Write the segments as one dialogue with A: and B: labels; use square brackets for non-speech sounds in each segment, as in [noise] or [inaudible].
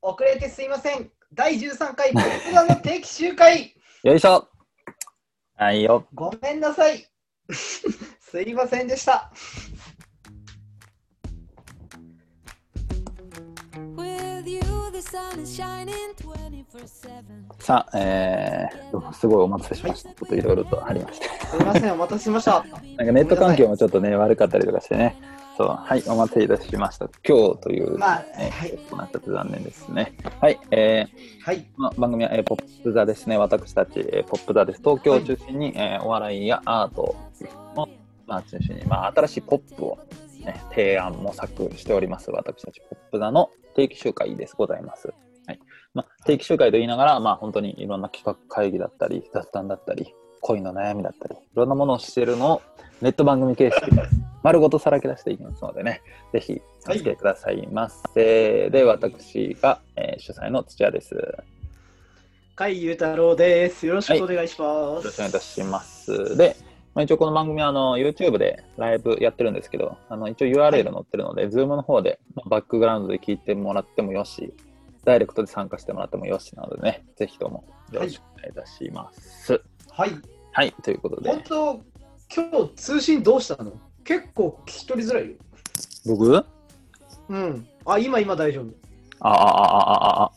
A: 遅れてすいません。第13回、僕らの定期集会。
B: よいしょはいよ。
A: ごめんなさい。 [laughs] すいませんでした。
C: With you, the sun is shining 24 7.
B: さあ、えー、すごいお待たせしました。ちょっといろいろとありました。
A: すいません、お待たせしました。
B: なんかネット環境もちょっとね、悪かったりとかしてね。そう、はい、お待たせいたしました。今日という、
A: まあ
B: ね、
A: はい
B: ことになっちゃって残念ですね。はい、えー、
A: はい。
B: まあ、番組は、えーポップ座ですね。私たち、えーポップ座です。東京を中心に、えーお笑いやアートを、まあ、中心に、まあ、新しいポップを、ね、提案、模索しております。私たちポップ座の定期集会です。ございます。はいまあ、定期集会と言いながら、まあ、本当にいろんな企画会議だったり、雑談だったり、恋の悩みだったり、いろんなものをしているのをネット番組形式 [laughs] で丸ごとさらけ出していきますのでね、ぜひお付き合いくださいませ。で、私が、えー主催の土屋です。
A: 甲斐裕太郎です。よろしくお願いしま
B: よろしく
A: す。
B: お願いいたします。で、まあ、一応この番組はあの YouTube でライブやってるんですけど、あの一応 URL 載ってるので、Zoom の方でまあバックグラウンドで聞いてもらってもよし、ダイレクトで参加してもらってもよしなのでね、ぜひともよろしくお願いいたします。はい、
A: はい。
B: ということ
A: 本
B: で、
A: 当、今日通信どうしたの結構聞き取りづらいよ。
B: 僕あ
A: うん。あ、今、今大丈夫。
B: あああああ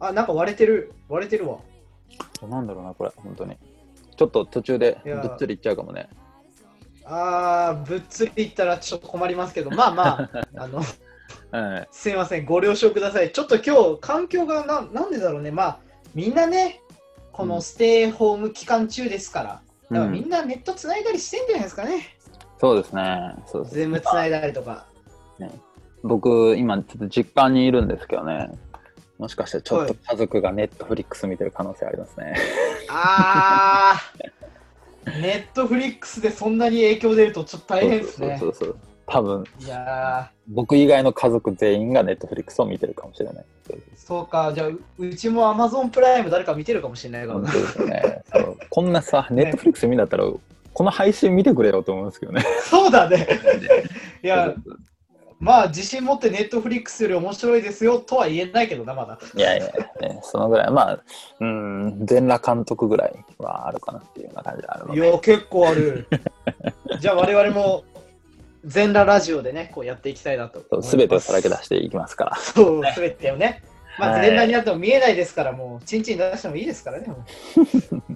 B: あ
A: あ、なんか割れてる。割れてるわ。
B: あ、なんだろうな、これ、本当に。ちょっと途中で
A: い
B: ぶ
A: や
B: っつりいっちゃうかもね。
A: あー、ぶっつり言ったらちょっと困りますけど、まあ
B: [laughs]
A: まあ、あの、
B: はい、
A: すいません、ご了承ください。ちょっと今日、環境がななんでだろうね、まあ、みんなね、こ
B: うん
A: のステイホーム期間中ですから、だから
B: う
A: みん
B: ん。
A: なネットつないだりしてんじゃないですかね、
B: そうですね。そうです
A: ズームつないだりと
B: [laughs]
A: か。
B: 僕今ちょっと実家にいるんですけどねもしかしてちょっと家族がネットフリックス見てる可能性ありますね、
A: あー、ネットフリックスでそんなに影響出ると、ちょっと大変ですね
B: そ。うそうそう多分
A: いや
B: 僕以外の家族全員がネットフリックスを見てるかもしれない
A: ー、そうか、じゃあ、ううちも Amazon プライム誰か見てるかもしれないから
B: 本
A: な
B: 当。ですよねそうこんなさネットフリックス見んだったらこの配信見てくれよと思うんですけどね
A: [laughs] そうだね。い
B: い
A: や、まあ、自信持ってネットフリックスより面白いですよとは言えないけどな、まだ。
B: いやいや、ね、そのぐらいまあうん全裸監督ぐらいはあるかなっていうような感じがあるの
A: い
B: で
A: や、結構あ
B: [laughs]
A: る。じゃあ、我々も全裸ラジオでね、こうやっていきたいなと
B: そう全てをさらけ出していきますから
A: そう、すべてをね。ま
B: は
A: あ、
B: い
A: 全裸になっても見えないですから、もう、ちんちん出してもいいですからね。もう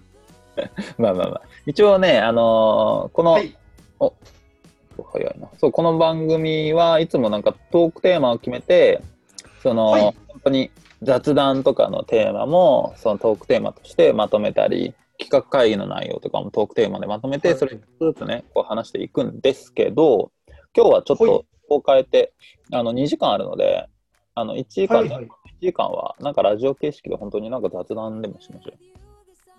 B: まあまあまあ一応ねあのーこの、
A: はい。
B: 早いなそうこの番組はいつもなんかトークテーマを決めてその、
A: はい
B: 本当に雑談とかのテーマもそのトークテーマとしてまとめたり企画会議の内容とかもトークテーマでまとめて
A: はい
B: それ一つずつねこう話していくんですけど今日はちょっとを変えてあの2時間あるのであの1時間,、
A: はいはい
B: 1時間はなんかラジオ形式で本当になんか雑談でもしましょう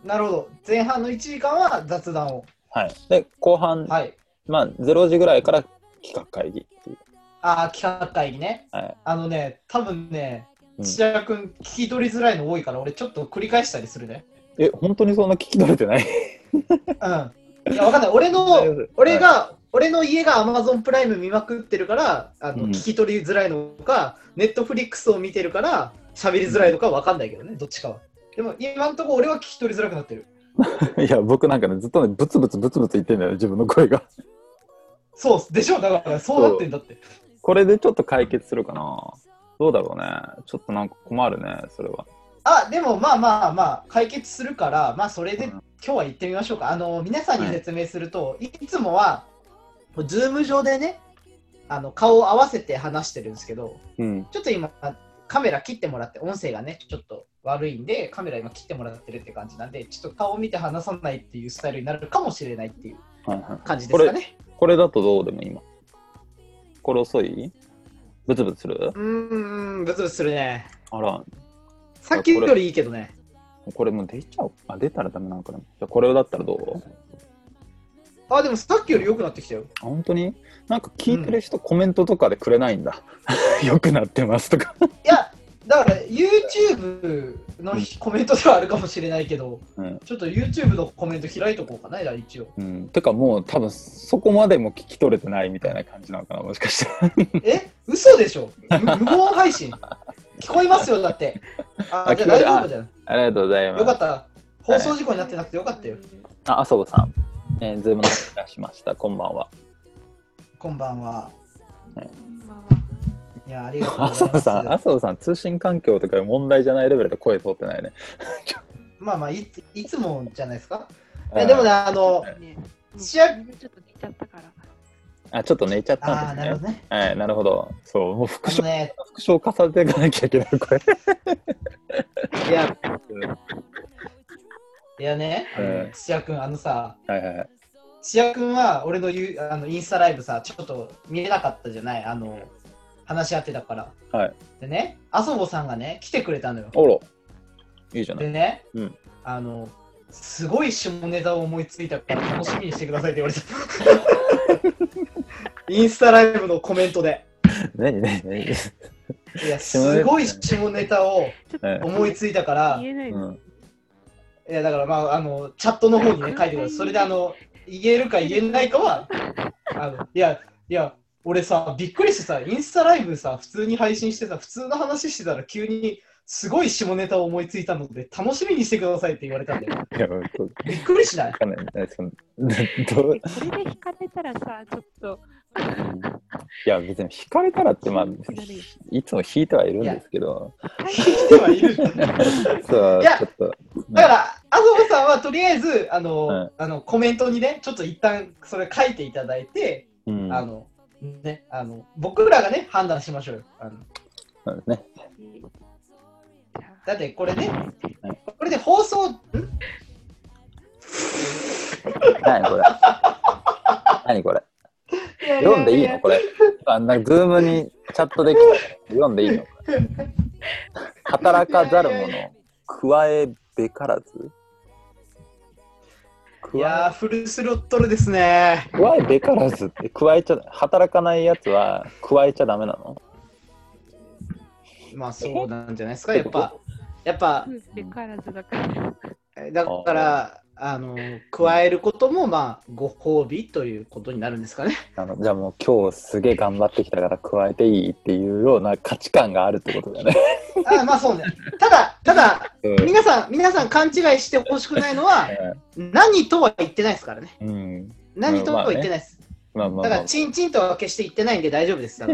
A: なるほど。前半の1時間は雑談を。
B: はいで後半、
A: はい。
B: まあ0時ぐらいから企画会議っていう、
A: ああ、企画会議ね。
B: はい
A: あのね、多分ね、
B: うん
A: 千田君、聞き取りづらいの多いから、俺、ちょっと繰り返したりするね。
B: え本当にそんな聞き取れてない [laughs]
A: うん。いや、わかんない。俺の
B: 大丈夫です、
A: 俺が、俺の家が Amazon プライム見まくってるから、あの、
B: うん
A: 聞き取りづらいのか、Netflix を見てるから、喋りづらいのかわかんないけどね、どっちかは。でも、今んとこ俺は聞き取りづらくなってる。
B: いや、僕なんかね、ずっとね、ブツブツブツブツ言ってんだよね、自分の声 [laughs] が。
A: そう、でしょだから、そうなってんだって。
B: これでちょっと解決するかな。どうだろうね。ちょっとなんか困るね、それは。
A: あ、でも、まあまあまあ、解決するから、まあ、それで
B: うん
A: 今日は行ってみましょうか。あの、皆さんに説明すると、い、つもは、ズーム上でね、あの、顔を合わせて話してるんですけど、
B: うん。
A: ちょっと今、カメラ切ってもらって、音声がね、ちょっと悪いんで、カメラ今切ってもらってるって感じなんで、ちょっと顔を見て話さないっていうスタイルになるかもしれないっていう
B: はいはい。
A: 感じですかね。
B: これだとどうでも今。これ遅いブツブツする
A: うーん、ブツブツするね。
B: あら、
A: さっきよりいいけどね。
B: これもう出ちゃう。あ、出たらダメなのかな。じゃあこれだったらどう
A: あ、でもさっきより良くなってきたよ。
B: あ本当になんか聞いてる人、コメントとかでくれないんだ。 [laughs] よくなってますとか。
A: いや、だから YouTube のひコメントではあるかもしれないけど、
B: うん。
A: ちょっと YouTube のコメント開いとこうかな、じゃあ一応。
B: うん。てかもう多分そこまでも聞き取れてないみたいな感じなのかな、もしかしたら。
A: え嘘でしょ無無言配信聞こえますよ、だって。あ、
B: あ
A: じゃあ
B: 聞こ
A: 大
B: える
A: 丈夫じゃん。
B: ありがとうございます。
A: よかった。放送事故になってなくてよかったよ。
B: あ、麻生さん、えー、ズームの参加しました。こんばんは。
A: こんばんは。
D: ま
A: いや、ありがとうご
B: 麻
A: ざいま
B: 生
A: す。
B: さん、麻生さん、通信環境とか問題じゃないレベルで声通ってないね。
A: まあまあいつ、いつもじゃないですか。えでもね、あの、
D: あねうん
A: 試合
D: ちょっと寝ちゃったから。
B: あ、ちょっと寝ちゃっ
A: ああ
B: た
A: ー、
B: んで
A: な
B: す
A: るほ。
B: ね
A: どね。
B: はい、なるほど。そう、もう復
A: あ
B: 唱
A: の、ね、
B: 復唱重ねていかなきゃいけない、こ
A: [laughs]
B: れ。
A: いや、いやね、あの
B: うん
A: 土屋君、あのさ、
B: はいはいはい。
A: 土屋君は俺のゆあのインスタライブさ、ちょっと見えなかったじゃない、あの、話し合ってたから。
B: はい
A: でね、麻生さんがね、来てくれたのよ。
B: おろ。いいじゃない
A: で。ね、
B: うん
A: あの、すごい下ネタを思いついたから楽しみにしてくださいって言われてた。 [laughs] インスタライブのコメントで。
B: 何何何
A: いや、すごい下ネタを
D: ちょっ
B: はい
D: と
A: 思いついたから、
D: 言えない
B: うん。
A: いやだからまああのチャットの方にね書いてください。それであの言えるか言えないかはあのいやいや俺さびっくりしてさインスタライブさ普通に配信してさ普通の話してたら急にすごい下ネタを思いついたので楽しみにしてくださいって言われたんだよ。
B: いや、もうこう
A: びっくりしない
B: わかんない。なんかそのどう
D: えこれで引かれたらさ、ちょっと。
B: いや、別に引かれたらって、まあ、いつも引いてはいるんですけど、
A: 来てはいるんだだか
B: そう、
A: い
B: ち
A: や
B: ょっと。
A: ら麻生さんはとりあえずあの、
B: うん
A: あのコメントにねちょっと一旦それ書いていただいて、
B: うん、
A: あのねあの僕らがね判断しましょうよ。あの
B: そうですね。
A: だってこれねこれで放送ん
B: 何これ何これ読んでいいのこれ。あなんか、ズームにチャットできた読んでいいのこれ働かざる
A: いやいやい
B: 者、加えべからず
A: いや
B: 加
A: ー、フルスロットルですね
B: え。加えべからずって、加えちゃ、働かないやつは加えちゃダメなの
A: まあそうなんじゃないですか、やっぱ。やっぱ、
D: でからずだから。
A: だから、あの、加えることも、まあ、ご褒美ということになるんですかね。
B: [laughs] あのじゃあもう今日すげえ頑張ってきたから加えていいっていうような価値観があるってことだね。
A: あまあそうね。ただ、ただ、
B: うん
A: 皆さん、皆さん勘違いしてほしくないの
B: [laughs]
A: は、何とは言ってないですからね。
B: うん。
A: 何とは言ってないです。
B: まあまあ
A: だか
B: まあ
A: ら、、チンチンとは決して言ってないんで大丈夫です。だか
B: [laughs]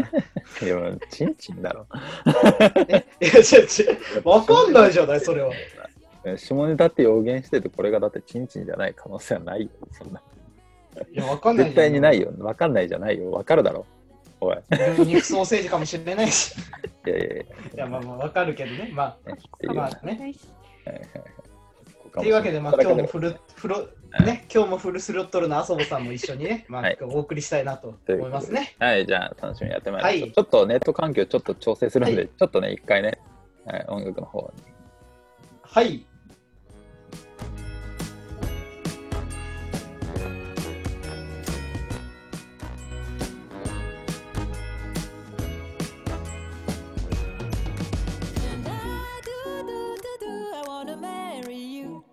A: ら。
B: いやまあちんちんだろ。
A: えいや、違う違う。わかんないじゃない、それは。
B: え下ネタって予言しててこれがだってチンチンじゃない可能性はないよそんない
A: や、わかんない。。
B: 絶対にないいよ分かんないじゃないよ分かるだろおい
A: 肉ソーセージかもしれないし。
B: いやいやい
A: いや、まあまあ、わかるけどね。まあ。
B: やっていう
A: ま
B: よ
A: あね。
B: うな
A: というわけで、まあ、
B: これ
A: 今
B: だ
A: 日
B: け
A: もフルフロ、ね、今日もフルスロットルの麻生さんも一緒にね、まあ
B: はい、
A: お送りしたいなと思いますね。
B: はいじゃあ楽しみにやってまいりましょう
A: はい
B: ちょっとネット環境ちょっと調整するんで、
A: は
B: ちょっとね一回ね、はい、音楽の方に
A: はい。
C: I wanna marry you.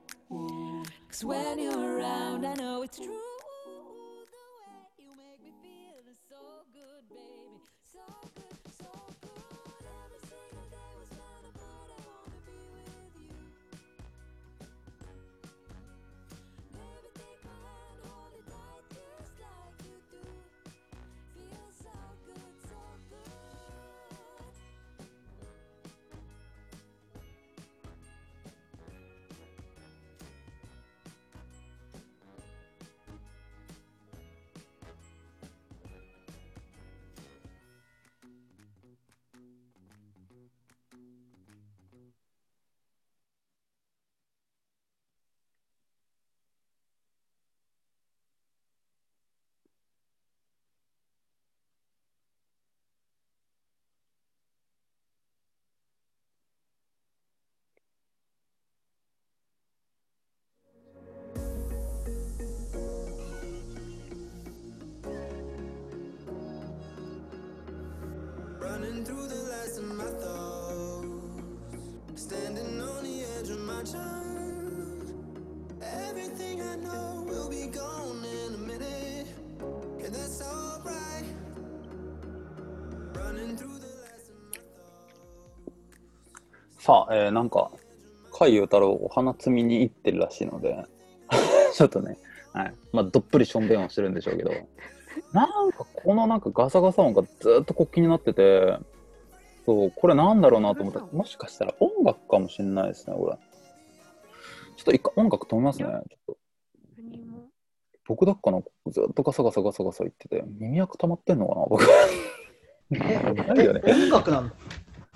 C: Cause when you're around, I know it's true. The way you make me feel is so good, baby. So good, so good. Every single day was fun, but I wanna be with you. Baby, take my hand, hold it tight, just like you do. Feels so good, so good.
E: Running through the last of my thoughts. Standing on the edge of my chance. Everything I know will be gone in a minute. And that's alright. Running through the last of my thoughts.
B: さあ、えーなんか、甲斐雄太郎、お花摘みに行ってるらしいので、 [laughs] ちょっとね、はい。まあ、どっぷりしょんべんをしてるんでしょうけど、なんか、このなんかガサガサ音がずっとこう気になってて、そう、これなんだろうなと思ったら、もしかしたら音楽かもしれないですね、これ。ちょっと一回音楽止めますね。ちょっと
D: 何も。
B: 僕だっかなずっとガサガサガサガサ言ってて、耳垢溜まってんのかな [laughs] 僕。ないよね。
A: 音楽なの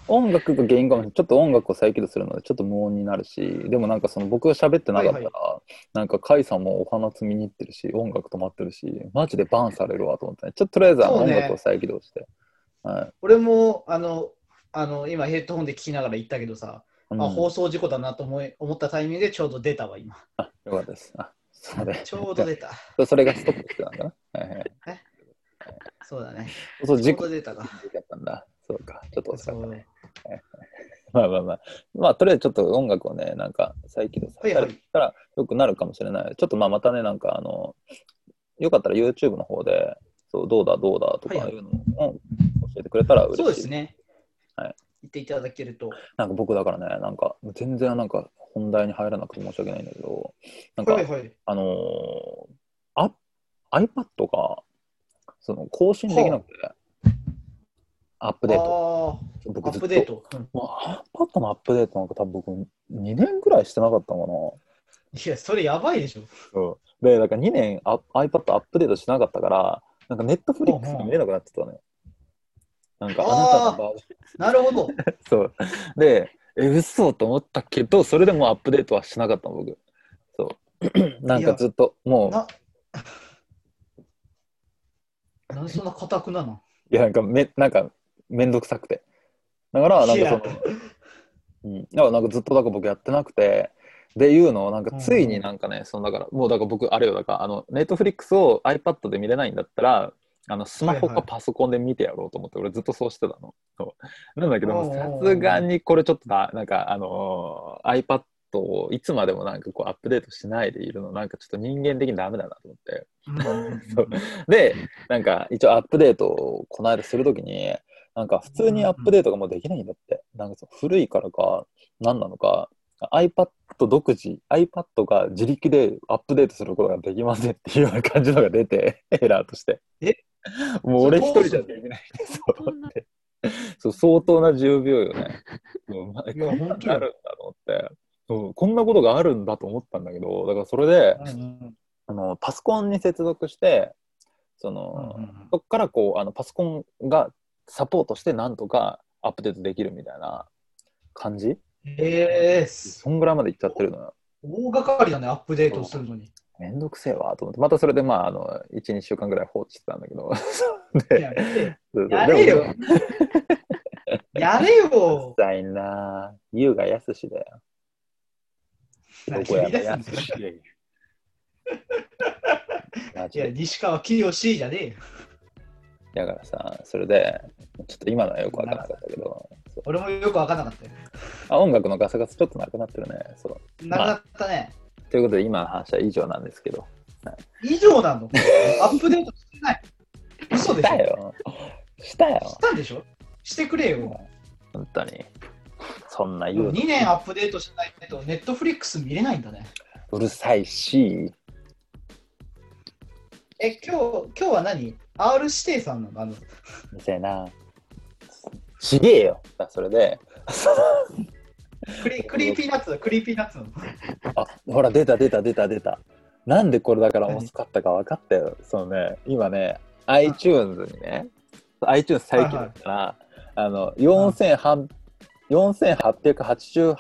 B: 音楽が原因かもしれないちょっと音楽を再起動するのでちょっと無音になるしでもなんかその僕が喋ってなかった
A: は
B: ら、
A: いは
B: なんか甲斐さんもお花摘みに行ってるし音楽止まってるしマジでバンされるわと思って、ね、ちょっととりあえずあの
A: そう
B: 音
A: ね
B: 楽を再起動して、はい
A: 俺もあのあの今ヘッドホンで聞きながら言ったけどさ、
B: うん、
A: あ
B: よ
A: 放送事故だなと思い思ったタイミングでちょうど出たわ
B: [laughs]
A: 今
B: かったですあそうね
A: ちょうど出た
B: それがストップしてたんだな、はいはい、
A: そうだね
B: そう
A: ちょ
B: 事
A: う
B: 故
A: ど出たか
B: だったんだそうかちょっと遅
A: そ
B: かったね
A: う
B: [laughs] まあまあまあ、まあ、とりあえずちょっと音楽をね、なんか再起動させた
A: はいは
B: り
A: い
B: したらよくなるかもしれない。ちょっとまあまたね、なんかあの、よかったら YouTube の方で、そうどうだどうだとか
A: はいはい
B: いうのを教えてくれたら嬉しい。
A: そうですね、
B: はい、
A: 言っていただけると
B: なんか僕だからね、なんか全然なんか本題に入らなくて申し訳ないんだけど、なんか、
A: はいはい
B: あのー、あ iPad がその更新できなくて、アッ
A: あ
B: プデート。
A: ーア
B: 僕
A: ッ
B: ずっと
A: プデート、うん
B: もう iPad のアップデートなんか多分僕2年ぐらいしてなかったのかな。
A: いやそれやばいでしょ
B: そうで、だから2年あ iPad アップデートしなかったから、なんかネットフリックスが見えなくなってたのよ。なんかあなたのバージョ
A: なるほど
B: ン。 [laughs] そう。で、え、嘘と思ったけど、それでもアップデートはしなかったの、僕。 [clears throat] そう。なんかずっと、もう、
A: ななんでそんな固くなの
B: いや、なんかめ、なんか、めんどくさくて。だから、なん
A: い
B: か
A: や
B: その、うん、だからなんかずっと、だから僕やってなくて、で、いうのを、なんか
A: うん
B: ついになんかね、その、だから、もう、だから僕、あれよ、だから、あの、ネットフリックスを iPad で見れないんだったら、あの、スマホ
A: はい
B: か
A: はい
B: パソコンで見てやろうと思って、俺ずっとそうしてたの。そうなんだけど
A: おうおうお
B: も、
A: う
B: さすがにこれちょっとな、なんか、あのー iPad をいつまでもなんかこう、アップデートしないでいるの、なんかちょっと人間的にダメだなと思って。そうで、なんか一応アップデートをこの間するときに、なんか普通にアップデートがもうできないんだって。なんかその古いからか、何なのか、iPad 独自、iPad が自力でアップデートすることができませんっていうような感じのが出て、 [laughs] エラーとして。
A: え
B: もう俺一人じゃできない。
D: そんな
B: そう相当な重病よ [laughs] ね。もうまあ
A: いや
B: こんな
A: 本
B: ん
A: 当よ
B: あるんだと思ってそう。こんなことがあるんだと思ったんだけど、だからそれで、あのパソコンに接続して、その、そこからこうあのパソコンがサポートしてなんとかアップデートできるみたいな感じ
A: ええー、
B: そんぐらいまでいっちゃってるのよ。
A: 大掛かりだねアップデートするのにい
B: めんどくせえわと思ってまたそれでまああの12週間ぐらい放置してたんだけど
A: や
B: そうそ
A: [laughs]
B: う
A: やれ
B: [laughs] でも
A: よやれよ
B: うざいな優雅やすしだよどこやらやすしマ
A: い
B: ジ
A: や、
B: で
A: 西川きよしじゃねえよ。
B: だからさそれでちょっと今のはよくわからなかったけどそう
A: 俺もよく分かんなかったよ。
B: あ音楽のガサガサちょっとなくなってるねそう
A: なくなったね。
B: ということで今の話は以上なんですけど
A: 以上な
B: [laughs]
A: の。アップデートしてない。嘘
B: し
A: でしたょ
B: よ。した
A: し
B: よ。
A: たんでしょしてくれよ。
B: 本当に。そんな言う
A: 2年アップデートしないと、ネットフリックス見れないんだね。
B: うるさいし、
A: え、今日、今日は何 ?R 指定さんなのあの、
B: みたいな。ちげえよ。あそれで、
A: ク
B: [laughs]
A: リクリーピーナッツだ、クリーピーナッツの。
B: あほら、出た出た出た出た。なんでこれだから遅かったか分かったよ。そのね、今ね、iTunes にね、iTunes 最近だから、あの、4800 4888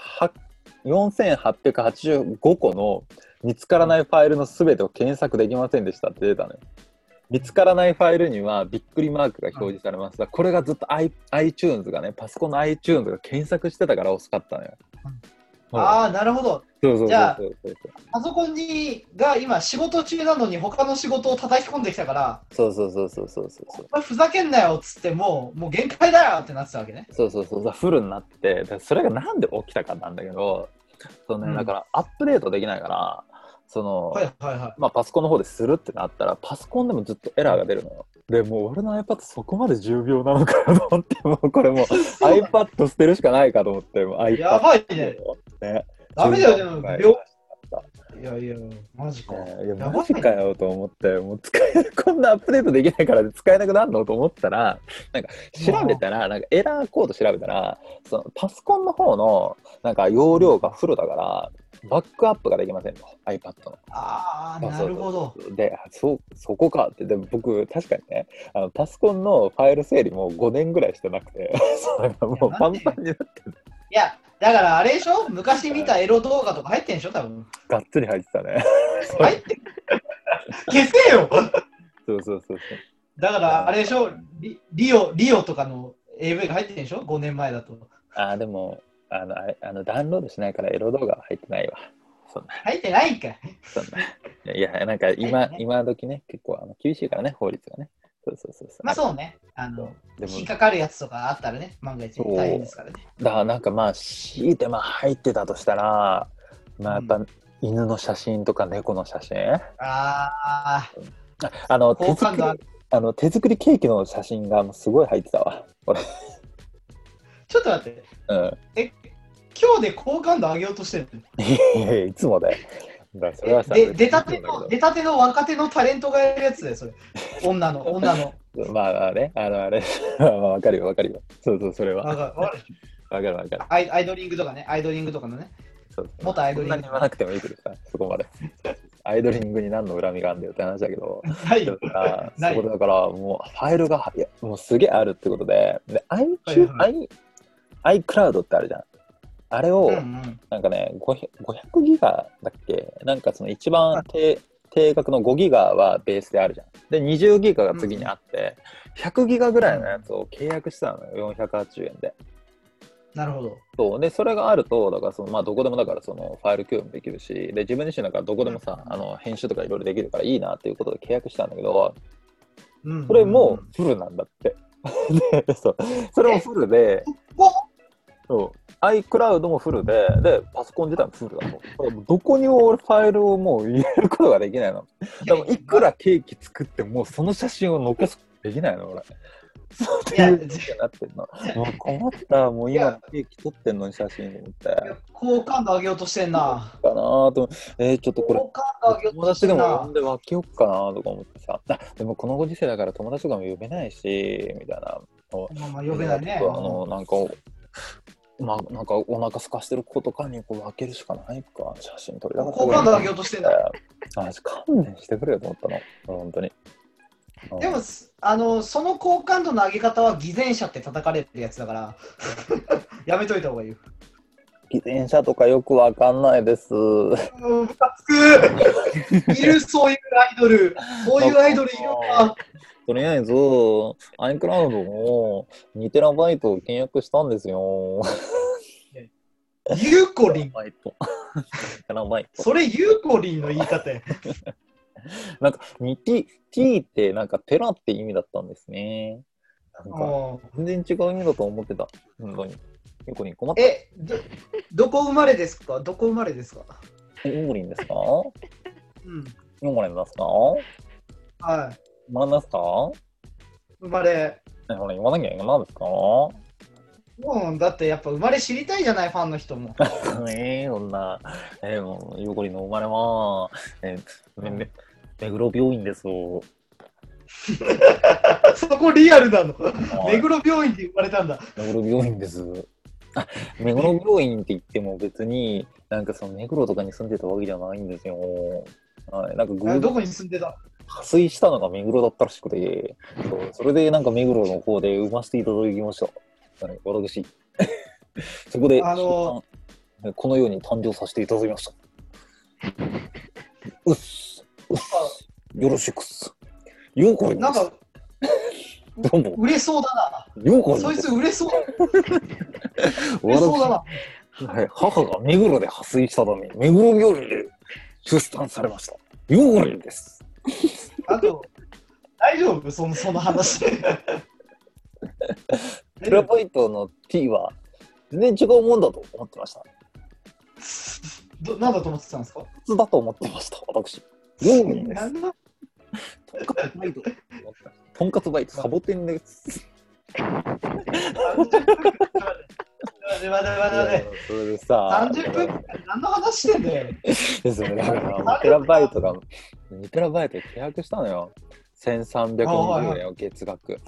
B: 4885個の見つからないファイルのすべてを検索できませんでしたって出たのよ。見つからないファイルにはびっくりマークが表示されます。だからこれがずっと i iTunes がね、パソコンの iTunes が検索してたから遅かったのよ。
A: ああ、なるほど。
B: そうそう
A: じゃあ
B: そうそうそう。
A: パソコンにが今仕事中なのに他の仕事を叩き込んできたから、
B: そうそうそうそうそうそうそう
A: お前ふざけんなよっつってもう、もう限界だよってなってたわけね。
B: そうそうそうフルになってだからそれがなんで起きたかなんだけどそう、ね
A: うん
B: だからアップデートできないからその、
A: はいはいはい。
B: まあ、パソコンの方でするってなったらパソコンでもずっとエラーが出るのよでもう俺の iPad そこまで重秒なのかなと思ってもうこれもう iPad 捨てるしかないかと思ってもう iPad
A: やばいね
B: ね
A: ダメだよ、でも、
B: はい
A: 秒。いやいや、マジか。
B: いや
A: やばい
B: マジかよと思ってもう使え [laughs] こんなアップデートできないから使えなくなるのと思ったらなんか調べたらなんかエラーコード調べたらそのパソコンの方のなんか容量がフルだからバックアップができませんと iPad の。
A: ああ、
B: まあ
A: なるほど。
B: であそうそこかってでも僕確かにねあのパソコンのファイル整理も5年ぐらいしてなくて [laughs] そうなんかもうパンパンになって
A: いや、だからあれでしょ昔見たエロ動画とか入ってんでしょ多分。
B: がっつり入ってた [laughs] ね。
A: 入ってん消せよ
B: そうそうそうそう
A: だからあれでしょリリオ、リオとかの AV が入ってんでしょ ?5 年前だと。
B: あーでもあのあれあのダウンロードしないからエロ動画は入ってないわ。そんな
A: 入ってないんかい。
B: そんないや、なんか今、
A: ね
B: 今時ね、結構あの厳しいからね、法律がね。そうそうそうそう。
A: まあそうね。あの、
B: でも
A: 引っ、かかるやつとかあったらね、万が一
B: そう
A: 大変ですからね。
B: だからなんかまあ、強いてまあ入ってたとしたら、まあやっ
A: う
B: ぱ犬の写真とか猫の写真、
A: あ
B: あの、
A: 好
B: 手作
A: 感
B: り
A: 度あ
B: あの手作りケーキの写真がもうすごい入ってたわ。 [laughs] 俺、
A: あ、ちょっと待って。
B: うん。
A: 今日で好感度上げようとしてるの
B: いやいやいつもだよ。だからそれはさ
A: で出たての、
B: 別に
A: 出たての若手のタレントがやるやつだよ、それ。女
B: [laughs]
A: の、女の。
B: まあまあね、あのあれ、 [laughs] まあわかるよわかるよ。そうそう、それは。
A: わ
B: わ
A: かるわかる
B: かるわかる。
A: アイアイドリングとかね、アイドリングとかのね。
B: そう
A: 元アイドリング
B: そんなに言わなくてもいいけどさ、そこまで。アイドリングに何の恨みがあるんだよって話だけど、
A: ない
B: だ
A: よ。
B: から、
A: [laughs] ない
B: そこだから、もうファイルが、いやもうすげえあるってことで、で、
A: はい
B: iTunes
A: は
B: i、iCloud ってあるじゃん。あれを
A: う、んうん
B: なんかね、500, 500ギガだっけなんかその一番低定額の5ギガはベースであるじゃん。で、20ギガが次にあって、100ギガぐらいのやつを契約してたのよ、480円で。
A: なるほど。
B: そうでそれがあるとだからその、まあ、どこでもだからそのファイル共有もできるしで自分自身だからどこでもさ、あの編集とかいろいろできるからいいなっていうことで契約したんだけど
A: うんうん
B: それもフルなんだって、 [laughs] でそうそれもフルで
A: お
B: そう iCloud もフルででパソコン自体もフルだとだからもうどこにも俺ファイルをもう入れることができないのでもいくらケーキ作ってもその写真を残すことできないの俺。そうっていうことになってんの。もう困った、もう
A: い
B: 今
A: や
B: ケーキ撮ってんのに写真と思って。
A: 好感度上げようとしてんな。
B: かなーと思う、えー、ちょっとこれ
A: 好、感度上げよう
B: 友
A: とし
B: 達
A: てん
B: でも呼。
A: なん
B: で分けようかなーとか思ってさ、あでもこのご時世だから友達とかも呼べないし、みたいな。
A: まあまあ呼べないね
B: ち。ょっとあの、なんか、まあ、なんかお腹空かしてる子とかにこう分けるしかないか、写真撮りながら。
A: 好感度上げようとしてんだ。
B: えーマジ勘弁してくれよと思ったの、本当に。うん
A: でも、すあの、その好感度の上げ方は偽善者って叩かれてるやつだから、 [laughs] やめといた方がいいよ。
B: 自転車とかよくわかんないです。
A: うん、ムカつくいる、そういうアイドル。そういうアイドルいるわ。
B: とりあえず、iCloud を 2TB 契約したんですよ。
A: ゆうこりん。
B: バイト。 [laughs] ラバイト。
A: それゆうこりんの言い方や。
B: なんか、に t、t ってなんか、テラって意味だったんですね。なんか、
A: うん
B: 全然違う意味だと思ってた。本当に。ゆこりん困った。
A: え、ど、どこ生まれですかどこ生まれですか
B: ゆこりんですか
A: うん。
B: ゆこりんですか
A: はい。
B: まんですか
A: 生まれ。
B: えほら、言わなきゃいけないんですか [laughs]
A: うん、だってやっぱ生まれ知りたいじゃない、ファンの人も。 [laughs]
B: えー、そんな、えー、もうゆこりんの生まれは、えー、め、め、目黒病院ですよ。
A: そこリアルなの。
B: はい
A: 目黒病院で生まれたんだ。
B: 目黒病院です。あ、目黒病院って言っても別に、なんかその目黒とかに住んでたわけじゃないんですよ。はい、なんか
A: えど
B: 偶然
A: こに住んでた
B: 破水したのが目黒だったらしくて、そうそれでなんか目黒の方で産ませていただきました。はい、私。 [laughs] そこで、
A: あの
B: 出産このように誕生させていただきました。うっす、うっす、よろしくっす。ようこりんで
A: なん
B: す
A: か
B: どうも、
A: 売れそうだ
B: ようこ
A: な。
B: りん
A: そい
B: で
A: つ
B: す
A: 売れそう。売れ
B: 私
A: そうだな。
B: はい、母が目黒で破水したため、目黒病院で出産されました。ヨーグルです。
A: あと、大丈夫そのその
B: [laughs]
A: 話。
B: テラバイトの T は全然違うもんだと思ってました。
A: どなんだと思ってたんですか
B: 普通だと思ってました、私。ヨーグルで
A: な
B: す。
A: んだ
B: とんかつバイト。とんかつバイト、サボテンです。
A: 待て待て待て待て。
B: それでさ、
A: 30分間何の話してんだよ。
B: ですよね。だから、2テラバイトが、2テラバイトで契約したのよ。1320円を月額。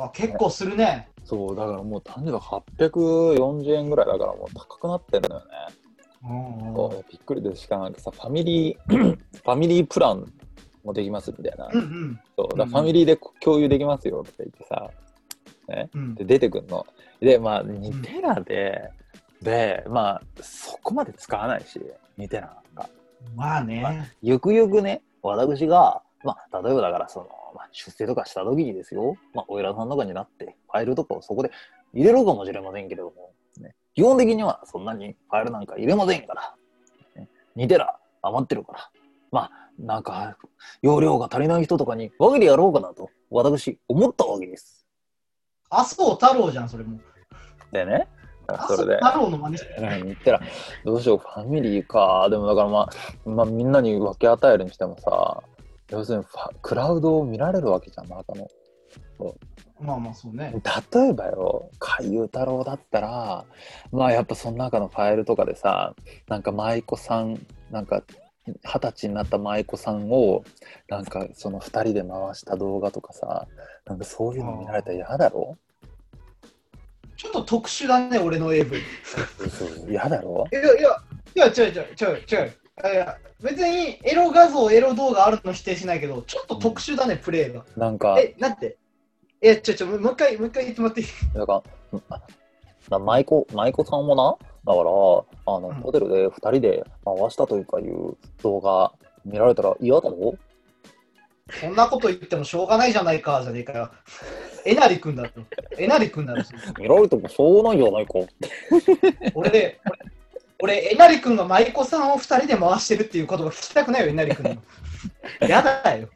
A: あ結構するね。
B: そう、だからもう単純に840円ぐらいだから、もう高くなってんだよね。
A: うんうん
B: そうびっくりですしかもなんかさファミリー [clears throat] ファミリープランもできますみたいな、
A: うんうん
B: そうだから
A: うん
B: ファミリーで共有できますよって言ってさ
A: うん
B: で出てくんのでまあ2テラで、でまあそこまで使わないし2テラなんか
A: まあね。
B: ゆくゆくね私がまあ例えばだからその、まあ、出世とかした時にですよまあお偉さんとかになってファイルとかをそこで入れるかもしれませんけれども、ね、基本的にはそんなにファイルなんか入れませんから2テラ余ってるから、まあ、なんか、容量が足りない人とかに分けてやろうかなと、私、思ったわけです。
A: 麻生太郎じゃん、それも。
B: でね、だから
A: 麻
B: そ
A: 生
B: れ
A: 太 [laughs]
B: で、
A: 郎の真似して
B: 言ったら、どうしよう、ファミリーか、でもだからまあ、まあ、みんなに分け与えるにしてもさ、要するにファクラウドを見られるわけじゃん、中の。
A: まあまあそうね。
B: 例えばよ海遊太郎だったらまあやっぱその中のファイルとかでさなんか舞妓さんなんか二十歳になった舞妓さんをなんかその2人で回した動画とかさなんかそういうの見られたら嫌だろ
A: ちょっと特殊だね、俺の AV。い
B: 嫌だろ
A: やいや、違う違う違う違う。いや別にエロ画像、エロ動画あるの否定しないけど、ちょっと特殊だね、プレイが。
B: なんか
A: え、なんてえ、ちょちょ、もう一回、もう一回言ってもらっていい
B: だからあだ舞妓舞妓さんもなだからあの
A: うん
B: ホテルで2人で回したというかいう動画見られたら嫌だろ
A: そんなこと言ってもしょうがないじゃないか、じゃねえかよ。えなりくんだろ。えなりくんだろ。それ
B: 見られてもしょうがないじゃないか
A: 俺で、俺、俺えなりくんが舞妓さんを二人で回してるっていう言葉聞きたくないよ、えなりくんの。やだよ。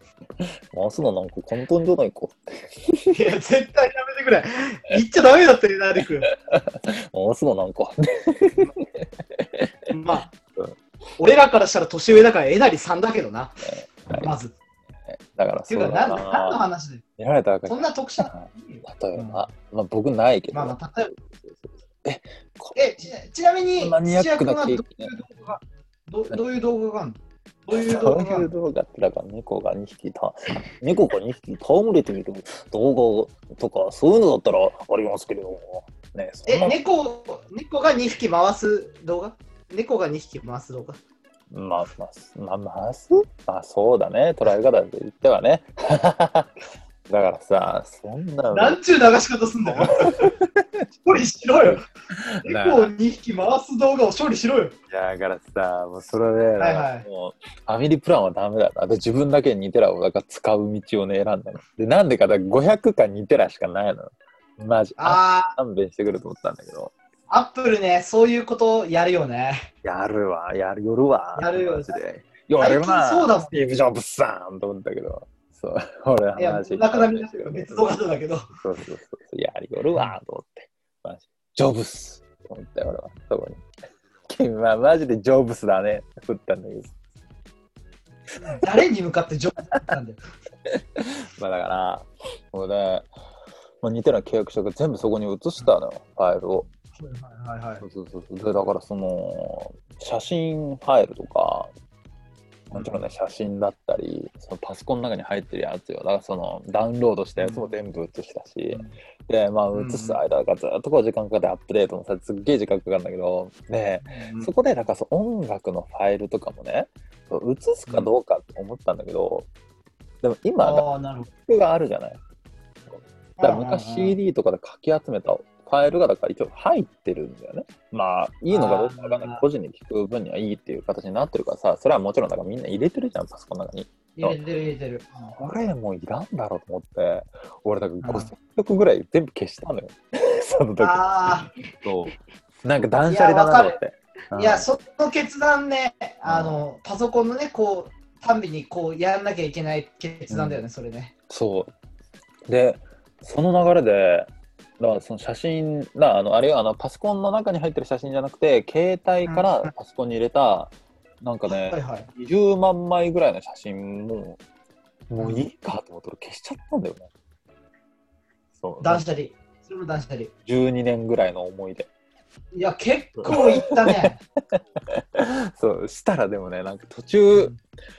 B: 回すのなんか簡単じゃないか
A: いや、絶対やめてくれ。言っちゃダメだったよ、えなりくん。
B: 回すのなんか
A: まあ
B: うん、
A: 俺らからしたら年上だからえなりさんだけどな、まず。っ
B: だから
A: て
B: そ
A: いううか、
B: だ
A: なん
B: な
A: 何の話で
B: 見られたら
A: そんな特殊な。
B: 例えば、まあ僕ないけど、
A: まあまあ、例えば。
B: えこ
A: え、ちなちなみに、
B: マニアックな
A: 土屋
B: 経
A: 君
B: 験
A: はどういう動画がどどういう動画があるのどういう動画
B: そう
A: があ
B: い
A: る
B: う動画ってだから猫が2匹た猫が2匹戯れている動画とかそういうのだったらありますけれどもねそん
A: え、
B: な、
A: 猫、猫が2匹回す動画猫が2匹回す動画
B: まあまあまあ回すまあそうだね捉え方で言ってはね [laughs] だからさそんなの
A: なんちゅう流し方すん [laughs] だよ処理しろよ猫を2匹回す動画を処理しろよ
B: いやだからさ、もうそれで、
A: はいはい
B: もうファミリープランはダメだな。で自分だけに2テラをだから使う道をね、選んだの。で、なんでか、だから500か2テラしかないの。マジ、あ
A: あ
B: 勘弁してくると思ったんだけど。
A: ー、アップルね、そういうことやるよね。
B: やるわ、やる、夜わ。
A: やるよ
B: マジで。夜
A: 最
B: わ、
A: 近そうだもん
B: スティーブ・ジョブズさんと思ったけど。そう、 [laughs] 俺
A: いや、
B: 話
A: なくなり
B: 聞
A: ま
B: い
A: したけ
B: た
A: ど、
B: んで
A: 別
B: すけ
A: 動
B: ど
A: 画だけど。
B: そうそうそうそう。やる、夜わ、と思って。マジ。ジョブスと思ったよ、俺は。そこに。君はマジでジョブスだね。振ったんだけど。
A: 誰に向かって上手だったんだよ。
B: まあだから、もうね、まあ、似てるような契約書が全部そこに移したのよ、ファイルを。
A: はいはいはい
B: そうそうそうでだからその、写真ファイルとか、もちろんね、写真だったり、そのパソコンの中に入ってるやつよ。だからその、ダウンロードしたやつも全部移したし、で、まあ、
A: うん
B: 移す間がずっとこう時間かかってアップデートもさ、すっげえ時間かかるんだけど、ね、
A: うん
B: そこでなんかそう音楽のファイルとかもね、そう移すかどうかって思ったんだけど、でも今、楽
A: ああ、なるほ
B: 譜があるじゃない。だから
A: ど。
B: 昔 CD とかでかき集めたファイルがだから一応入ってるんだよね。まあいいのかどうかわかんない
A: あー
B: 個人に聞く分にはいいっていう形になってるからさ、それはもちろんだからみんな入れてるじゃん、パソコンの中に。
A: 入れてる入れてる。
B: これもういらんだろうと思って、俺だから
A: うん
B: 5000曲ぐらい全部消したのよ。 [laughs] その時
A: あ
B: そうなんか断捨離だなと思って。う
A: あ、
B: ん
A: いや、その決断ね、あの、パソコンのね、こう、たんびにこう、やんなきゃいけない決断だよね、それね。
B: そう。で、その流れで、だからその写真なあのあれはあのパソコンの中に入ってる写真じゃなくて携帯からパソコンに入れた、なんかね、
A: はいはい。
B: 20万枚ぐらいの写真ももういいかと思って俺消しちゃったんだよね。そう。
A: 断捨離。それも断捨離。い
B: 12年ぐらいの思い出。
A: や、結構いったね。
B: [laughs] そう、したらでもね、なんか途中、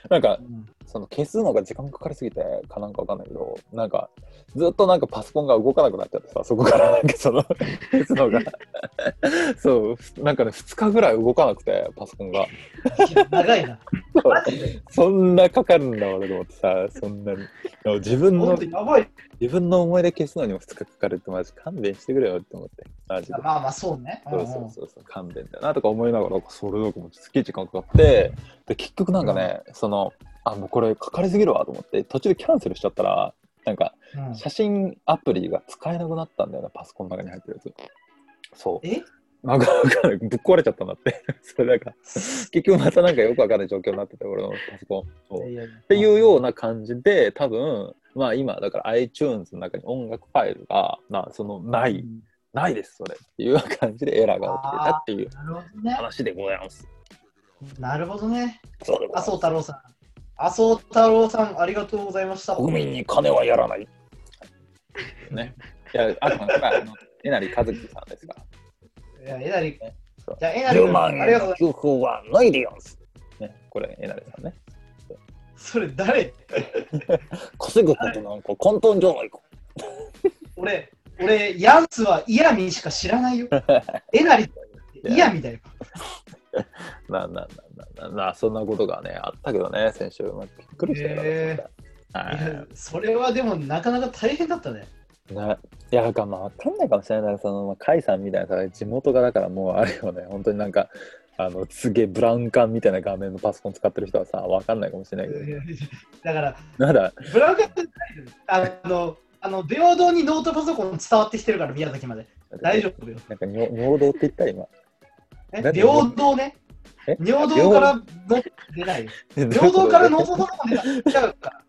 B: なんか
A: うん
B: その消すのが時間かかりすぎてかなんかわかんないけど、なんかずっとなんかパソコンが動かなくなっちゃってさ、そこからなんかその消すのが、そう、ふなんかね、2日ぐらい動かなくて、パソコンが。
A: 長いな。
B: そんなかかるんだ俺と思ってさ、そんなに。でも自分
A: ほん
B: の
A: と、やばい。
B: 自分の思い出消すのにも2日かかるってマジ勘弁してくれよって思って、マジで。
A: まあまあ、そうね。うん
B: そううんそうそうそう、勘弁だなとか思いながら、それとかもすっげえ時間かかって、で、結局なんかね、その、あ、もうこれかかりすぎるわと思って、途中でキャンセルしちゃったら、なんか、
A: うん
B: 写真アプリが使えなくなったんだよな、パソコンの中に入ってるやつ。そう。
A: え
B: なんかわかんないぶっ壊れちゃったんだって。 [laughs] それなんか、結局またなんかよくわかんない状況になってて、俺のパソコン。そう
A: いやいや
B: っていうような感じで、多分、まあ今、だから iTunes の中に音楽ファイルが、まあその、な
A: う
B: い、
A: ん
B: ないです、それ。っていう感じでエラーが起きてたっていう
A: なるほどね。
B: 話でございます。
A: なるほどね。
B: そうでございま
A: 麻
B: す
A: 生太郎さん。麻生太郎さん、ありがとうございました。
B: 国民に金はやらない。ね。いや、あとなんか、あのえなりかずきさんですから。
A: いや、えなり
B: そう。
A: じゃあ、えなり君、ありがとうございま
B: 給付はないでやんす。ね、これ、えなりさんね。
A: す。それ、誰
B: 稼ぐことなんか簡単じゃないか。
A: 俺、俺、ヤンツはイヤミしか知らないよ。えなり、イヤミだよ。
B: なななななな、そんなことがね、あったけどね、先週。まあ、びっくりしたよ、
A: へいやそれはでも、なかなか大変だったね。
B: はいねいや、なんかまあ、わかんないかもしれないけどその、まあ、甲斐さんみたいなさ、地元がだからもうあれよね、本当になんか、あの、すげえブラウン管みたいな画面のパソコン使ってる人はさ、わかんないかもしれないけ
A: だから、
B: ど、まだ、
A: ブラウン管ってないよあの、あの、平等にノートパソコン伝わってきてるから、宮崎まで。大丈夫よ。
B: なんか尿、尿道って言った今。
A: え
B: だって
A: 平等ね。
B: え
A: 平等からの出ないよ。平等から
B: [laughs]
A: ノートパソコン出ないちゃうから。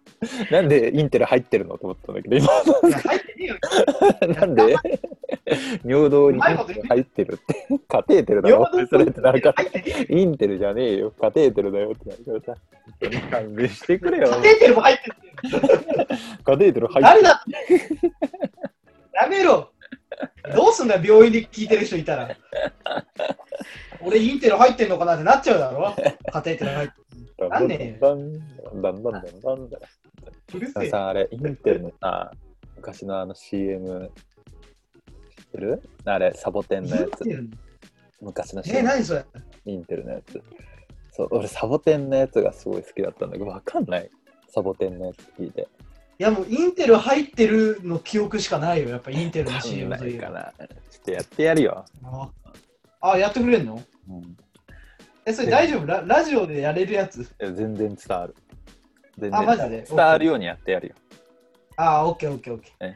B: なんでインテル入ってるのと思ったんだけど、今
A: いや入ってねえよ。
B: なんで尿道に入ってるって、カテーテルだろ、それってなるから、
A: 入ってねえよ
B: インテルじゃねえよ、カテーテルだよってなるからさ、本当に勘弁してくれよ
A: カ、テーテルも入ってる。
B: カテーテル入って
A: 誰
B: る。
A: だ [laughs] やめろどうすんだよ、病院で聞いてる人いたら。俺、インテル入ってんのかなってなっちゃうだろカテーテル入って
B: だんだんだんだんだんだんだんだ
A: る。うる
B: ん
A: せえ。
B: さ、あれ、インテルのさ、昔のあの CM、知ってるあれ、サボテンのや
A: インテ
B: つ、
A: ル
B: 昔の CM
A: え、。何それ
B: インテルのやつ。そう、俺サボテンのやつがすごい好きだったんだけど、わかんない。サボテンのやつ聞いて。
A: いや、もうインテル入ってるの記憶しかないよ、やっぱインテルの CM
B: わ
A: と
B: か
A: い
B: ん
A: う
B: な
A: か。
B: な。ちょっとやってやるよ。
A: ああ、やってくれんの
B: うん、
A: え、それ大丈夫ララジオでやれるやつ
B: え全然伝わる。全
A: あ、
B: 然
A: マジで
B: 伝わるようにやってやるよ。
A: あ、オッケーオッケーオッケー。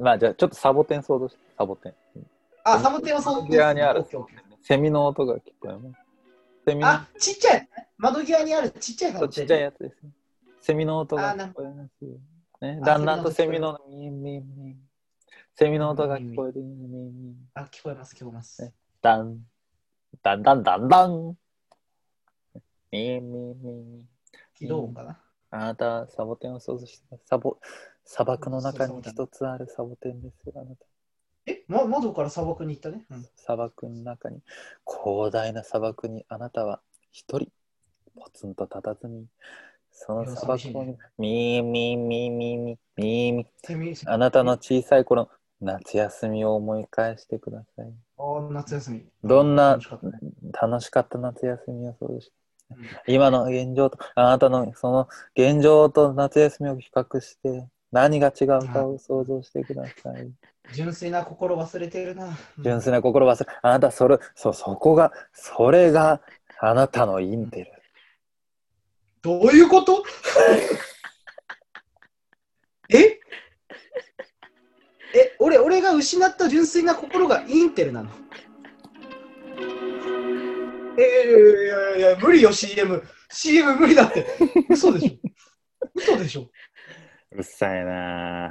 B: まあじゃあちょっとサボテン想像して、サボテン。
A: あ、サボテンはそう。
B: 窓際にある
A: オッケーオッケー
B: セミの音が聞こえます。セミの
A: あ、ちっちゃい。窓際にあるちっちゃいサ
B: そ
A: ボ
B: う
A: テ
B: ち
A: ン。
B: っちゃいやつですね。セミの音が
A: あな
B: 聞こえますよ。ね、
A: あ
B: だんだんと
A: セ
B: セミ
A: ミの
B: のミンミンミン。セミの音が聞こえてミンミンミン。
A: あ、聞こえます、聞こえます。
B: ねだん、だんだんだんだん。みみみ。
A: 起動音かな。
B: あなたはサボテンを想像してますサボ、砂漠の中に一つあるサボテンですよ。あなた
A: え、ま、窓から砂漠に行ったね。うん、
B: 砂漠の中に、広大な砂漠にあなたは一人、ポツンと佇み、その砂漠をみみみみみみみ。
A: セミ、あ
B: あなたの小さい頃の夏休みを思い返してください。
A: ー夏休み。
B: どんな
A: 楽しかったね
B: 楽しかった夏休みを想像して
A: うん
B: 今の現状と、あなたのその現状と夏休みを比較して、何が違うかを想像してください。
A: 純粋な心忘れてるな。
B: 純粋な心は、あなたそれ、そう、そこが、それがあなたのインテル。
A: どういうことええ、俺、俺が失った純粋な心がインテルなの。えいやいやいや、無理よ、CM。CM 無理だって。嘘でしょ。嘘でしょ。
B: うるさいなぁ。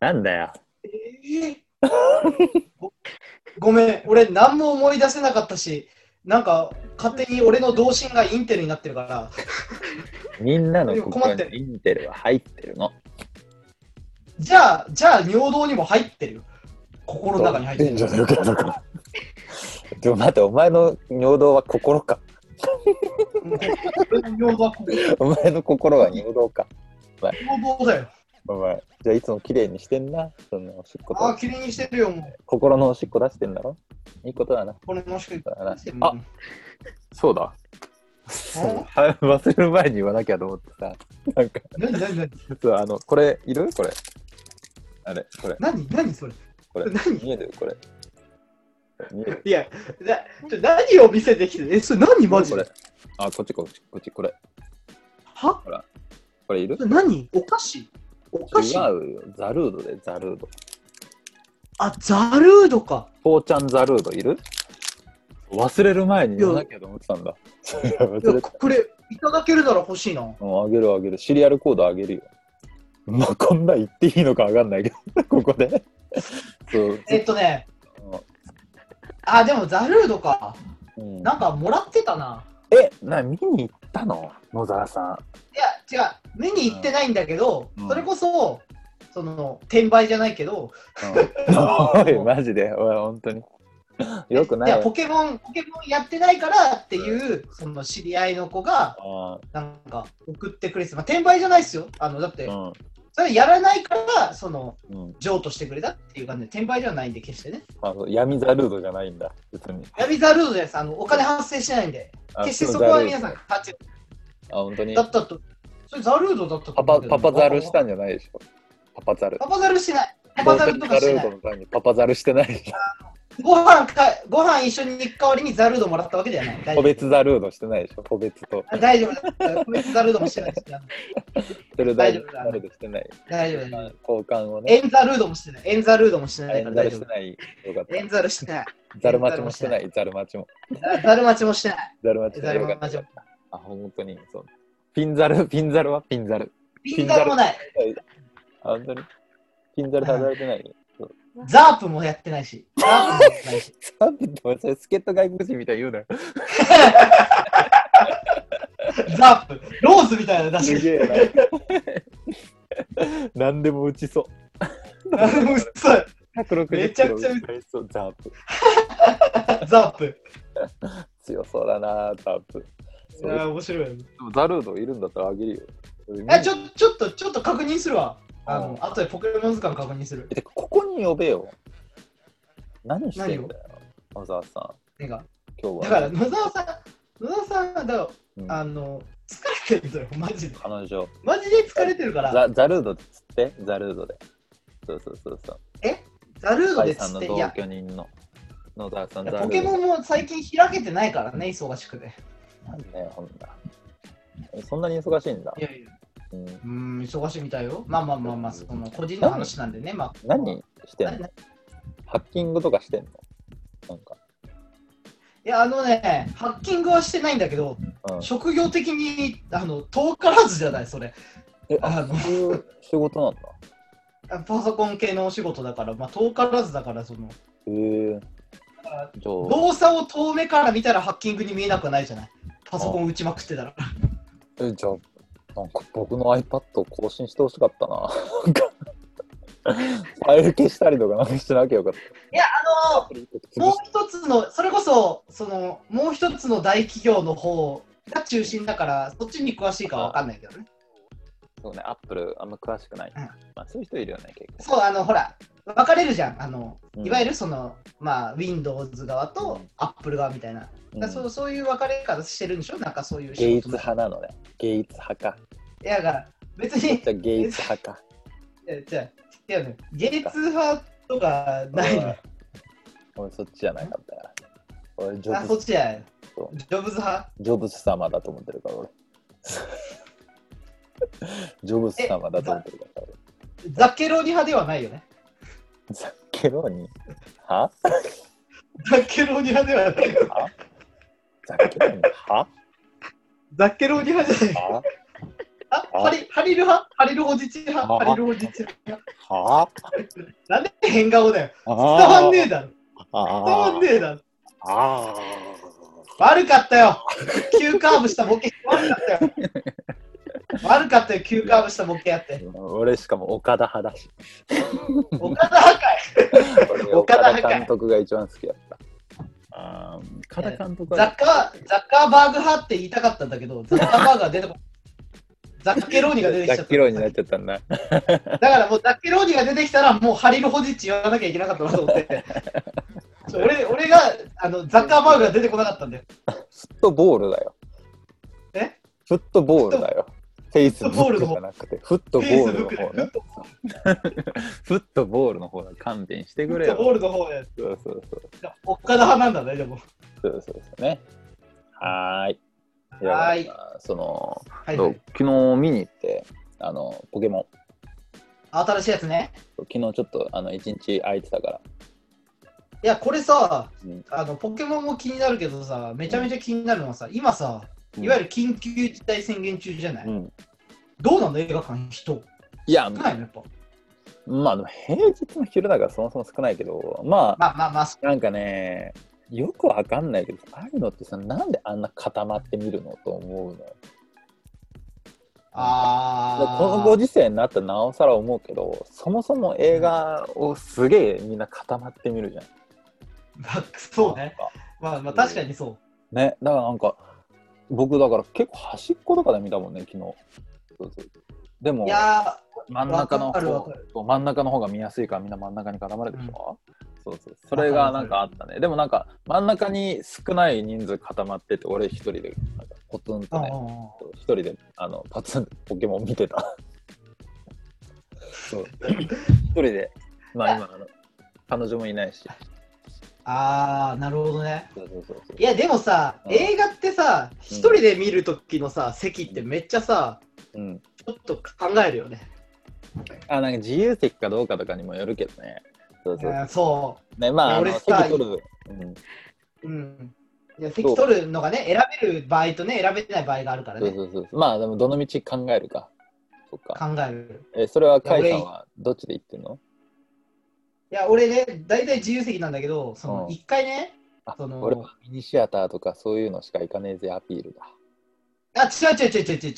B: なんだよ。
A: ええご [laughs] ごめん、俺何も思い出せなかったし、なんか勝手に俺の童心がインテルになってるから、
B: みんなの
A: でも困
B: 心
A: ってる
B: にインテルは入ってるの。
A: じゃあ、じゃあ、尿道にも入ってるよ。心の中に入ってる。
B: ゃないか、だから。でも待って、お前の尿道は心か。
A: 俺の尿道は心
B: お前の心は尿道か。
A: 尿道だよ。
B: お前。じゃあいつも綺麗にしてんな。そのおしっこと
A: ああ、綺麗にしてるよ、もう。
B: 心のおしっこ出してんだろいいことだな。
A: これもしかして。
B: あ
A: あ
B: そうだ。 [laughs] 忘れる前に言わなきゃと思ってさ。なんか、
A: 何何何
B: そうあの、これ、いるこれ。あれ、これ、
A: 何何それ
B: これ。
A: 何
B: 見えるこれ。見える
A: いや、だちょ何を見せてきて、え、それ何マジ
B: こ
A: で
B: れ。あ、こっちこっち、こっち、これ。
A: は
B: これいる
A: それ何お菓子お菓
B: 違
A: 子
B: うよ。ザルードで、ザルード。
A: あ、ザルードか。
B: 父ちゃんザルードいる忘れる前に言わなきゃと思ってたんだ。 [laughs]
A: いや、これ、いただけるなら欲しいな。
B: うん、あげるあげる。シリアルコードあげるよ。まあ、こんなん言っていいのかわかんないけど、 [laughs] ここで。そう。
A: えっとね、あ、でもザルードか。
B: うん、
A: なんかもらってたな。
B: え、な、見に行ったの野沢さ
A: いや、違う。目に行ってないんだけど、
B: うん
A: それこそ、その、転売じゃないけど、 [laughs]
B: ん。おい、マジで。おい、本当に。よくない
A: や
B: い
A: ポケモン、ポケモンやってないからっていう、その知り合いの子が、
B: あ
A: なんか送ってくれてた、まあ、転売じゃないっすよ。あの、だって、
B: ー
A: それやらないから、その、
B: うん。うん。
A: 譲渡してくれたっていう感じで、転売ではないんで、決してね。
B: あの闇ザルードじゃないんだ、別に。
A: 闇ザルードじゃないです。あの、お金発生してないんで、
B: あ
A: 決してそこは皆さん、
B: あ、
A: 価値
B: 本当に
A: だ。ったと。それザルードだったと
B: パ
A: 思う
B: パ、
A: けど
B: パパザルしたんじゃないでしょ。パパザル。
A: パパザルしてない。パパザルとかしてな
B: ザル
A: い。
B: ードの際にパパザルしてないでし
A: ご飯か、ご飯一緒に行く代わりにザルードもらったわけじゃない。
B: ょ。
A: 大丈
B: 個別ザルードしてないでしょ。個別と。
A: 夫。大丈夫。個別ザルードもしてないし。
B: それ大
A: 大
B: 丈
A: 丈
B: 夫
A: 夫
B: ザルードしてない。
A: 大丈夫。大丈夫
B: 交換をね。
A: エンザルードもしてない。エンザルードもしてない
B: エ
A: から
B: ンザル
A: 大
B: し
A: 丈
B: てない。よかっ
A: 夫。エンザルしてない。
B: た。ザル待ちもしてない。ザル待ちも。
A: ザザル待ちもしてない。
B: ザル待ち
A: ザ
B: も
A: ル
B: よか
A: 待
B: っ
A: ちも
B: た。あ、本当に。そう。ピンザル、ピンザルはピンザル。
A: ピンザルもない。
B: あ、本当に。ピンザル働いてない。
A: ザープもやってないし。ザープもやってないし。
B: サービンってそれ助っ人外国人みたいに言うなよ。
A: ザープ。ローズみたいなの出
B: す
A: して
B: げ
A: る。
B: えな。何でも打ちそう。
A: [laughs] 嘘
B: 160キロ
A: めちゃくちゃ
B: 打ちそう。ザープ。
A: ザープ。
B: 強そうだな、ザープ。
A: いやー面白い。
B: でもザルードいるんだったらあげるよ。
A: あ、ちょ、ちょっと、ちょっと確認するわ。あ
B: う
A: の
B: ん、
A: 後でポケモン図鑑確認する。
B: えてかここに呼べよ。何してんだよ、小沢さん。
A: なんか
B: 今日
A: だ
B: は。
A: から、野沢さん、野沢さんは、だか
B: うん
A: ら、あの、疲れてるんだよ、マジで。
B: 彼女
A: マジで疲れてるから、
B: ザ、ザルードで釣って、ザルードで。そうそうそうそう。
A: ザルード
B: 甲
A: で
B: 斐さ
A: 釣
B: ん
A: っ
B: の
A: て、
B: 同
A: いや、
B: 居人の野沢さん、
A: い
B: ザ
A: や
B: ルード。
A: ポケモンも最近開けてないからね、忙しくて。
B: なんだよ、ほんだ。そんなに忙しいんだ。
A: いやいや。
B: うん、
A: うーん、忙しいみたいよ。まあまあまあまあ、その個人の話なんでね、まあ。
B: 何して
A: なん
B: の
A: な
B: ハッキングとかしてんのなんか。
A: いや、あのね、ハッキングはしてないんだけど、
B: うん、
A: 職業的に、あの、遠からずじゃない、それ。
B: え、
A: あ
B: あ
A: の
B: そういう仕事なんだ。
A: あパソコン系のお仕事だから、まあ、遠からずだから、その、
B: へえ
A: から。
B: じゃあ
A: 動作を遠目から見たらハッキングに見えなくはないじゃない。パソコン打ちまくってたら。
B: え、じゃあ、なんか僕の iPad を更新してほしかったな。な
A: [laughs]
B: んかファイル消したりとかなんかしなきゃよかった。
A: いや、あのー、
B: アプリ一個
A: もう
B: 潰し
A: 一つの、それこそ、その、もう一つの大企業の方が中心だから、そっちに詳しいかは分かんないけどね。
B: そうね、アップルあんま詳しくない。
A: うん
B: まあ、そういう人いるよね、結
A: そう、あの、ほら、分かれるじゃん。あの、
B: 構。
A: いわゆるその、まあ、Windows 側と Apple 側みたいな。だか
B: うん、
A: らそうそういう分かれ方してるんでしょなんかそういう
B: ゲイ
A: 仕
B: ツ
A: 事の。
B: 派なのね。ゲイツ派か。
A: いや、だから、別
B: め
A: に
B: っち、ゃゲイツ派か。
A: いや、じゃあいやね、ゲイツ派とか [laughs] ないのよ。
B: 俺俺そっちじゃなかったから。俺ジ
A: あ、
B: ョ
A: そ
B: ブ
A: っ
B: ズ、
A: ちや。ジ
B: そう
A: ョブズ派
B: ジョブズ様だと思ってるから俺。 [laughs] ジョブズ様だと思ってるから俺。
A: ザケロニ派ではないよね。
B: ザッケローニは
A: ザケロニ派ではない。
B: はザッケローニは
A: ザケロニ派じゃない。
B: は
A: あ、ハリ、ハリル派ハリルホジチ派
B: あ
A: ハリルホジチ派
B: は
A: なんで変顔だよ。
B: あ
A: 伝わんねえだろ。伝わんねえだろ。
B: あ
A: 悪かったよ。急カーブしたボケ悪かったよ。悪かったよ、急カーブしたボケやって。
B: 俺しかも岡田派だし。
A: 岡田破壊 [laughs]
B: [laughs]
A: 岡田派か
B: 監督が一番好きだった。あー岡田監督
A: ザ
B: は
A: ッ、カー、ザッカーバーグ派って言いたかったんだけど、ザッカーバーグが出て
B: [laughs]
A: こない。ザッケローニが出てきちゃった。
B: 100キロになっちゃったんだ。
A: だからもうザッケローニが出てきたら、もうハリル・ホジッチ言わなきゃいけなかったなと思
B: [laughs]
A: って。ちょ俺俺があのザッカーバーグが出てこなかったんだよ。
B: フットボールだよ。
A: え
B: フットボールだよ。フェイスブ
A: フットボール
B: ック
A: の
B: じ
A: 方
B: ゃなくて、フットボールの方ね。フットボールの方だ。勘弁してくれよ。
A: ゴールの方や。
B: そうそうそう。
A: 岡田派なんだね、でも。
B: そうそうそうね。はーい。いや
A: はーい。
B: その、
A: はい、
B: そ
A: は
B: う
A: い。
B: 昨日見に行って、あの、ポケモン、
A: 新しいやつね。
B: 昨日ちょっと、あの、一日空いてたから。
A: いや、これさ、
B: うん
A: あのポケモンも気になるけどさ、めちゃめちゃ気になるのはさ、今さ、いわゆる緊急事態宣言中じゃない、
B: うん。
A: どうなの映画館人
B: いや、
A: 少ないのやっぱ。
B: まあ、でも平日の昼だからそもそも少ないけど、まあ、
A: まあまあまあ、
B: なんかね、よくわかんないけど、ああいうのってさ、なんであんな固まって見るのと思うのよ。
A: あ
B: このご時世になったらなおさら思うけど、そもそも映画をすげえみんな固まって見るじゃん。 [laughs]
A: まあ [laughs] そう
B: なん
A: ね。
B: か
A: まあまあ確かにそう。
B: ね、だからなんか、僕だから結構端っことかで見たもんね、昨日。そうそうでも
A: い、や
B: 真ん中の
A: わかるわ
B: 方
A: か
B: そう真ん中の方が見やすいからみんな真ん中に固まるでしょ、そうそうそれ
A: わか
B: が
A: る
B: なんかあったねでもなんか真ん中に少ない人数固まってて俺一人でなんかポツン
A: ー、
B: とねそう一人であのパツンとポケモン見
A: [laughs]
B: てたそう一人でまあ今あの彼女もいないし
A: あー、なるほどね。
B: そうそうそうそう
A: いや、でもさ、
B: うん
A: 映画ってさ、一人で見るときのさ、席ってめっちゃさ、
B: うん
A: ちょっと考えるよね。
B: あなんか自由席かどうかとかにもよるけどねそうそう
A: うんそう。
B: ねまああの
A: 俺さ
B: 席取る、うん、
A: うん。いや席取るのがね、選べる場合とね、選べない場合があるから
B: そう
A: ね、
B: そうそうまあでもどの道考えるかそっか
A: 考える。
B: えそれはカイ
A: いや
B: さ
A: 俺
B: んはどっちで言ってんの
A: いや、俺ね、大体自由席なんだけど、その
B: うん
A: 一回ね、
B: あ
A: その
B: 俺はミニシアターとかそういうのしか行かねえぜアピールだ。
A: あ、違う違う違う違う違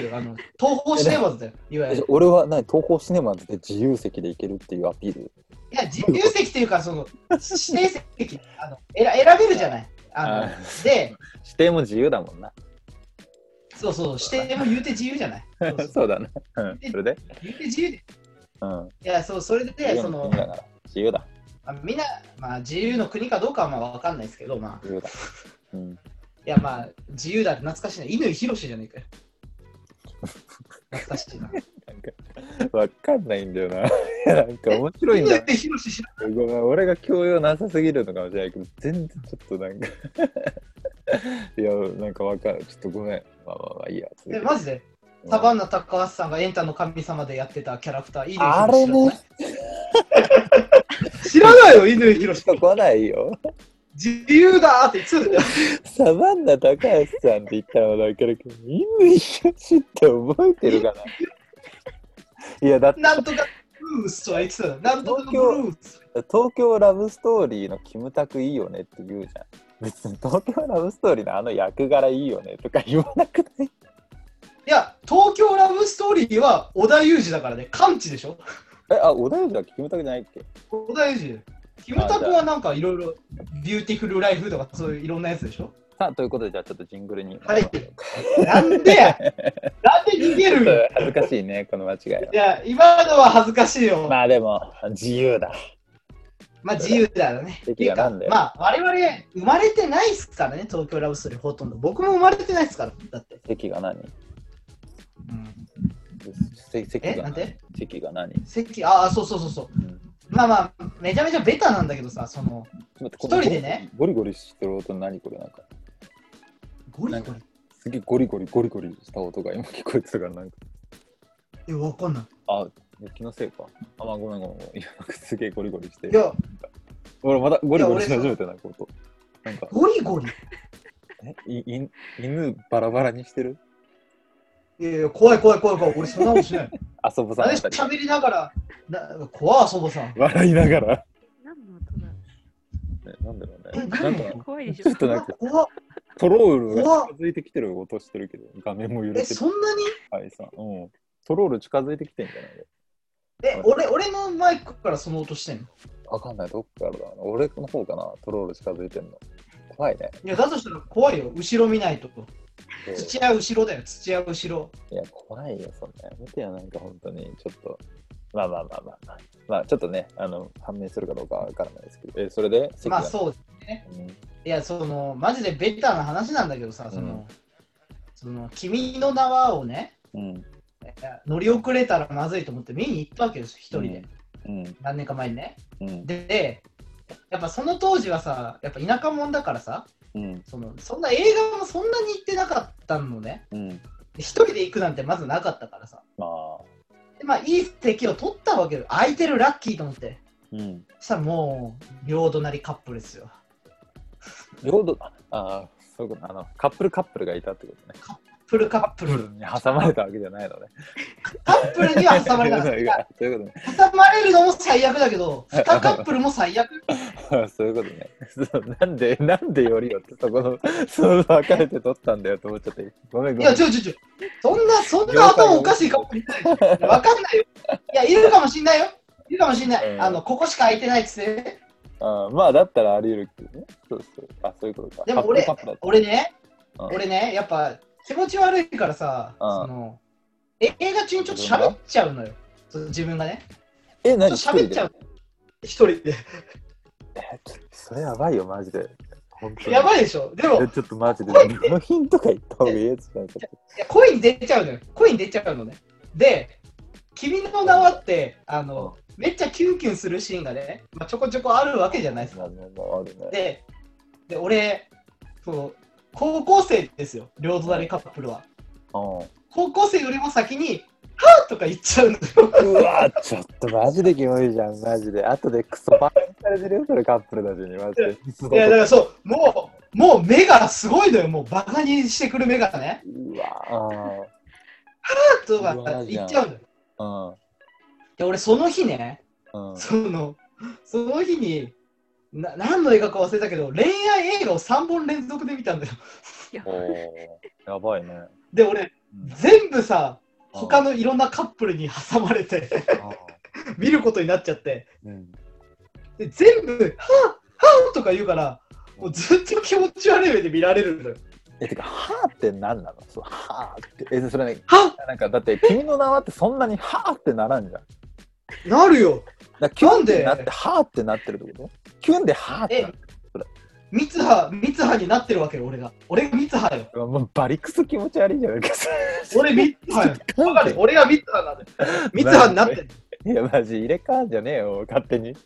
A: う違うよ、あの、東宝シネマズ
B: [laughs]
A: だよ、いわゆ
B: え
A: る。
B: 俺は何東宝シネマズで自由席で行けるっていうアピール
A: いや、自由席っていうか、その、指定席、あの選選べるじゃない。あの
B: あ
A: で、
B: 指定も自由だもんな。
A: そうそう、指定も言うて自由じゃない。そうそう
B: そうだな。うん
A: え
B: それで
A: 言うて自由で。
B: うん。
A: いや、そう、それで、
B: 自由
A: そ
B: の
A: の
B: 国、だから自由だ。
A: あみんな、まあ、自由の国かどうかはまあ分かんないですけど、まあ、
B: 自由だ。うん。
A: いや、まあ、自由だって懐かしいな。乾ひろしじゃねえかよ。懐か
B: [laughs]
A: しいな。
B: なんかわかんないんだよな。いやなん [laughs] か面白いんだ
A: ってヒロシ知ら
B: ごめん、俺が教養なさすぎるのかもしれないけど、全然ちょっとなんか。 [laughs] いや、なんかわかる。ちょっとごめん。まあまあまあいいや。続け
A: ない。え、
B: て
A: マジでサバンナ高橋さんがエンタの神様でやってたキャラクター、乾
B: あれね。
A: [laughs] 知らないよ、乾ひろし
B: ちょっと [laughs] 来ないよ。
A: 自由だーって言ってたんだよ。
B: サバンナ高橋さんって言ったのだけど、みんな一緒しって覚えてるか [laughs] な。いや、だって
A: なんとかブルースとは言ってたの。なんとかブルース。
B: 東京ラブストーリーのキムタクいいよねって言うじゃん。別に東京ラブストーリーのあの役柄いいよねとか言わなくない
A: いや、東京ラブストーリーは織田裕二だからね、完治でしょ
B: え、あ、小田裕二だっけキムタクじゃないっけ
A: 織田裕二。キムタクはなんかいろいろ、ビューティフルライフとかそういういろんなやつでしょ
B: さあ、ということで、じゃあちょっとジングルに。
A: はいなんでやなんで逃げるんや
B: 恥ずかしいね、この間違い
A: いや、今のは恥ずかしいよ。
B: は。
A: まあ、
B: まあでも、自由だ。
A: 自由だよね。っ
B: 敵
A: てい
B: が
A: うか
B: なんだよ
A: まあ、我々、生まれてないですからね、東京ラブストーリーほとんど。僕も生まれてないですから、だって。
B: 席が何せ席
A: え、
B: が
A: なん
B: 何
A: で
B: 席が何、
A: 席、ああ、そうそうそうそう。
B: うん
A: まあまあ、めちゃめちゃベタなんだけどさ、その、
B: ちょっと
A: 一
B: 待って
A: 人でね。
B: このゴリゴリゴリしてる音何これなんか。
A: ゴリゴリ。
B: すげえゴリゴリゴリゴリした音が今聞こえてたからなんか。
A: え、わかんない。
B: あ、気のせいか。あ、まあ、ごめんごめんごめん。今なんか [laughs] すげえゴリゴリして
A: い
B: る。
A: や、
B: 俺またゴリゴリし
A: いや俺さ
B: 始めてなんか音。なんか、
A: ゴリゴリ。
B: えい犬犬バラバラにしてる
A: いやいや、怖い怖い怖い怖い。俺、そんなことしない。
B: 遊ぼさん
A: 何
B: あたり。
A: 喋りながら、な怖い、祖母さん。
B: [laughs] 笑いながら。
D: 何の音だ
B: ねなんだろう
A: え
B: ね。なん
A: 何
B: か
A: の
D: 怖いでし
B: ち [laughs]
D: ょ
B: ょっとなんか
A: 怖っ
B: トロール
A: 怖
B: が
A: っ
B: 近づいてきてる音してるけど、画面も揺れ
A: え、
B: てる
A: そ。んなに
B: はいさ、うん。トロール近づいてきてんじゃない
A: え、俺、俺のマイクからその音してんの
B: わかんない、どっからだろうな。俺の方かな、トロール近づいてんの。怖 [laughs] いね。
A: いや、だとしたら怖いよ。後ろ見ないと。
B: そう
A: 土屋後ろだよ、土屋後ろ。
B: いや、怖いよ、そんな。見てよ、なんか本当に、ちょっと。まあまあまあまあまあ。まあ、ちょっとね、あの、判明するかどうかわからないですけど。え、それで、席
A: ま
B: が
A: あそう。
B: うん
A: いや、その、マジでベタな話なんだけどさ、その、
B: うん
A: その、君の名はをね、
B: うん。
A: え乗り遅れたらまずいと思って見に行ったわけです、一人で。
B: うん。
A: 何年か前にね。
B: うん。
A: で、やっぱその当時はさ、やっぱ田舎者だからさ、
B: うん。
A: そのそんな映画もそんなに行ってなかったのね。
B: うん。
A: で一人で行くなんてまずなかったからさ。
B: まあ。
A: でまあ、いい席を取ったわけよ。空いてる、ラッキーと思って。
B: うん。
A: そしたらもう、両隣カップルですよ。
B: 領土、ああ、そういうこと、あの、カップルカップルがいたってことね。
A: フルカップ
B: カップ
A: ル。
B: ルに挟まれたわけじゃないの [laughs] ね。
A: カップルには挟まれな
B: [laughs]
A: かった。いや
B: そういうことね。
A: 挟まれるのも最悪だけど、2カップルも最悪。
B: あそういうことね。そうなんで、なんでよりよって、そこの、 [laughs] その別れて取ったんだよと思っちゃって。ごめん、
A: い
B: ごめ
A: や、
B: ん
A: ち。ょいちょいちょい。そんな、そんな頭おかしいかもしれない。わかんないよ。いや、いるかもしんないよ。いるかもしんない。
B: うん
A: あの、ここしか空いてないっつってね。
B: あまあ、だったらあり得るけどね。そうそう。あ、そういうことか。
A: でも俺
B: カップルカップル
A: 俺ね、
B: うん
A: 俺ね、やっぱ気持ち悪いからさ、
B: う
A: そ
B: ん
A: のえ映画中にちょっと喋っちゃうのよ。そう自分がね。
B: え、
A: ちょっ
B: 何
A: と喋っちゃう。一人で。
B: えちょっとそれやばいよ、マジで。本当に
A: やばいでしょ。でも
B: え、ちょっとマジで。
A: こうやって
B: 部品とか言った方がいいやつだよ。ちょっと
A: いや声に出ちゃうのよ。声に出ちゃうのね。で、君の名はって、あの、めっちゃキュンキュンするシーンがね、まあ、ちょこちょこあるわけじゃないですか。
B: まあまああるね。
A: で、で俺、その高校生ですよ、両隣カップルは。
B: うん
A: 高校生よりも先に、はぁとか言っちゃうのよ。
B: うわちょっとマジでキモいじゃん、マジで。あとでクソバカにされてるよ、それカップルだしに、マジ
A: い
B: で。
A: やだからそう、もう、もう目がすごいのよ、もうバカにしてくる目が [laughs] ね、
B: うわ
A: とか
B: うわ
A: 言っちゃうのよ。
B: ぁ。
A: で、俺その日ね、
B: うん。うん。
A: その、その日に、な何の映画か忘れたけど、恋愛映画を3本連続で見たんだよ。
D: やばい
B: おーやばいね。
A: で、俺、
B: うん
A: 全部さ、他のいろんなカップルに挟まれて、 [laughs]
B: あー
A: 見ることになっちゃって、
B: うん
A: で全部「はあはあ」とか言うからもうずっと気持ち悪い目で見られるのよ。
B: え、てか、はぁって何なのそうはぁって。え、それね、
A: は
B: なんかだって、君の名はってそんなにはぁってならんじゃん。
A: なるよ
B: だからキュンっ
A: なん
B: て
A: で
B: なって、はぁってなってるってことキュンではぁってなって
A: 三葉三葉になってるわけよ俺が俺が三葉よ
B: る。もうバリクソ気持ち悪いじゃないか。それ
A: 俺
B: [laughs]
A: 三葉よわかる俺が三葉なんだ [laughs] よ三葉になってる
B: いや、マジ入れ替わんじゃねえよ、勝手に。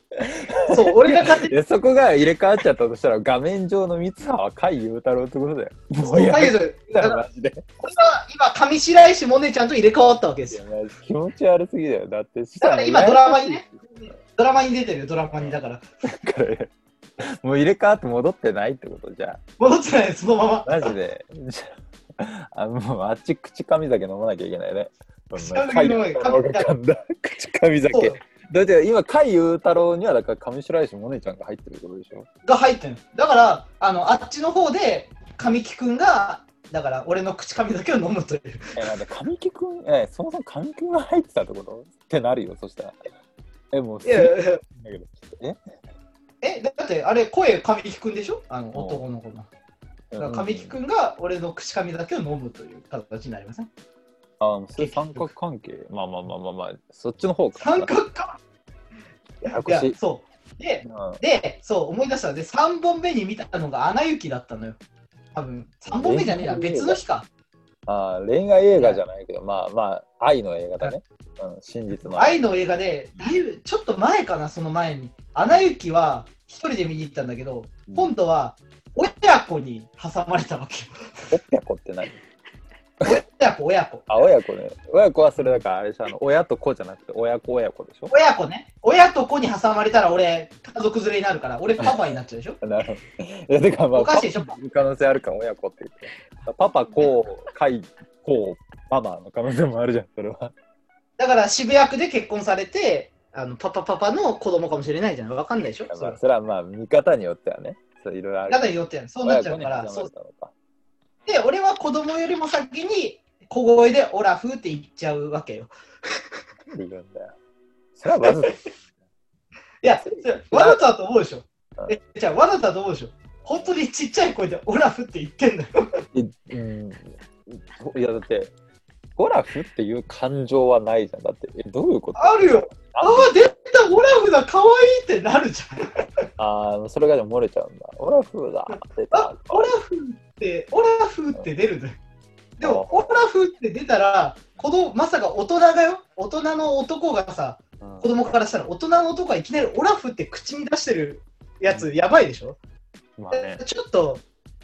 A: そう俺が勝手に
B: いやそこが入れ替わっちゃったとしたら画面上の三葉は甲斐雄太郎ってことだよ。 [laughs] もうや
A: だけ
B: め
A: どだ
B: た
A: からら
B: マジで。
A: 俺は今上白石萌音ちゃんと入れ替わったわけで
B: い [laughs]
A: す
B: や
A: よ
B: マジ気持ち悪すぎだよ。だって
A: だから今ドラマにねドラマに出てるよドラマにだから
B: だからもう入れ替わって戻ってないってことじゃ
A: 戻ってないそのまま
B: あ。マジで。じゃああもうあっち口神酒飲まなきゃいけないね。
A: 口上酒飲まなきゃ
B: 甲斐雄太郎が噛んだ口神
A: そう
B: 酒
A: よ。
B: だって今甲斐雄太郎にはだから上白石萌音ちゃんが入ってるってことでしょ。
A: が入ってるだからあのあっちの方で神木君がだから俺の口紙だけを飲むという
B: え、なんで神木くん、え、そもそも神木くんが入ってたってことってなるよ、そしたら。え、もうす
A: い
B: ぐ
A: やいやいや
B: だけど、ちょっと
A: [laughs]
B: え
A: えだってあれ声神木くんでしょあの男の子のだから神木
B: ん。
A: くんが俺の口紙だけを飲むという形になりますね
B: あ、もうそれ三角関係。まあまあまあまあまあ、そっちの方か。
A: 三角か
B: やや
A: い
B: こ
A: や
B: しい。
A: そうで
B: うん
A: でそう思い出したで3本目に見たのが「アナ雪」だったのよ多分3本目じゃねえな
B: え
A: 別の日か
B: あー恋愛映画じゃないけど、まあまあ、愛の映画だね。うん、真実の
A: 愛の映画でだいぶちょっと前かなその前に「アナ雪」は一人で見に行ったんだけど
B: うん
A: 今度は親子に挟まれたわけよ
B: 親子って何
A: 親子親子
B: あ、親子ね。親子はそれだから、あれでしょ、あの親と子じゃなくて、親子親子でしょ。
A: 親子ね親と子に挟まれたら俺家族連れになるから俺パパになっちゃうでしょ
B: なるほど。いや、てかまあ、
A: おかしいでしょ
B: パパの可能性あるから、親子って言って。パパ、こう、かい、こう、ママの可能性もあるじゃん、それは。
A: だから渋谷区で結婚されてあのパパパパの子供かもしれないじゃんわかんないでしょそ
B: まあ
A: れ
B: それはまあ、見方によってはね、そういろいろある。
A: だから言ってやんそうなっちゃうか
B: 親
A: ら
B: 子に挟
A: そ
B: まれ
A: う
B: たのか
A: 俺は子供よりも先に小声でオラフって言っちゃうわけよ。
B: って言うんだよ。それはわざと。
A: いや、それわざとだと思うでしょ。え、じゃあわざとだと思うでしょ。本当にちっちゃい声でオラフって言ってんだよ。
B: うんいやだって、ゴラフっていう感情はないじゃん。だって、えどういうこと
A: あるよ。ああ、出た、オラフだ、可愛いってなるじゃん。
B: ああ、それがでも漏れちゃうんだ。オラフだって
A: あ、オラフって、オラフって出るんだよ。でも、オラフって出たら、このまさか大人だよ。大人の男がさ、
B: うん
A: 子供からしたら、大人の男がいきなりオラフって口に出してるやつ、やばいでしょ
B: まあね、
A: ちょっと、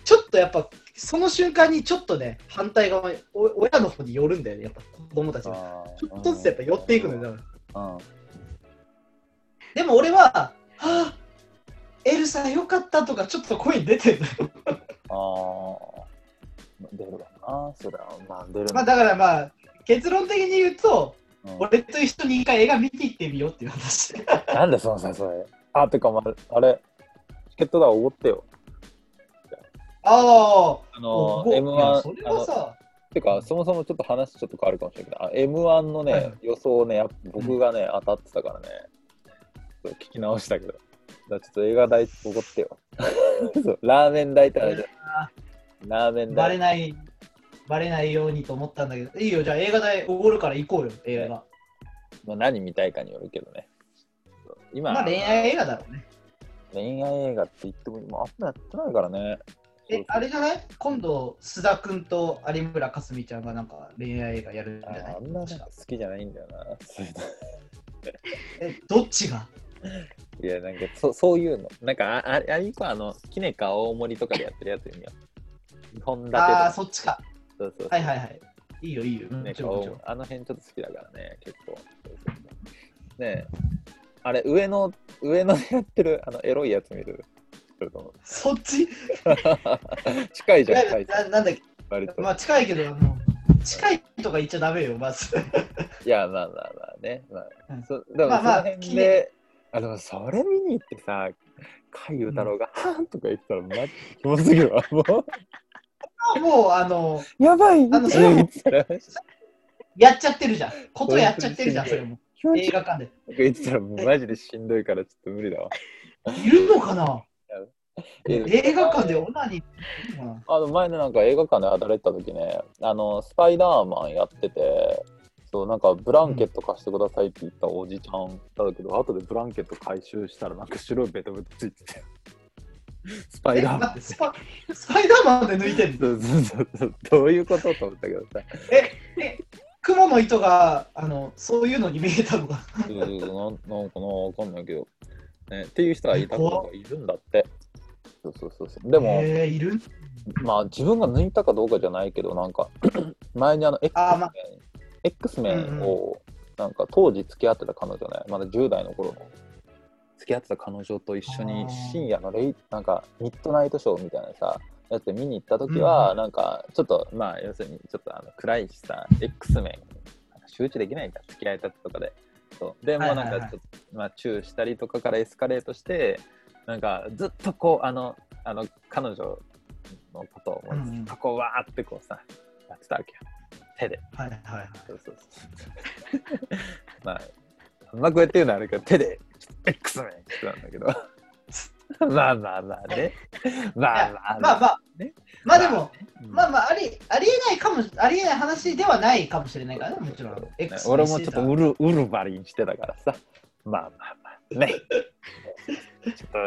A: ちょっとやっぱ、その瞬間にちょっとね、反対側に、お親の方に寄るんだよね、やっぱ子供たちが。
B: あー
A: ちょっとずつやっぱ寄っていくのよ、だから。
B: うん
A: でも俺は、はあエルサよかったとか、ちょっと声出
B: [laughs]
A: てんだよ。
B: ああ、出るかな、それは。まあ、出るの
A: まあだからまあ、結論的に言うと、
B: うん
A: 俺と一緒に一回映画見ていってみようっていう話。
B: なんでそのさ、それ。あ、てか、まあ、あれ、チケットだ、おごってよ。
A: ああ、
B: あ
A: お
B: の、
A: ごい
B: M1
A: や、それ、は
B: あの
A: さ、
B: てか、そもそもちょっと話ちょっと変わるかもしれないけど、あ M1 のね、
A: はいはい
B: 予想をね、やっぱ僕がね、当たってたからね、ちょっと聞き直したけど、だからちょっと映画代おごって
A: [laughs]
B: よ。そうラーメン代ってあれじゃんラーメン
A: バレ
B: 代。
A: ない、バレないようにと思ったんだけど、いいよ、じゃあ映画代おごるから行こうよ、映画。
B: まあ、何見たいかによるけどね。そう今、
A: まあ恋愛映画だろうね。
B: 恋愛映画って言っても今あんまやってないからね。
A: え、あれじゃない今度、須田君と有村架純ちゃんがなんか恋愛映画やるんじゃない
B: ああんまなんか好きじゃないんだよな。 [laughs] そういうの
A: え、どっちが
B: いや、なんかそ、そういうの。なんか、あああれ以降、あの、きねか青森とかでやってるやつ見よう。2本立てと
A: ああー、
B: か。
A: そっちか。
B: そうそうそう
A: はいはいはい。いいよいいよ。も
B: ね
A: ちろんもちろん。
B: あの辺ちょっと好きだからね、結構。ねえ、あれ、上野、上野でやってる、あの、エロいやつ見る。それと [laughs] も
A: そっち
B: 近いじゃん、
A: なななんだっけ
B: 割と。
A: まあ近いけど、あの近いとか言っちゃダメよ、まず。 [laughs]
B: いや、まあまあまあね。まあ
A: うん、
B: そでも、
A: まあまあ
B: その辺で、あ、でも、それ見に行ってさ、海優太郎が、はーんとか言ってたら、マジ気持ちすぎるわ。も
A: もう、あの、
B: う、やばい
A: あのそれは
B: 言ってたら、
A: やっちゃってるじゃん。ことやっちゃってるじゃん、それも。
B: 気持ち
A: 映画館で。
B: とか言ってたら、マジでしんどいから、ちょっと無理だわ。
A: いるのかな
B: え
A: 映画館でオナニーいるのかな
B: あの前のなんか映画館で働いてた時ねあのスパイダーマンやっててそうなんかブランケット貸してくださいって言ったおじちゃんだけど、後でブランケット回収したらなんか白いベトベトつい
A: [laughs]
B: ててスパイ
A: え、
B: ダーマ
A: 待っ
B: ン
A: て、スパスパイダーマンで抜いてるの
B: そうそうそうそう [laughs] どういうことと思ったけどさ
A: 雲の糸が、あの、そういうのに見えたのが。
B: そうそうそうなんなんかなわかんないけど、ね、っていう人はいたことがいるんだってそうそうそうそうでも、
A: えー、いる
B: まあ自分が抜いたかどうかじゃないけどなん
A: [clears throat]
B: か前にあの X メン、
A: あーまあ
B: X メンをなんか当時付き合ってた彼女ねまだ10代の頃の付き合ってた彼女と一緒に
A: あー
B: 深夜のレイなんかミッドナイトショーみたいなさやって見に行った時は
A: う
B: なんかちょっとまあ要するにちょっとあの暗いしさ X メンなんか集中できないんだ付き合いたてとかでそうでもうなん
A: はいはいは
B: か
A: い
B: ちょっとまあチューしたりとかからエスカレートしてなんかずっとこうあのあの彼女のことをもうずっとこうわーってこうさやってたわけよ手で
A: はいはいはい。
B: そうそうそう [laughs] まああんまこうやって言うのはあれか手で X メンって言ってたんだ
A: [laughs]
B: けどまあまあまあねまあまあ
A: まあまあ
B: ね、
A: まあでも、
B: うん
A: まあまあ、ありありえないかも、ありえない話ではないかもしれないからね、もちろん。
B: ね
A: X
B: 俺もちょっと
A: に
B: ウルウルヴァリンしてたからさまあまあまあねちょ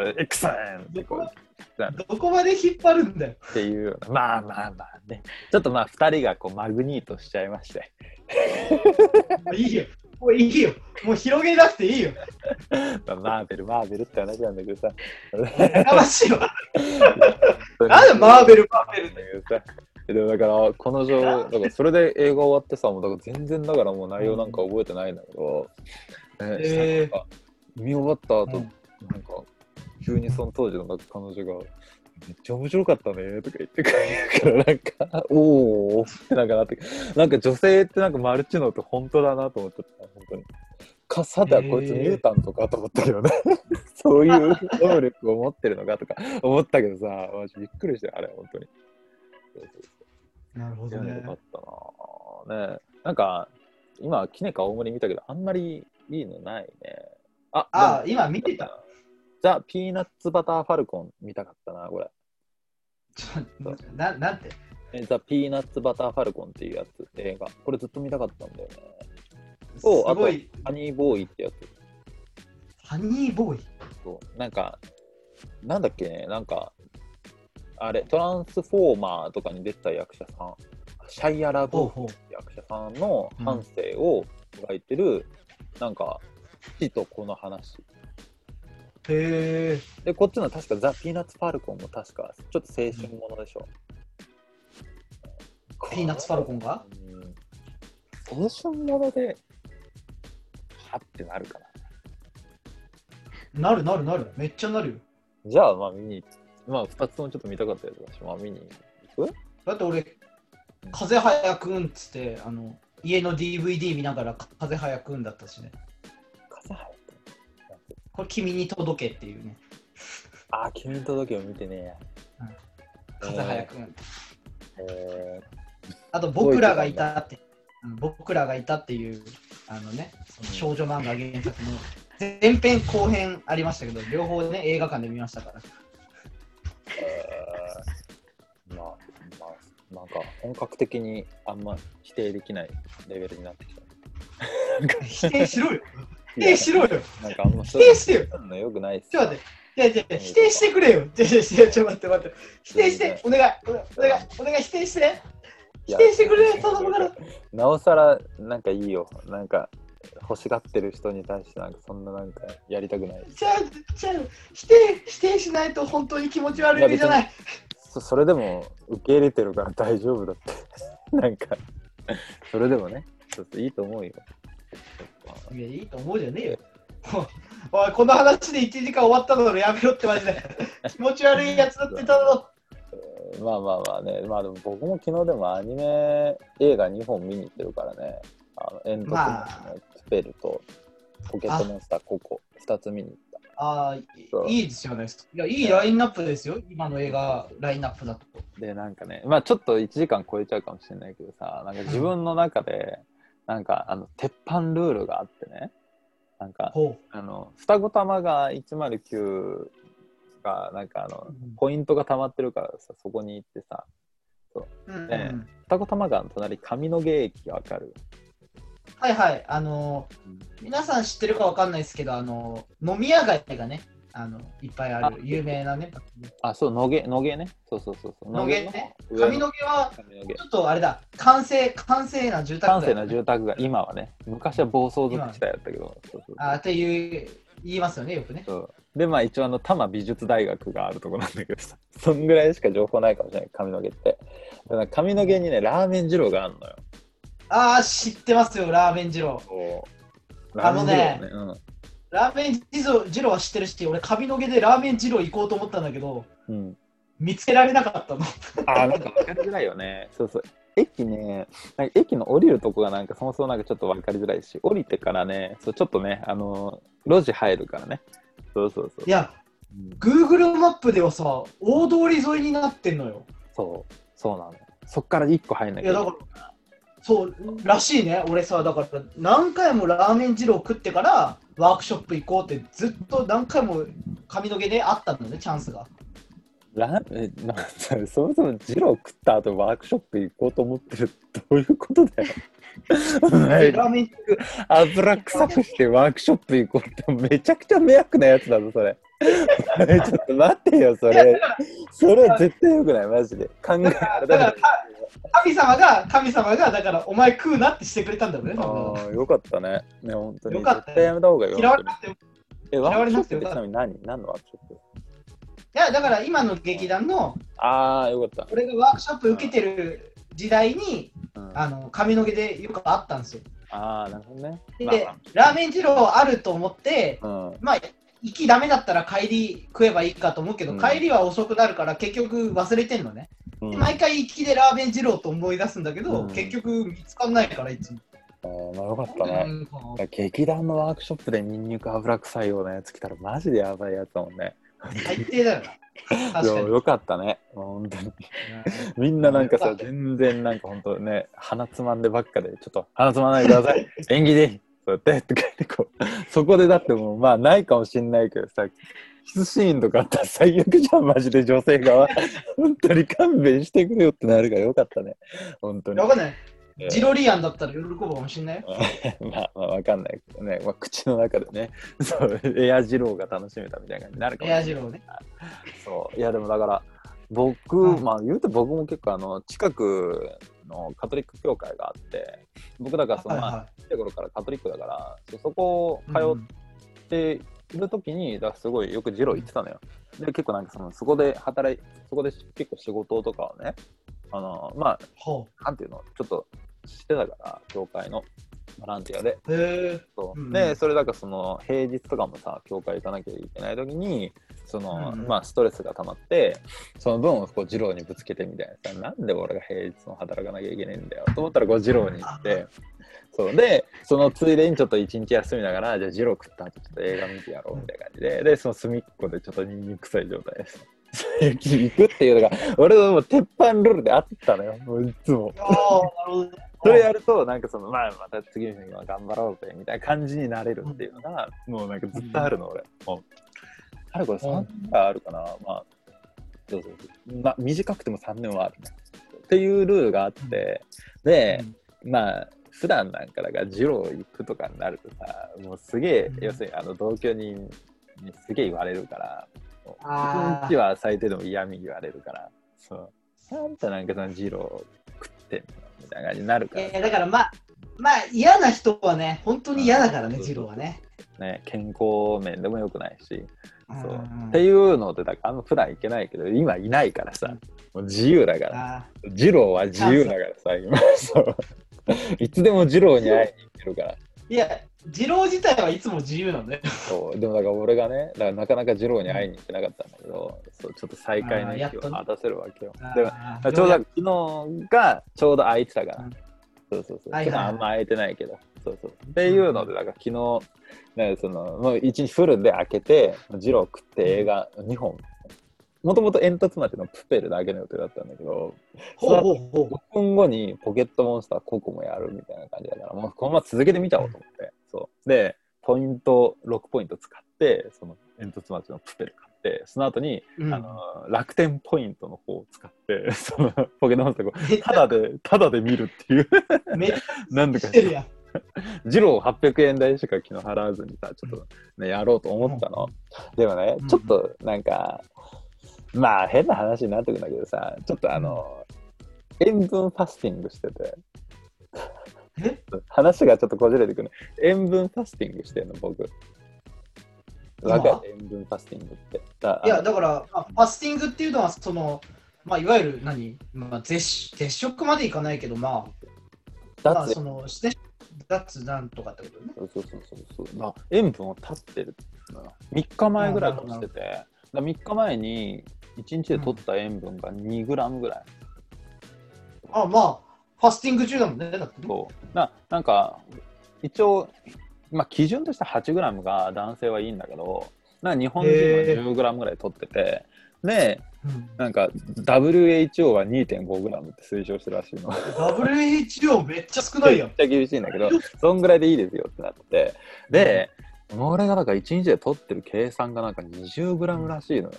B: っと X メンってこう
A: してたどこまで引っ張るんだ
B: [laughs]
A: よ。
B: っていうようなまあまあまあねちょっとまあ2人がこうマグニートしちゃいまして [laughs]
A: もういいよ。もういいよ。もう広げなくていいよ。
B: まあマーベルマーベルって話なんだけどさ
A: やかましい
B: [laughs]
A: わ。 [laughs] なんでマーベル、マーベル。
B: ルだけどさでもだからこの状だからそれで映画終わってさもうだから全然だからもう内容なんか覚えてないんだけど、ね
A: えー
B: なんか見終わった後、
A: うん
B: なんか急にその当時のなんか彼女が「めっちゃ面白かったね」とか言ってくれるからなんか「おお」ってなんかなってなんか女性ってなんかマルチノって本当だなと思っちゃった本当に。かさてはこいつミュータントかと思ったけどね、 [laughs] そういう能力を持ってるのかとか思ったけどさ、マジびっくりしてあれ、本当に。
A: なるほど
B: よ
A: ね
B: か。ったな、ねえ、なんか今キネカ大森見たけどあんまりいいのないねあ
A: あ
B: でも
A: 今見てた。
B: ザ・ピーナッツバターファルコン見たかったなこれ
A: ちょななんて
B: えザ・ピーナッツバターファルコンっていうやつ映画これずっと見たかったんだよねそう
A: すごい、
B: ハニーボーイってやつ
A: ハニーボーイ。
B: そうなんかなんだっけねなんかあれトランスフォーマーとかに出てた役者さんシャイア・ラブ
A: ほう
B: ー
A: ほう。
B: 役者さんの半生を描いてる、なんか父と子の話
A: へえ。
B: でこっちの確かザ・ピーナッツ・ファルコンも確かちょっと青春ものでしょ、
A: ピーナッツファルコンが
B: うん青春ものではってなるかな
A: なるなるなる。めっちゃなるよ。
B: じゃあまあ見にまあ2つともちょっと見たかったやつだしまあ見に行く
A: だって俺、風早くんっつって、あの、家の DVD 見ながら風早くんだったしね。
B: 風早くん
A: これ、君に届けっていうね。
B: ああ君の届けを見てねえや
A: 風早くん。
B: え
A: あと、僕らがいたって、うん僕らがいたっていう、あのね、その少女漫画原作の前編後編ありましたけど、両方ね、映画館で見ましたから。
B: ーえー、まあまあなんか本格的にあんま否定できないレベルになってきた
A: 否定しろよ否
B: いや
A: 定しろよ
B: なんかあんま
A: 否定してよ
B: そういうのよくないっす
A: ちょっと待って。いやいやいや否定してくれよ。ちょちょちょちょ待って待って。否定して、お願い、お願い、お願い、お願い否定して。否定してくれ、頼むから。
B: なおさらなんかいいよなんか欲しがってる人に対してなんかそんななんかやりたくない
A: じゃあ、じゃあ、否定、否定しないと本当に気持ち悪いじゃない。
B: そそれでも受け入れてるから大丈夫だって [laughs] なんかそれでもねちょっといいと思うよ
A: いや、いいと思うじゃねえよ。 [laughs] おい、この話で1時間終わったのやめろってマジで。 [laughs] 気持ち悪いやつだってたの。
B: えーまあまあまあねまあでも僕も昨日でもアニメ映画2本見に行ってるからねあの煙突
A: まあ
B: のプペルとポケットモンスターココ2つ見に行った
A: あ
B: そ
A: あ、
B: う
A: いいですよね。いや、いいラインナップですよ。今の映画ラインナップだと。
B: でなんかねまあちょっと1時間超えちゃうかもしれないけどさなんか自分の中でなんかあの鉄板ルールがあってねなんか
A: ほ
B: あの双子玉が109がなんかあの
A: うん
B: ポイントが溜まってるからさそこに行ってさ
A: う。うん、
B: ね双子玉川の隣上野芸駅わかる
A: はいはい。あのー皆さん知ってるかわかんないですけど、あのー飲み屋街がね、あの、いっぱいある
B: あ
A: 有名なね。
B: あそう野毛野毛ねそうそうそうそう
A: 野毛ね。
B: 上
A: 髪の毛は、
B: 上野毛
A: ちょっとあれだ、完成、完成な住宅
B: 閑
A: 街
B: 静な住宅街今はね昔は暴走族地帯だったけどそうそう
A: あーっていう、言いますよね、よくね。
B: そうでまあ一応あの多摩美術大学があるとこなんだけどさ [laughs] そんぐらいしか情報ないかもしれない上野毛ってだから上野毛にねラーメン二郎があるのよ
A: ああ、知ってますよ、ラーメン二郎。
B: ラーメン二郎ね
A: ラーメン二郎二郎は知ってるし、俺、髪の毛でラーメン二郎行こうと思ったんだけど、
B: うん、うん、
A: 見つけられなかったの。
B: あーなんか分かりづらいよねそうそう駅ねなんか駅の降りるとこがなんかそもそもなんかちょっと分かりづらいし降りてからねそうちょっとねあの路地入るからねそうそうそう
A: いや、
B: うん、
A: Google マップではさ、大通り沿いになってんのよ。
B: そうそうなのそっから一個入んないきゃ
A: や、
B: いけ
A: だ
B: ない
A: から、そう、らしいね。俺さ、だから、何回もラーメン二郎食ってから、ワークショップ行こうって、ずっと何回も髪の毛であったんだね、チャンスが。
B: ラえなんかそれそもそもジロー食った後ワークショップ行こうと思ってるどういうことだよ
A: でラーメン
B: 油臭くしてワークショップ行こうってめちゃくちゃ迷惑なやつだぞそれちょっと待ってよそれそれ絶対よくないマジで考えあ
A: だか
B: れだ
A: らか神様が神様がだからお前食うなってしてくれたんだよね
B: ああ
A: 多分
B: ーよかったねね本当に
A: よかったよ
B: 絶対やめた方がいいよ
A: 嫌われなくてもい
B: えワークショッ
A: 嫌われな
B: プっ
A: くてよ
B: て
A: か
B: ち
A: った
B: なみに何何のワークショップ
A: やだから今の劇団の
B: ああよかっ
A: 俺がワークショップ受けてる時代に
B: た、うんあ
A: あの髪の毛でよくあったんですよ
B: あーなるほどね
A: で、
B: まあ
A: ラーメン二郎あると思って
B: まあうん
A: まあ行きダメだったら帰り食えばいいかと思うけど、
B: うん
A: 帰りは遅くなるから結局忘れてんのね、
B: うん
A: で毎回行きでラーメン二郎と思い出すんだけど、
B: うん
A: 結局見つかんないからいつも、
B: あーまあよかったね、
A: うんこの
B: 劇団のワークショップでニンニク油臭いようなやつ来たらマジでやばいやつだもんね。 [laughs]
A: 最低だよな確か
B: いや
A: に。
B: よかったね本当にみんななんかさ全然なんか本当ね鼻つまんでばっかでちょっと鼻つまんないでください演技でいいそうやってとか言ってこうそこでだってもうまあないかもしんないけどさキスシーンとかあったら最悪じゃんマジで女
A: [laughs]
B: 性側本当に勘弁してくれよってなるからよかったね本当
A: い
B: に
A: やわかんない。
B: えー
A: ジロリアンだったら喜ぶかもしんないよ。
B: まあまあわかんないけどね、まあ、口の中でねそうエアジローが楽しめたみたいな感じになるかもし
A: エ
B: れな
A: ア
B: い
A: ジローね。
B: そういやでもだから僕、
A: うん
B: まあ言うと僕も結構あの近くのカトリック教会があって僕だからその、
A: はい
B: まあ
A: は
B: ちっちゃい頃からカトリックだからそうそこ
A: い。
B: を通っている時に、だからすごいよくジロー行ってたのよ。で結構なんかそのそこで働いそこで結構仕事とかをねあのま
A: ほ
B: あなんていうのちょっとしてたから教会のボランティアで。
A: う。へ
B: そう
A: うん
B: でそれだからその平日とかもさ教会行かなきゃいけない時にその、
A: うん
B: まあストレスが溜まってその分をこう二郎にぶつけてみたいなさなんで俺が平日も働かなきゃいけないんだよと思ったらこう二郎に行ってそうでそのついでにちょっと一日休みながらじゃあ二郎食った後ちょっと映画見てやろうみたいな感じででその隅っこでちょっとニンニク臭い状態です。 [laughs] 行くっていうのが俺のもう鉄板ルールであったのよもういつも
A: え。ああ、なるほどね。
B: それやると、なんかその、まあ、また次の日は頑張ろうぜ、みたいな感じになれるっていうのが、もうなんかずっとあるの、俺。もうあるこれ
A: う
B: 3
A: ん
B: 年があるかな、まあ、どうぞ。まあ、短くても3年はあるね。っていうルールがあって、で、まあ、普段なんかだから、ジロー行くとかになるとさ、もうすげえ、
A: うん
B: 要するにあの同居人にすげえ言われるから、もう
A: あー
B: 一日は最低でも嫌味言われるから、そう。なんとなんかそのジロー食ってんのみたいな感じになるか
A: い
B: ら
A: やいやだからまあ、まあ嫌な人はね、本当に嫌だからね、
B: うん
A: ジローはね。
B: ね、健康面でも良くないし、そううんっていうのでだからあんま普段行けないけど今いないからさもう自由だから
A: あ
B: 二郎は自由だからさ今そう
A: [laughs]
B: いつでも二郎に会いに行ってるから
A: ーいや、ジロー自体はいつも自由なんだよ。
B: そうでもだから俺がねだからなかなか二郎に会いに行ってなかったんだけどそうちょっと再会の
A: あー
B: 日
A: やっと
B: を果たせるわけよでも
A: あ
B: ち
A: ー
B: ょうど昨日がちょうど空いてたから、
A: うん
B: そうそうそう、
A: はいはい
B: 普段あんま空いてないけどそうそうっていうのでだから昨日なんかそのもう一日フルで開けてジロー食って映画2本もともと煙突町のプペルだけの予定だったんだけど
A: ほうほうほう。
B: 5分後にポケットモンスターココもやるみたいな感じだからもうこのまま続けてみちゃおうと思ってそうでポイント6ポイント使ってその煙突町のプペル買ってその後に
A: うん
B: あの楽天ポイントの方を使ってそのポケットモンスターを
A: めっち
B: ただでただで見るっていう
A: [laughs] ゃめっち
B: なん
A: ゃ
B: でか
A: してるやん。
B: ジロー800円台しか昨日払わずにさちょっと、ね、やろうと思ったの、でもね
A: うん
B: ちょっとなんか、まあ変な話になってくんだけどさちょっとあの、塩分ファスティングしてて
A: え
B: 話がちょっとこじれてくる塩分ファスティングしてんの僕わかる塩分ファスティングってだ
A: いや、だから、まあファスティングっていうのは、その、まあ、いわゆる何、まあ、絶食絶食までいかないけど、まあ、まあ、
B: 脱
A: その、して脱なんとかってことね。
B: そうそうそうそうそう。まあ、塩分を断ってるのよ。3日前ぐらいからしてて、だから3日前に1日で取った塩分が2グラムぐらい。
A: あ、まあ、ファスティング中だもんね。だってね
B: そうななんか、一応、まあ、基準として8グラムが男性はいいんだけど、なんか日本人は10グラムぐらい取ってて、で、
A: うん
B: なんか WHO は2.5グラムって推奨してるらしいの。
A: WHO めっちゃ少な
B: め
A: い
B: っ
A: やん。
B: ちゃ厳しいんだけど、そんぐらいでいいですよってなってて、で、俺がなんか1日で取ってる計算がなんか 20g らしいのよ、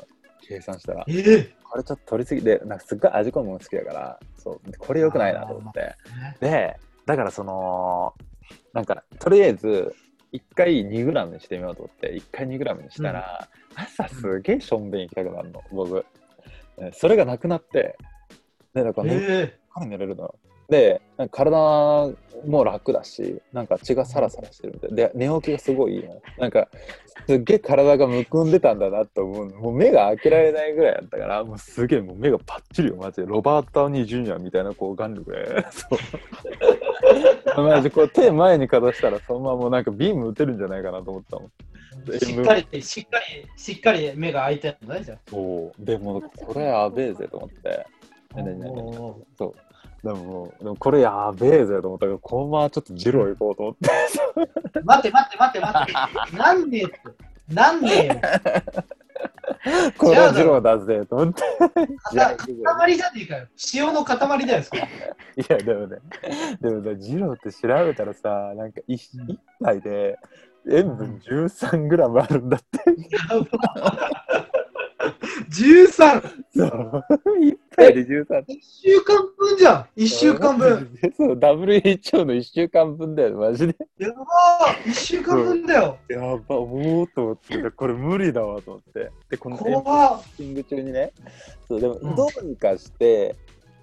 B: 計算したら。
A: ええ
B: これちょっと取りすぎで、なんかすっごい味込むもの好きだから、そうでこれ良くないなと思って。で、だからその、なんかとりあえず、1回 2g にしてみようと思って、1回 2g にしたら、朝すげえしょんべん行きたくなるの、僕。えそれがなくなって、で、だから
A: え
B: か寝れるのよでなんか体も楽だしなんか血がサラサラしてるみたいで寝起きがすごいいいのなんかすっげえ体がむくんでたんだなと思うのもう目が開けられないぐらいだったからもうすげえもう目がパッチリよマジでロバート・タウニー・ジュニアみたいなこう眼力で [laughs] そうマジでこう手前にかざしたらそのままもうなんかビーム打てるんじゃないかなと思ったもん
A: えしっかり、しっかり、しっかり目が開いてるのね、じゃ
B: おでもこれやべえぜと思って。
A: あ。
B: 何々
A: おー
B: でももうでもこれやべえぜと思ったけどこのままちょっとジロー行こうと思って
A: 待って待って待って待って。なんでよ。なんでよ。
B: これはジローだぜ、と思って。じゃあ、行くぜ
A: 塊じゃねえかよ。塩の塊だよ、それ。
B: いや、でもね、でもね、ジローって調べたらさ、なんか一一杯で塩分13グラムあるんだって。
A: 13!
B: [laughs] そう。一杯で13。
A: 1週間分じゃん !1 週間分。。
B: [laughs] そう、WHO の1週間分だよ、マジで。
A: やばー !1 週間分だよ。
B: やば、おおと思って、これ無理だわと思って。で、この塩分
A: 怖っ
B: ファスティング中にね、そうでも
A: うん
B: どうにかして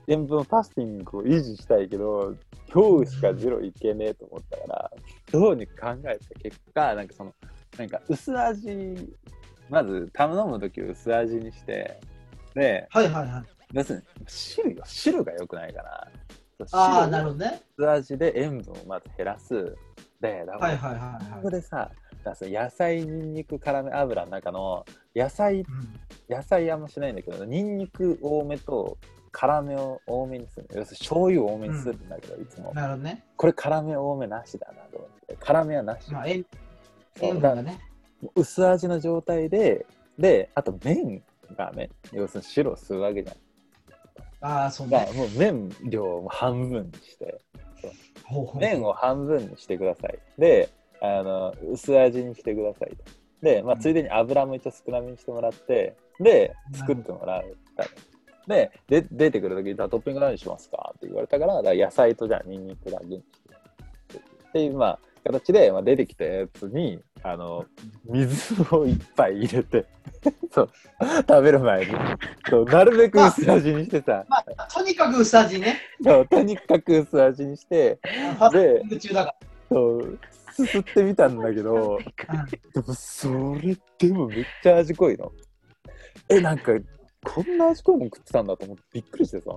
B: 塩分ファスティングを維持したいけど、今日しかジロいけねえと思ったから、どうにか考えた結果、なんかその、なんか薄味、まず頼むとき薄味にして、で、
A: はいはいはい。
B: 要するに汁よ、汁が良くないから、そう
A: ああ、
B: 汁
A: なる
B: を
A: ほどね。
B: 薄味で塩分をまず減らす。で、だから
A: はいはいはい
B: こ
A: は
B: こ
A: い。
B: でさ、だからさ野菜、にんにく、辛め油の中の野
A: う
B: 菜
A: ん
B: 野菜あんましないんだけどニンニク多めと辛めを多めにするの要するに醤油多めにするんだけど、いつも
A: なるほどね。
B: これ辛め多めなしだなと思って辛めはなし、
A: まあ、塩
B: そ
A: 塩
B: うだ
A: 分
B: か
A: が
B: ら
A: ね。
B: 薄味の状態でであと麺がね要するに白を吸うわけじゃん
A: ああ、そう
B: だ
A: ね
B: か。らもう麺量を半分にして
A: ほうほう
B: 麺を半分にしてくださいであの薄味にしてくださいとで、まあ、
A: うん
B: ついでに油も一応少なめにしてもらってで作ってもらうでで出てくる時にじゃあトッピング何にしますか?」って言われたからだから野菜とじゃあニンニクだけにしてっていう、まあ、形で、まあ、出てきたやつにあの水をいっぱい入れて [laughs] そう食べる前にそうなるべく薄味にしてさ、
A: とにかく薄味ね。
B: そうとにかく薄味にして
A: ファスティング中だか
B: そうすすってみたんだけど。
A: ら。うん
B: でもそれでもめっちゃ味濃いの。え、なんかこんな味濃いもん食ってたんだと思ってびっくりしてさ。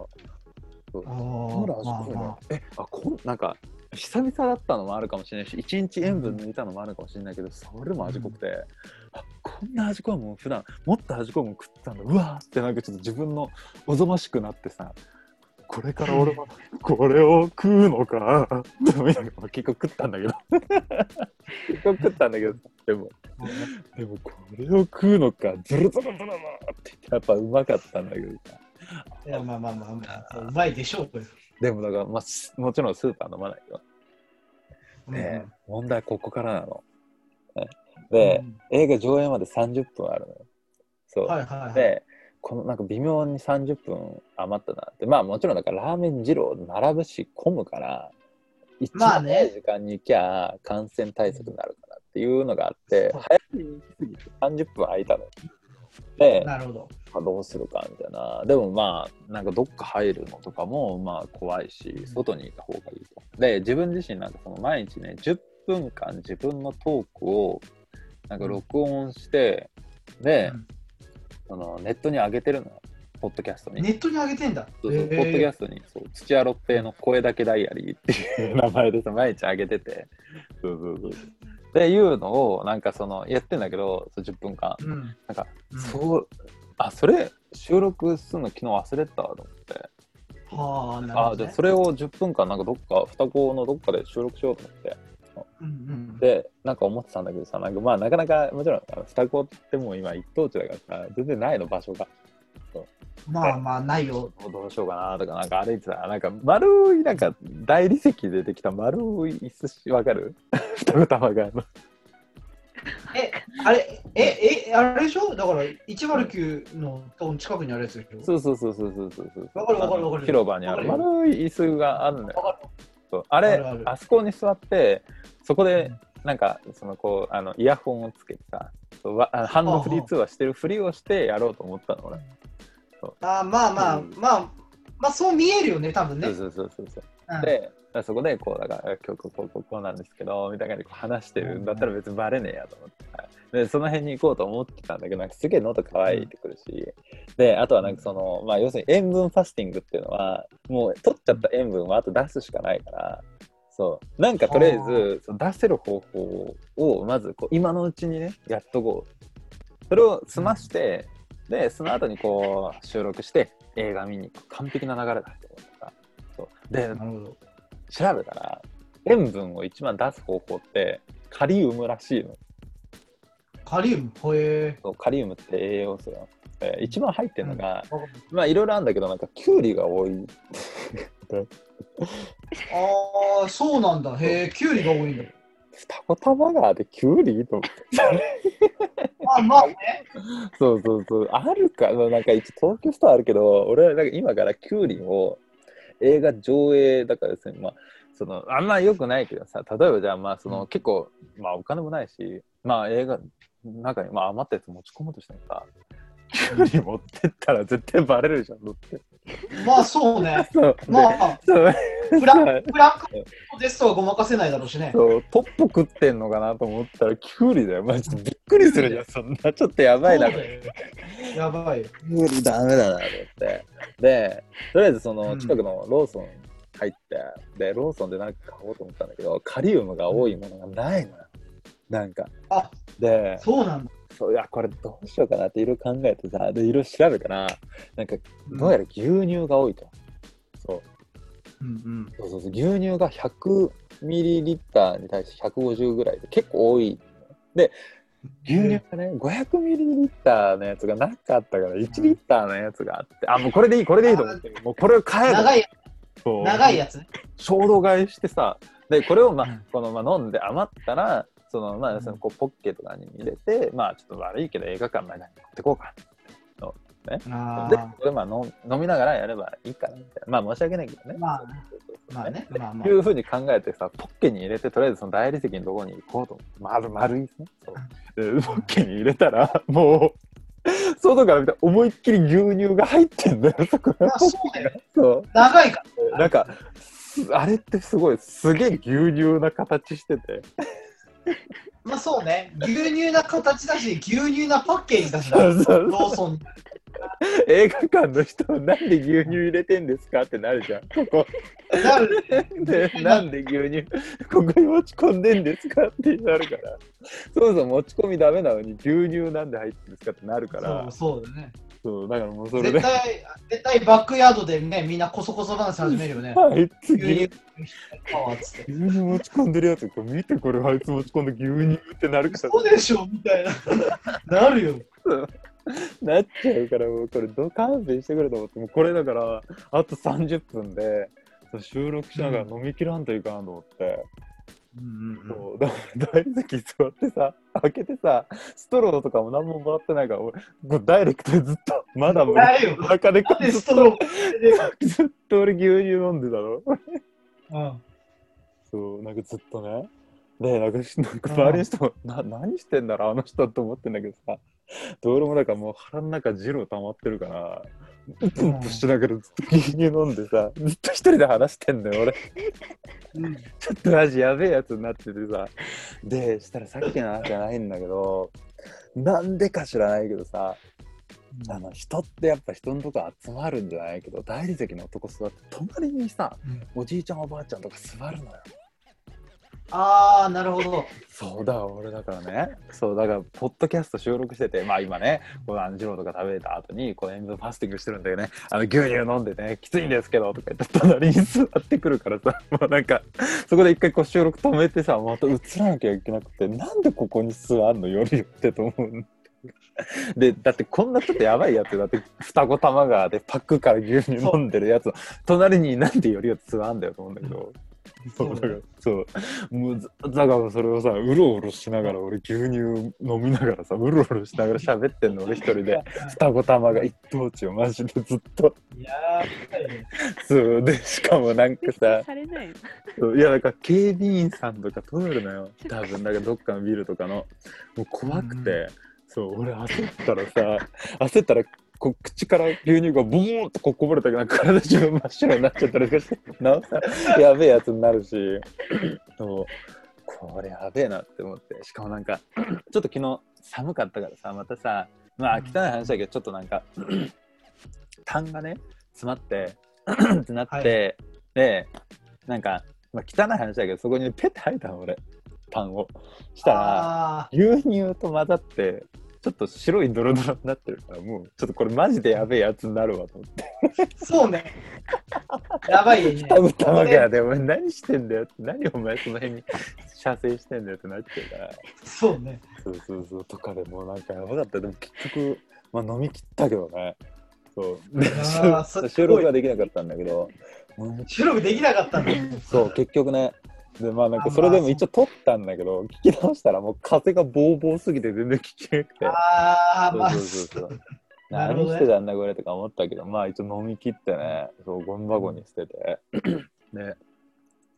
A: お
B: ほら
A: ーまあ
B: 味濃い
A: ま
B: な。え、あ、こんなんか久々だったのもあるかもしれないし、一日塩分抜いたのもあるかもしれないけど、それも味濃くて、あ、こんな味濃いもん普段もっと味濃いもん食ってたんだ。うわーってなんかちょっと自分のおぞましくなってさ。これから俺はこれを食うのかでもいや結局食ったんだけど結局食ったんだけどでも
A: あもうね
B: でもこれを食うのか、ズルズルズルズルって言ってやっぱうまかったんだけどさ。
A: いやまあまあまあまあ、うまいでしょうよ。
B: でもだから、まあ、すもちろんスーパー飲まないよ。ね
A: うん
B: 問題ここからなの。ね
A: うん
B: で、映画上映まで30分あるのよ。そう。
A: はいはいはい。
B: で、このなんか微妙に30分余ったなって。まあもちろんだからラーメン二郎並ぶし混むから、一
A: まあ
B: 番
A: ね
B: 早い時間に行きゃ感染対策になるかなっていうのがあって、
A: そう
B: 早めに行きすぎて30分空いたの。で、
A: なるほど。
B: まあどうするかみたいなでもまあなんかどっか入るのとかもまあ怖いし外にいた方がいいとで自分自身なんかその毎日ね10分間自分のトークをなんか録音してで、
A: うん
B: そのネットに上げてるのよポッドキャストに、
A: ネットに上げてんだ。
B: そうそう
A: へー
B: ポッドキャストにそう土屋六平の声だけダイアリーっていう名前でさ毎日上げててそうそうそうっていうのをなんかそのやってんだけどそう10分間
A: うん。
B: なんか
A: うん
B: そうあそれ収録するの昨日忘れてたと思って
A: はあ、なる
B: あ
A: ほ
B: じ
A: ど、
B: ゃあ
A: ね。
B: それを10分間なんかどっか双子のどっかで収録しようと思って
A: うんうん、
B: でなんか思ってたんだけどさなんかまあなかなかもちろんあの双子ってもう今一等地だからさ全然ないの場所が
A: まあまあ、ないよ。
B: どうしようかなとかなんか歩いてたらなんか丸いなんか大理石でできた丸い椅子しわかる [laughs] 双子玉があの
A: え、あれ、え、え、あれでしょだから、109のとの近くにあるやつでしょ
B: そうそうそうそうそうそうそう
A: わかるわかるわかる
B: 広場にある
A: わかる
B: 丸い椅子があるのよ
A: わかる
B: そうあれあ
A: あるある
B: そこに座ってそこ
A: う
B: で
A: ん
B: なんかそのこうあのイヤホンをつけてさそうわあのハンドフリー通話してるふりをしてやろうと思ったの俺、
A: あーまあまあ、
B: うん
A: まあ、まあそう見えるよね、多分ね。
B: そうそうそうそう、
A: うん
B: でそこでこうだから今日こうこうこうこうなんですけどみたいな感じでこう話してるんだったら別にバレねえやと思って、はいでその辺に行こうと思ってたんだけどなんかすげえ喉乾いてくるし、であとはなんかその、まあ、要するに塩分ファスティングっていうのはもう取っちゃった塩分はあと出すしかないからそうなんかとりあえずその出せる方法をまずこう今のうちにねやっとこうそれを済まして、でその後にこう収録して映画見に行く完璧な流れだと思ったそうで
A: なるほど。
B: 調べたら塩分を一番出す方法ってカリウムらしいの
A: カリウムへえ
B: そうカリウムって栄養素が、えー一番入ってるのが、
A: うんわか
B: まあいろいろあるんだけどなんかキュウリが多い
A: ああそうなんだへえキュウリが多いんだ
B: 二子玉川でキュウリと思って
A: まあまあね
B: そうそうそうあるかななんか一応東京スターあるけど俺はなんか今からキュウリを映画上映だからですねまあそのあんまよくないけどさ例えばじゃあまあその結構まあお金もないしまあ映画の中にまあ余ったやつ持ち込もうとしてもさキュウリ持ってったら絶対バレるじゃんだって
A: まあそうね
B: そう [laughs] で
A: まあ
B: そう
A: フランフランクのテストはごまかせないだろうしね
B: [laughs] そうトップ食ってんのかなと思ったらキュウリだよマジでびっくりするじゃんそんなちょっとやばいな
A: そうだよやばいよ
B: 無理ダメだなと思ってでとりあえずその
A: うん
B: 近くのローソン入って、でローソンで何か買おうと思ったんだけどカリウムが多いものがないのよなんか
A: あ
B: で
A: そうなんだ
B: そういやこれどうしようかなっていろいろ考えてさでいろいろ調べたらなんかどうやら牛乳が多いと、そう
A: うんうん
B: そうそうそう牛乳が100ミリリッターに対して150ぐらいで結構多いで牛乳がね500ミリリッターのやつがなかったから1リッターのやつがあってあもうこれでいいこれでいいと思ってもうこれを買えば
A: 長い
B: そう
A: 長いやつね
B: 衝動買いしてさでこれをま
A: う
B: あ
A: ん
B: このまあ飲んで余ったらそのまあそのこうポッケとかに入れてまあちょっと悪いけど映画館まで持ってこうか
A: あ
B: でこれまあ飲飲みながらやればいいかなみたいなまあ申し訳ないけどね
A: まあ
B: そうそう
A: ー
B: そう
A: まあねまあま
B: いうふうに考えてさ、ポッケに入れて、とりあえずその大理石のところに行こうと思って、丸丸いですね。そうでポッケに入れたら、もう、外から見たら思いっきり牛乳が入ってんだよ、そこ
A: あまあそうだよ
B: そ
A: あ長いか
B: う。なんか、すあれってすごい、すげえ牛乳な形してて。
A: まあそうね牛乳な形だし牛乳なパッケージだしな
B: そ
A: ロ
B: うそう
A: ーソン
B: 映画館の人、なんで牛乳入れてんですかってなるじゃん、ここ。
A: になる
B: で、なんで牛乳、ここに持ち込んでんですかってなるから、そもそも持ち込みダメなのに、牛乳なんで入ってるんですかってなるか
A: そ
B: ら
A: う、そうだね
B: そう、だからもうそれ
A: 絶
B: で、
A: 対絶対バックヤードでねみんなこそこそ話始めるよね
B: あい
A: 牛
B: つ牛
A: 乳パワーっつって
B: 牛乳持ち込んでるやつ、これ見てこれ、あいつ持ち込んで牛乳ってなるから
A: そ、うでしょみたいななるよ
B: なっちゃうから、もうこれ、ど勘弁してくれと思って、もうこれだから、あと30分で、そう収録しながら飲みきらんといかんと思って。
A: うんうんうん
B: そうだから大好き座ってさ開けてさストローとかも何ももらってないから俺こうダイレクトでずっとまだもう
A: ないよ
B: 中で
A: なんで
B: ずっ
A: ストロ
B: とずっと俺牛乳飲んでたの
A: ーうん
B: そうなんかずっとねでなんかし [laughs] なんか周りの人も、な何してんだろうあの人と思ってんだけどさ [laughs] ど俺もなんかもう腹の中ジロ溜まってるからうぷうぷしながらずっと牛乳飲んでさずっと一人で話してんだ [laughs] よ俺
A: うん
B: ちょっとマジやべえやつになっててさ。で、したらさっきの話じゃないんだけど、なんでか知らないけどさ、あの人ってやっぱ人のとこ集まるんじゃないけど、大理石の男座って隣にさ、
A: うん
B: おじいちゃんおばあちゃんとか座るのよ。
A: ああなるほど
B: そうだ、俺だからね、そうだから、ポッドキャスト収録してて、まあ今ね、このアンジローとか食べた後に、こう塩分ファスティングしてるんだよね、あの牛乳飲んでね、きついんですけどとか言って、隣に座ってくるからさ、もうなんか、そこで一回こう収録止めてさ、また映らなきゃいけなくて、なんでここに座んのよりよってと思うんだけどで、だってこんなちょっとやばいやつ、だって双子玉川でパックから牛乳飲んでるやつの、隣になんでよりよって座んだよと思うんだけど。そうだからそうもうずだからそれをさうろうろしながら俺牛乳飲みながらさうろうろしながら喋ってんの俺一人で双子玉が一等地をマジでずっと
A: いやー
B: そうでしかもなんかさ
D: されないの
B: そういやなんか警備員さんとか通るのよ多分なんかどっかのビルとかのもう怖くて、
A: う
B: そう俺焦ったらさ [laughs] 焦ったらこう口から牛乳がボーンとこうこぼれたから体中真っ白になっちゃったりとかしてなおさ [laughs] らやべえやつになるしそうこれやべえなって思ってしかもなんかちょっと昨日寒かったからさまたさまあ汚い話だけどちょっとなんか [clears throat] 痰がね詰まって [clears throat] ってなって、でなんか、まあ、汚い話だけどそこにペッて吐いたの俺パンをしたら
A: あ
B: 牛乳と混ざってちょっと白いドロドロになってるからもうちょっとこれマジでやべえやつになるわと思って
A: ーそうねやばいね
B: [laughs] 「たぶたまがでお前何してんだよ」って何お前その辺に射精してんだよってなっちゃうから
A: そうね。
B: そうそうそうとかでもうなんかやばかったでも結局、まあ、飲み切ったけどね [laughs] そうで
A: あーそれ
B: 収録はできなかったんだけど飲み切
A: 収録できなかったんだよ。
B: そう結局ねでまあなん
A: あ
B: か
A: まあ
B: それでも一応撮ったんだけど聞き直したらもう風がボーボーすぎて全然聞けなくて
A: あー、まあ、
B: そうそうそうそう
A: なるほど
B: 何
A: ね
B: してたんだこれとか思ったけどまあ一応飲み切ってねそうゴミ箱に捨ててね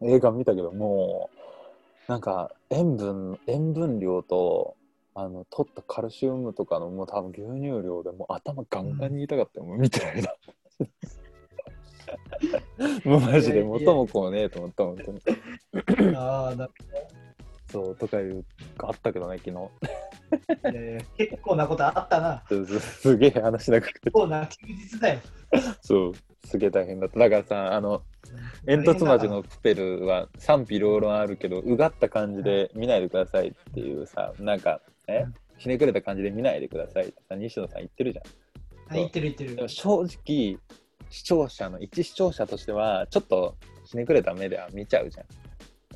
B: 映画見たけどもうなんか塩分塩分量とあの取ったカルシウムとかのもう多分牛乳量でもう頭ガンガンに痛かったよ、もう見てる間もうマジで元も子もねえと思った本当に
A: あーだ
B: そうとかいうあったけどね昨日
A: って結構なことあったな。
B: そうそうすげえ話長くて
A: 結構な休日だよ。
B: そう、すげえ大変だった。だからさ、あの、煙突町のプペルは賛否両論あるけど、うがった感じで見ないでくださいっていうさ、なんか、えひねくれた感じで見ないでくださいってさ、西野さん言ってるじゃん。
A: あ言ってる言っ
B: で
A: て
B: も
A: る。
B: 正直、視聴者の、一視聴者としては、ちょっとひねくれた目では見ちゃうじゃん。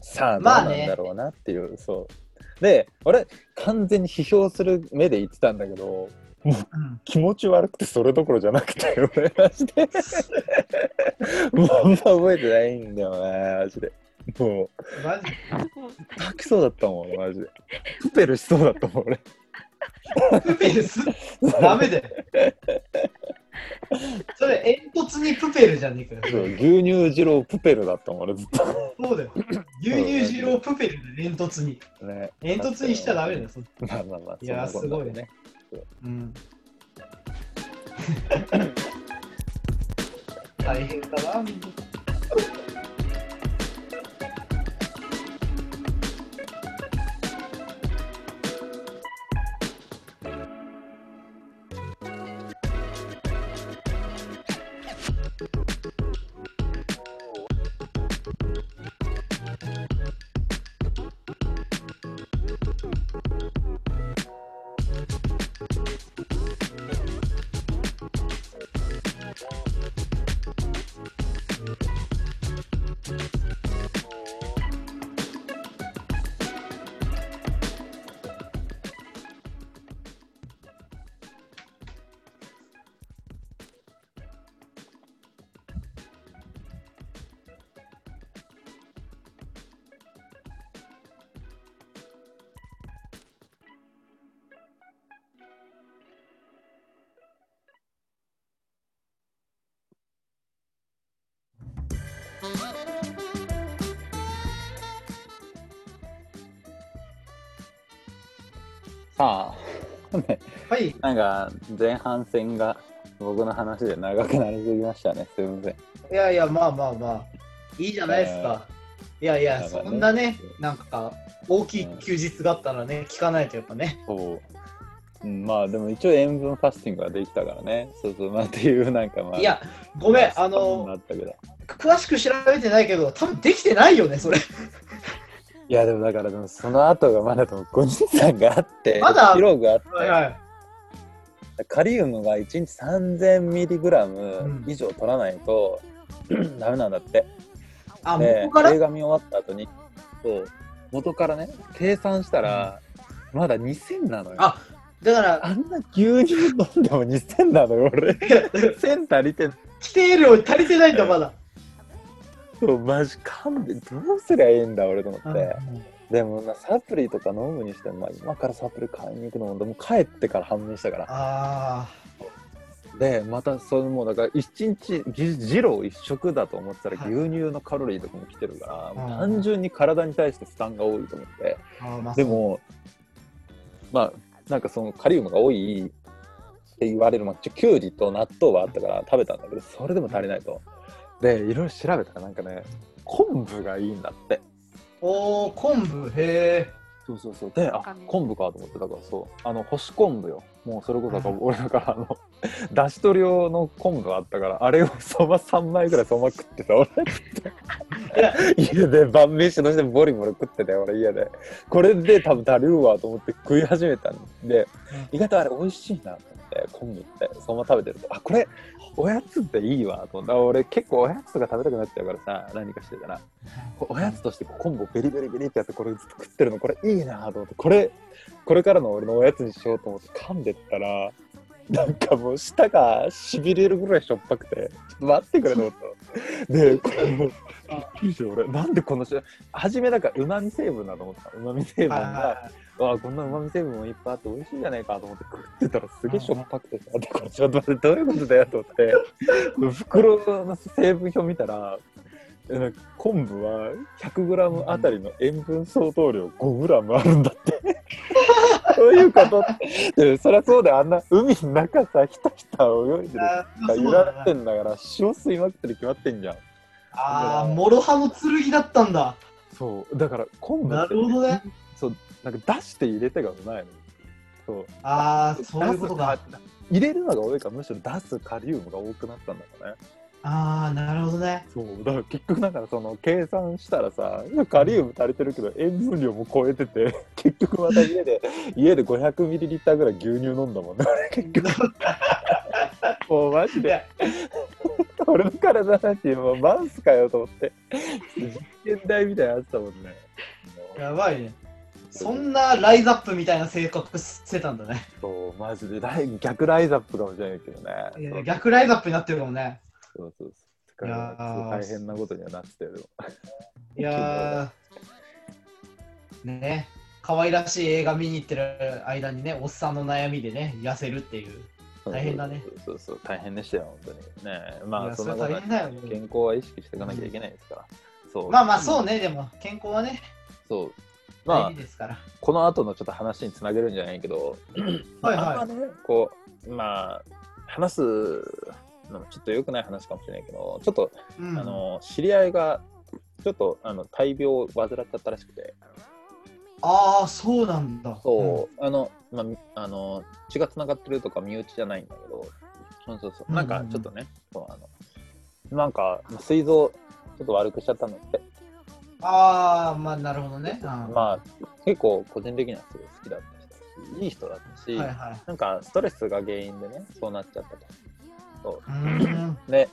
B: さあ、どう
A: まあ
B: な
A: ね
B: んだろうなっていう、そう。で、俺、完全に批評する目で言ってたんだけど、
A: うん
B: 気持ち悪くてそれどころじゃなくて俺マジでもうあんま覚えてないんだよねマジでもう
A: マジ
B: 泣きそうだったもんマジでプペルしそうだったもん俺
A: プペルすダメだよ。それ煙突にプペルじゃねえか
B: そう
A: よ。
B: 牛乳二郎プペルだったもん俺ずっと
A: そうだよ。牛乳二郎プペルで煙突に。
B: ね
A: 煙突にしちゃダメだよ。そ
B: まあまあまあ
A: いやー
B: そんなことだよね
A: うん。大変だな。
B: さあね
A: はい。
B: なんか前半戦が僕の話で長くなりすぎましたねすいません
A: いやいや、まあまあまあ。いいじゃないですか。いやいや、
B: だからね
A: そんなね、なんか、大きい休日があったらね、聞かないとやっぱね。
B: そううんまあでも一応塩分ファスティングはできたからねそうそうまあっていうなんかまあ
A: いや、ごめん、あ
B: な
A: の、
B: ったけど
A: 詳しく調べてないけど、多分できてないよね、それ。
B: いやでもだからでもその後がまだでも5人さんがあって
A: まだ
B: 疲労があっ
A: [laughs]
B: て、
A: はい。
B: カリウムが1日 3000mg
A: うん
B: 以上取らないと、 [clears throat] ダメなんだって
A: あ、もう
B: で
A: ここから
B: 映画見終わった後にそう元からね計算したらまだ2000なのよ
A: あだから、
B: あんな牛乳飲んでも2000なのよ俺1000足りてん
A: 規定量足りてないんだ、まだ。
B: そうマジ勘弁どうすりゃいいんだ俺と思って、
A: うん
B: でもなサプリとか飲むにしても、まあ、今からサプリ買いに行くのもでも帰ってから判明したから
A: あ
B: でまたそれもうだから一日ぎ二郎一食だと思ってたら
A: はい
B: 牛乳のカロリーとかも来てるから、
A: うん
B: 単純に体に対して負担が多いと思って
A: ーあー、まあ、
B: でもまあなんかそのカリウムが多いって言われるまあちょきゅうりと納豆はあったから食べたんだけどそれでも足りないとでいろいろ調べたらなんかね昆布がいいんだって
A: おー、昆布、へ
B: そうそうそう。で、あ
D: あの
B: 昆布かと思って、だからそう、あの、干し昆布よ。もうそれこそだから、俺だから、あの、 [laughs] だし取り用の昆布あったから、あれをそば3枚ぐらいそば食ってさ、俺食って。家で晩飯としてボリボリ食ってたよ、俺家で。これで多分足りるわと思って食い始めたんで、意外とあれ美味しいなと思って、昆布って、そば食べてると、あ、これ、おやつっていいわと思って俺結構おやつとか食べたくなっちゃうからさ何かしてたらこうおやつとしてこう昆布をベリベリベリってやってこれずっと食ってるのこれいいなと思ってこれこれからの俺のおやつにしようと思って噛んでったらなんかもう舌がしびれるぐらいしょっぱくてちょっと待ってくれと思ったでこれもうびっくりして俺なんでこのし初めだからうまみ成分だと思ったうまみ成
A: は
B: 分
A: い
B: が
A: は
B: わあこんなうまみ成分もいっぱいあって美味しいじゃないかと思って食ってたらすげえしょっぱくてさでこれちょっと待ってどういうことだよと思ってこれ袋の成分表見たらえなんか昆布は 100g あたりの塩分相当量 5g あるんだってそういうことでそりゃそうだよあんな海の中さひたひた泳いで
A: い
B: る
A: はいあーそ
B: 揺
A: うだ
B: ら
A: な
B: れてんだから塩吸いまくってる決まってんじゃん
A: あー、もろ刃の剣だったんだ。
B: そうだから昆布
A: な
B: って
A: るほどね。
B: そうなんか出して入れてがうまいのそう
A: ああ、そういうことか。
B: 出すか入れるのが多いからむしろ出すカリウムが多くなったんだろうね
A: ああ、なるほどね。
B: そうだから結局だからその計算したらさカリウム足りてるけど塩分量も超えて [laughs] て結局また家で家で 500ml ぐらい牛乳飲んだ [laughs] もんね俺結局もうマジ [laughs] で俺の体なんてもうマウスかよと思って実験台みたいなのあったもんね
A: やばいね。そんなライザップみたいな性格してたんだね。
B: そうマジでライ逆ライズアップかもしれないけどね
A: いや逆ライザップになってるかもね。
B: そうそうそう。
A: いや
B: だ
A: ー
B: から大変なことにはなってたよ。でも
A: いやー、ね、可愛らしい映画見に行ってる間にね、おっさんの悩みでね、痩せるっていう。大変だね。
B: そうそうそう、大変でしたよ、本当に。ねま
A: い
B: あ、
A: や
B: そんな
A: そ
B: こ
A: れ
B: と
A: 大変だよね
B: に健康は意識していかなきゃいけないですから。そう。
A: まあまあ、そうね、でも、健康はね、
B: そう。ま
A: 大
B: あ
A: 事、ですから。
B: この後のちょっと話につなげるんじゃないけど、
A: はい
B: まああ
A: は
B: んまね、こう、まあ、話すのもちょっと良くない話かもしれないけど、ちょっと、
A: い。うん
B: あの知り合いが、ちょっとあの大病を患っちゃったらしくて、
A: ああ、そうなんだ。
B: そう、あの、まあみ、あの、血がつながってるとか身内じゃないんだけど、そうそうそう、なん
A: うん
B: か
A: うんうん
B: ちょっとね、そうあのなんか、膵臓ちょっと悪くしちゃったんだって、
A: ああ、まあ、なるほどね。うんは
B: まあ、結構個人的にはすごい好きだった人だし、いい人だったし、
A: いはい。
B: なんかストレスが原因でね、そうなっちゃったと。
A: うーん。
B: で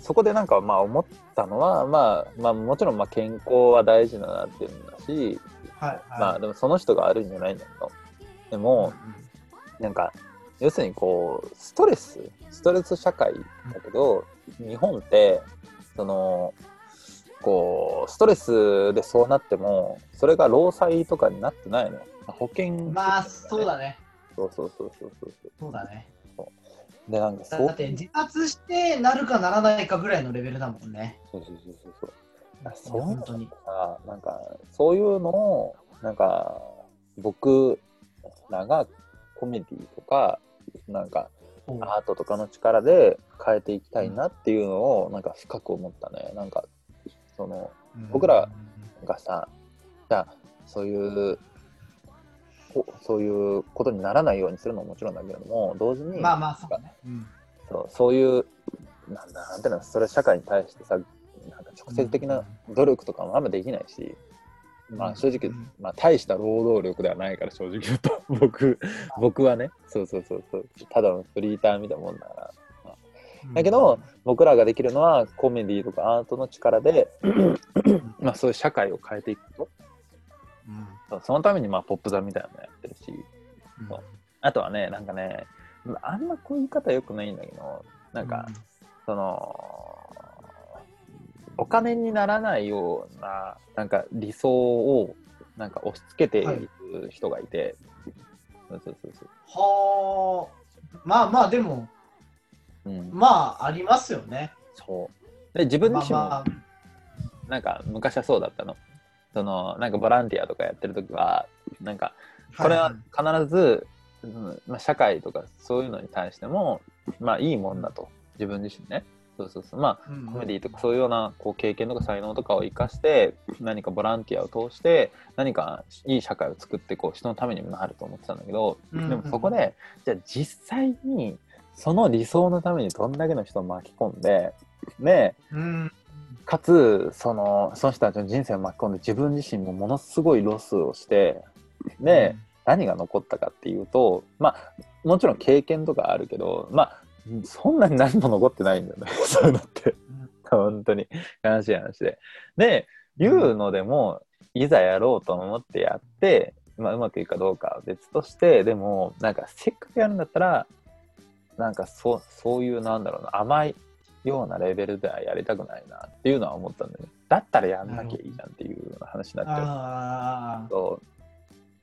B: そこでなんかまあ思ったのは、まあ、まあもちろんまあ健康は大事だなっていうのだし、
A: はいはい。
B: まあでもその人があるんじゃないんだけどでも、なんか要するにこうストレスストレス社会だけど日本ってそのこうストレスでそうなってもそれが労災とかになってないの保険、
A: うんまあ、そうだね。
B: そうそうそうそうそうそう
A: そうだね。
B: でなんかそ
A: だ
B: う
A: だって、自殺してなるかならないかぐらいのレベルだもんね。
B: そうそうそうそうそうあ
A: いや
B: そう
A: 本当に。
B: さなんかそういうのをなんか僕らがコメディとかなんか
A: そう
B: アートとかの力で変えていきたいなっていうのをなんか深く思ったねなんかその僕ら、なんかさじゃあそういうこそういうことにならないようにするのももちろんだけれども同時
A: う
B: に
A: んまあまあ、そうだね。うん
B: そうそういうなんだなんていうのそれ社会に対してさなんか直接的な努力とかもあんまできないし、まあ正直、
A: うん
B: まあ、大した労働力ではないから正直言うと僕僕はねそうそうそうそうただのフリーターみたいなもんだから。だけど、僕らができるのはコメディとかアートの力
A: [clears throat]
B: で、まあ、そういう社会を変えていくこ
A: うん
B: とそのためにまあポップ座みたいなのやってるし
A: うん
B: そうあとはねなんかねあんまこういう言い方よくないんだけどなんか、そのお金にならないようななんか理想をなんか押し付けている人がいて、そうそうそうそう
A: はあまあまあでも
B: うん
A: まあありますよね。
B: そうで自分
A: ま
B: 自
A: あ
B: 身も
A: まあ
B: なんか昔はそうだったの。そのなんかボランティアとかやってる時はなんかこれは必ず、うんまあ、社会とかそういうのに対してもまあいいもんだと自分自身ねそうそうそうまあコメディとかそういうようなこう経験とか才能とかを生かして何かボランティアを通して何かいい社会を作ってこう人のためにもなると思ってたんだけどで
A: うん
B: もそこでじゃあ実際にその理想のためにどんだけの人を巻き込んでねえ
A: うん
B: かつそのその人たちの人生を巻き込んで自分自身もものすごいロスをしてで、何が残ったかっていうとまあもちろん経験とかあるけどまあそんなに何も残ってないんだよね [laughs] そういうのって
A: うん
B: 本当に悲しい話でで言うのでもいざやろうと思ってやって、まあ、うまくいくかどうかは別としてでもなんかせっかくやるんだったらなんかそうそういうなんだろうな甘いようなレベルではやりたくないなっていうのは思ったんだよねだったらやんなきゃいいじゃんっていうような話になっちゃう
A: あ
B: そ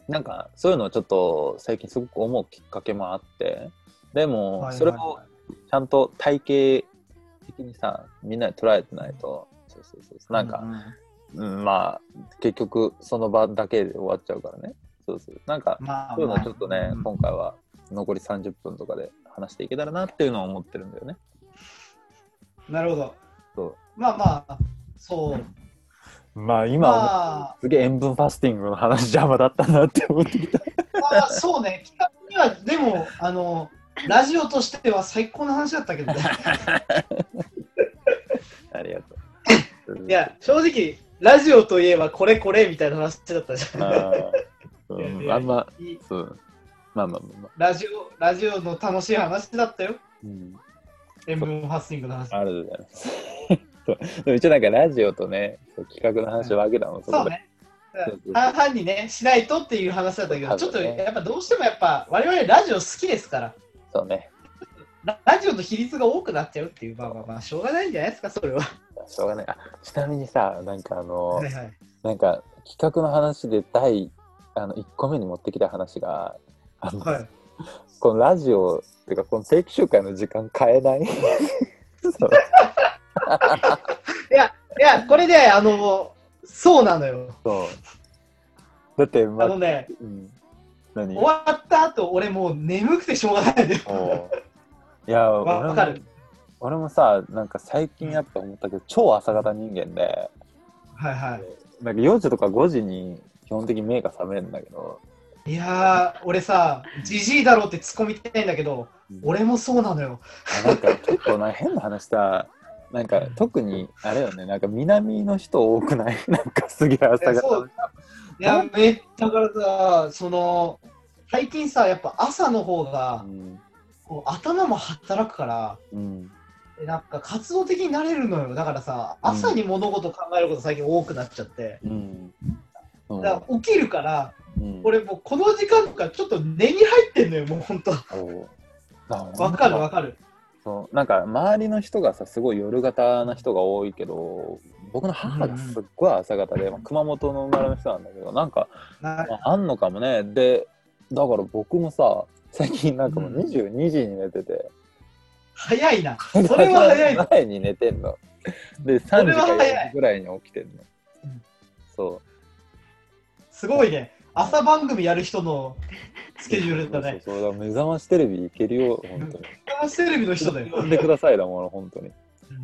B: うなんかそういうのをちょっと最近すごく思うきっかけもあってで
A: あ、
B: も
A: はい
B: それ
A: はい
B: を
A: はい
B: ちゃんと体系的にさみんなに捉えてないとそうそうそうそうなんか、うんまあ結局その場だけで終わっちゃうからねそうそうなんか
A: うんまあ、
B: そういう
A: ま
B: のを
A: あ
B: ちょっとね、
A: うん
B: 今回は残り30分とかで話していけたらなっていうのは思ってるんだよね
A: なるほど。
B: そ
A: まあまあ、そう。
B: うまあ今
A: ま
B: 思う、
A: あ、
B: すげえ塩分ファスティングの話邪魔だったなって思ってきた
A: まあ、そうね。 [laughs] 企画には、でも、あの、ラジオとしては最高の話だったけどね。
B: ありがとう
A: [laughs] いや、正直、ラジオといえばこれこれみたいな話だったじゃん。
B: あ
A: いやいや
B: ー
A: い
B: うん
A: や
B: あんま、
A: いい
B: そう。まあまあまあまあ。
A: ラジオ、ラジオの楽しい話だったよ。
B: うん、
A: 塩分ファスティングの話。
B: ありがとうございます。そうでも一応なんか [laughs] ラジオとね、そう企画の話を分けたの、
A: そ
B: そこ
A: う
B: で。
A: ね
B: そうそ。う
A: 半々にね、しないとっていう話だったけど、ちょっと
B: 多分ね
A: やっぱどうしてもやっぱ、我々ラジオ好きですから、
B: そうね。
A: ララジオの比率が多くなっちゃうっていう、まあまあまあ、しょうがないんじゃないですか、それは。
B: しょうがない。あちなみにさ、なんかあの
A: は、いはい。
B: なんか企画の話で第あの1個目に持ってきた話が、あの
A: はい、
B: このラジオっていうか、この定期集会の時間変えないそう
A: いや、これね、あの、そうなのよ。
B: そう。だって、ま
A: あのね、
B: うん、何
A: 終わった後、俺もう眠くてしょうがないんだよ。 [laughs]
B: おーいや、
A: わ
B: 俺も
A: わかる。
B: 俺もさなんか最近やっぱ思ったけど超朝方人間で
A: はいは
B: なんか4時とか5時に基本的に目が覚めるんだけど
A: い。いやー、俺さ、じじいだろって突っ込みたいんだけど、俺もそうなのよ。
B: あなんか結構な変な話さなんか特にあれよねなんか南の人多くない [laughs] なんかすげえ朝
A: えそ
B: 方
A: ういや、めっだからさ、その、最近さ、やっぱ朝の方が
B: う、ん、
A: こう頭も働くから、
B: うん、
A: えなんか活動的になれるのよ。だからさ、朝に物事考えること最近多くなっちゃって。
B: うん
A: だから起きるから、
B: うん
A: 俺もうこの時間とかちょっと根に入ってんのよ、もうほんと。
B: そうな
A: [laughs]
B: ん
A: わかるわかる。
B: そうなんか周りの人がさすごい夜型な人が多いけど僕の母がすっごい朝方で、まあ熊本の生まれの人なんだけどなんか
A: な
B: まあ、あんのかもねでだから僕もさ最近なんかもううん22時に寝てて、
A: 早いな。それは早いな。
B: 前に寝てんので3時か
A: れは早い
B: 4時ぐらいに起きてんの
A: うん
B: そ
A: すごいね。朝番組やる人のスケジュー
B: う
A: ルだね。
B: そうそうだから目覚ましテレビいけるよ本当に
A: 目覚ましテレビの人だよ。
B: 呼んでくださいだもん本当に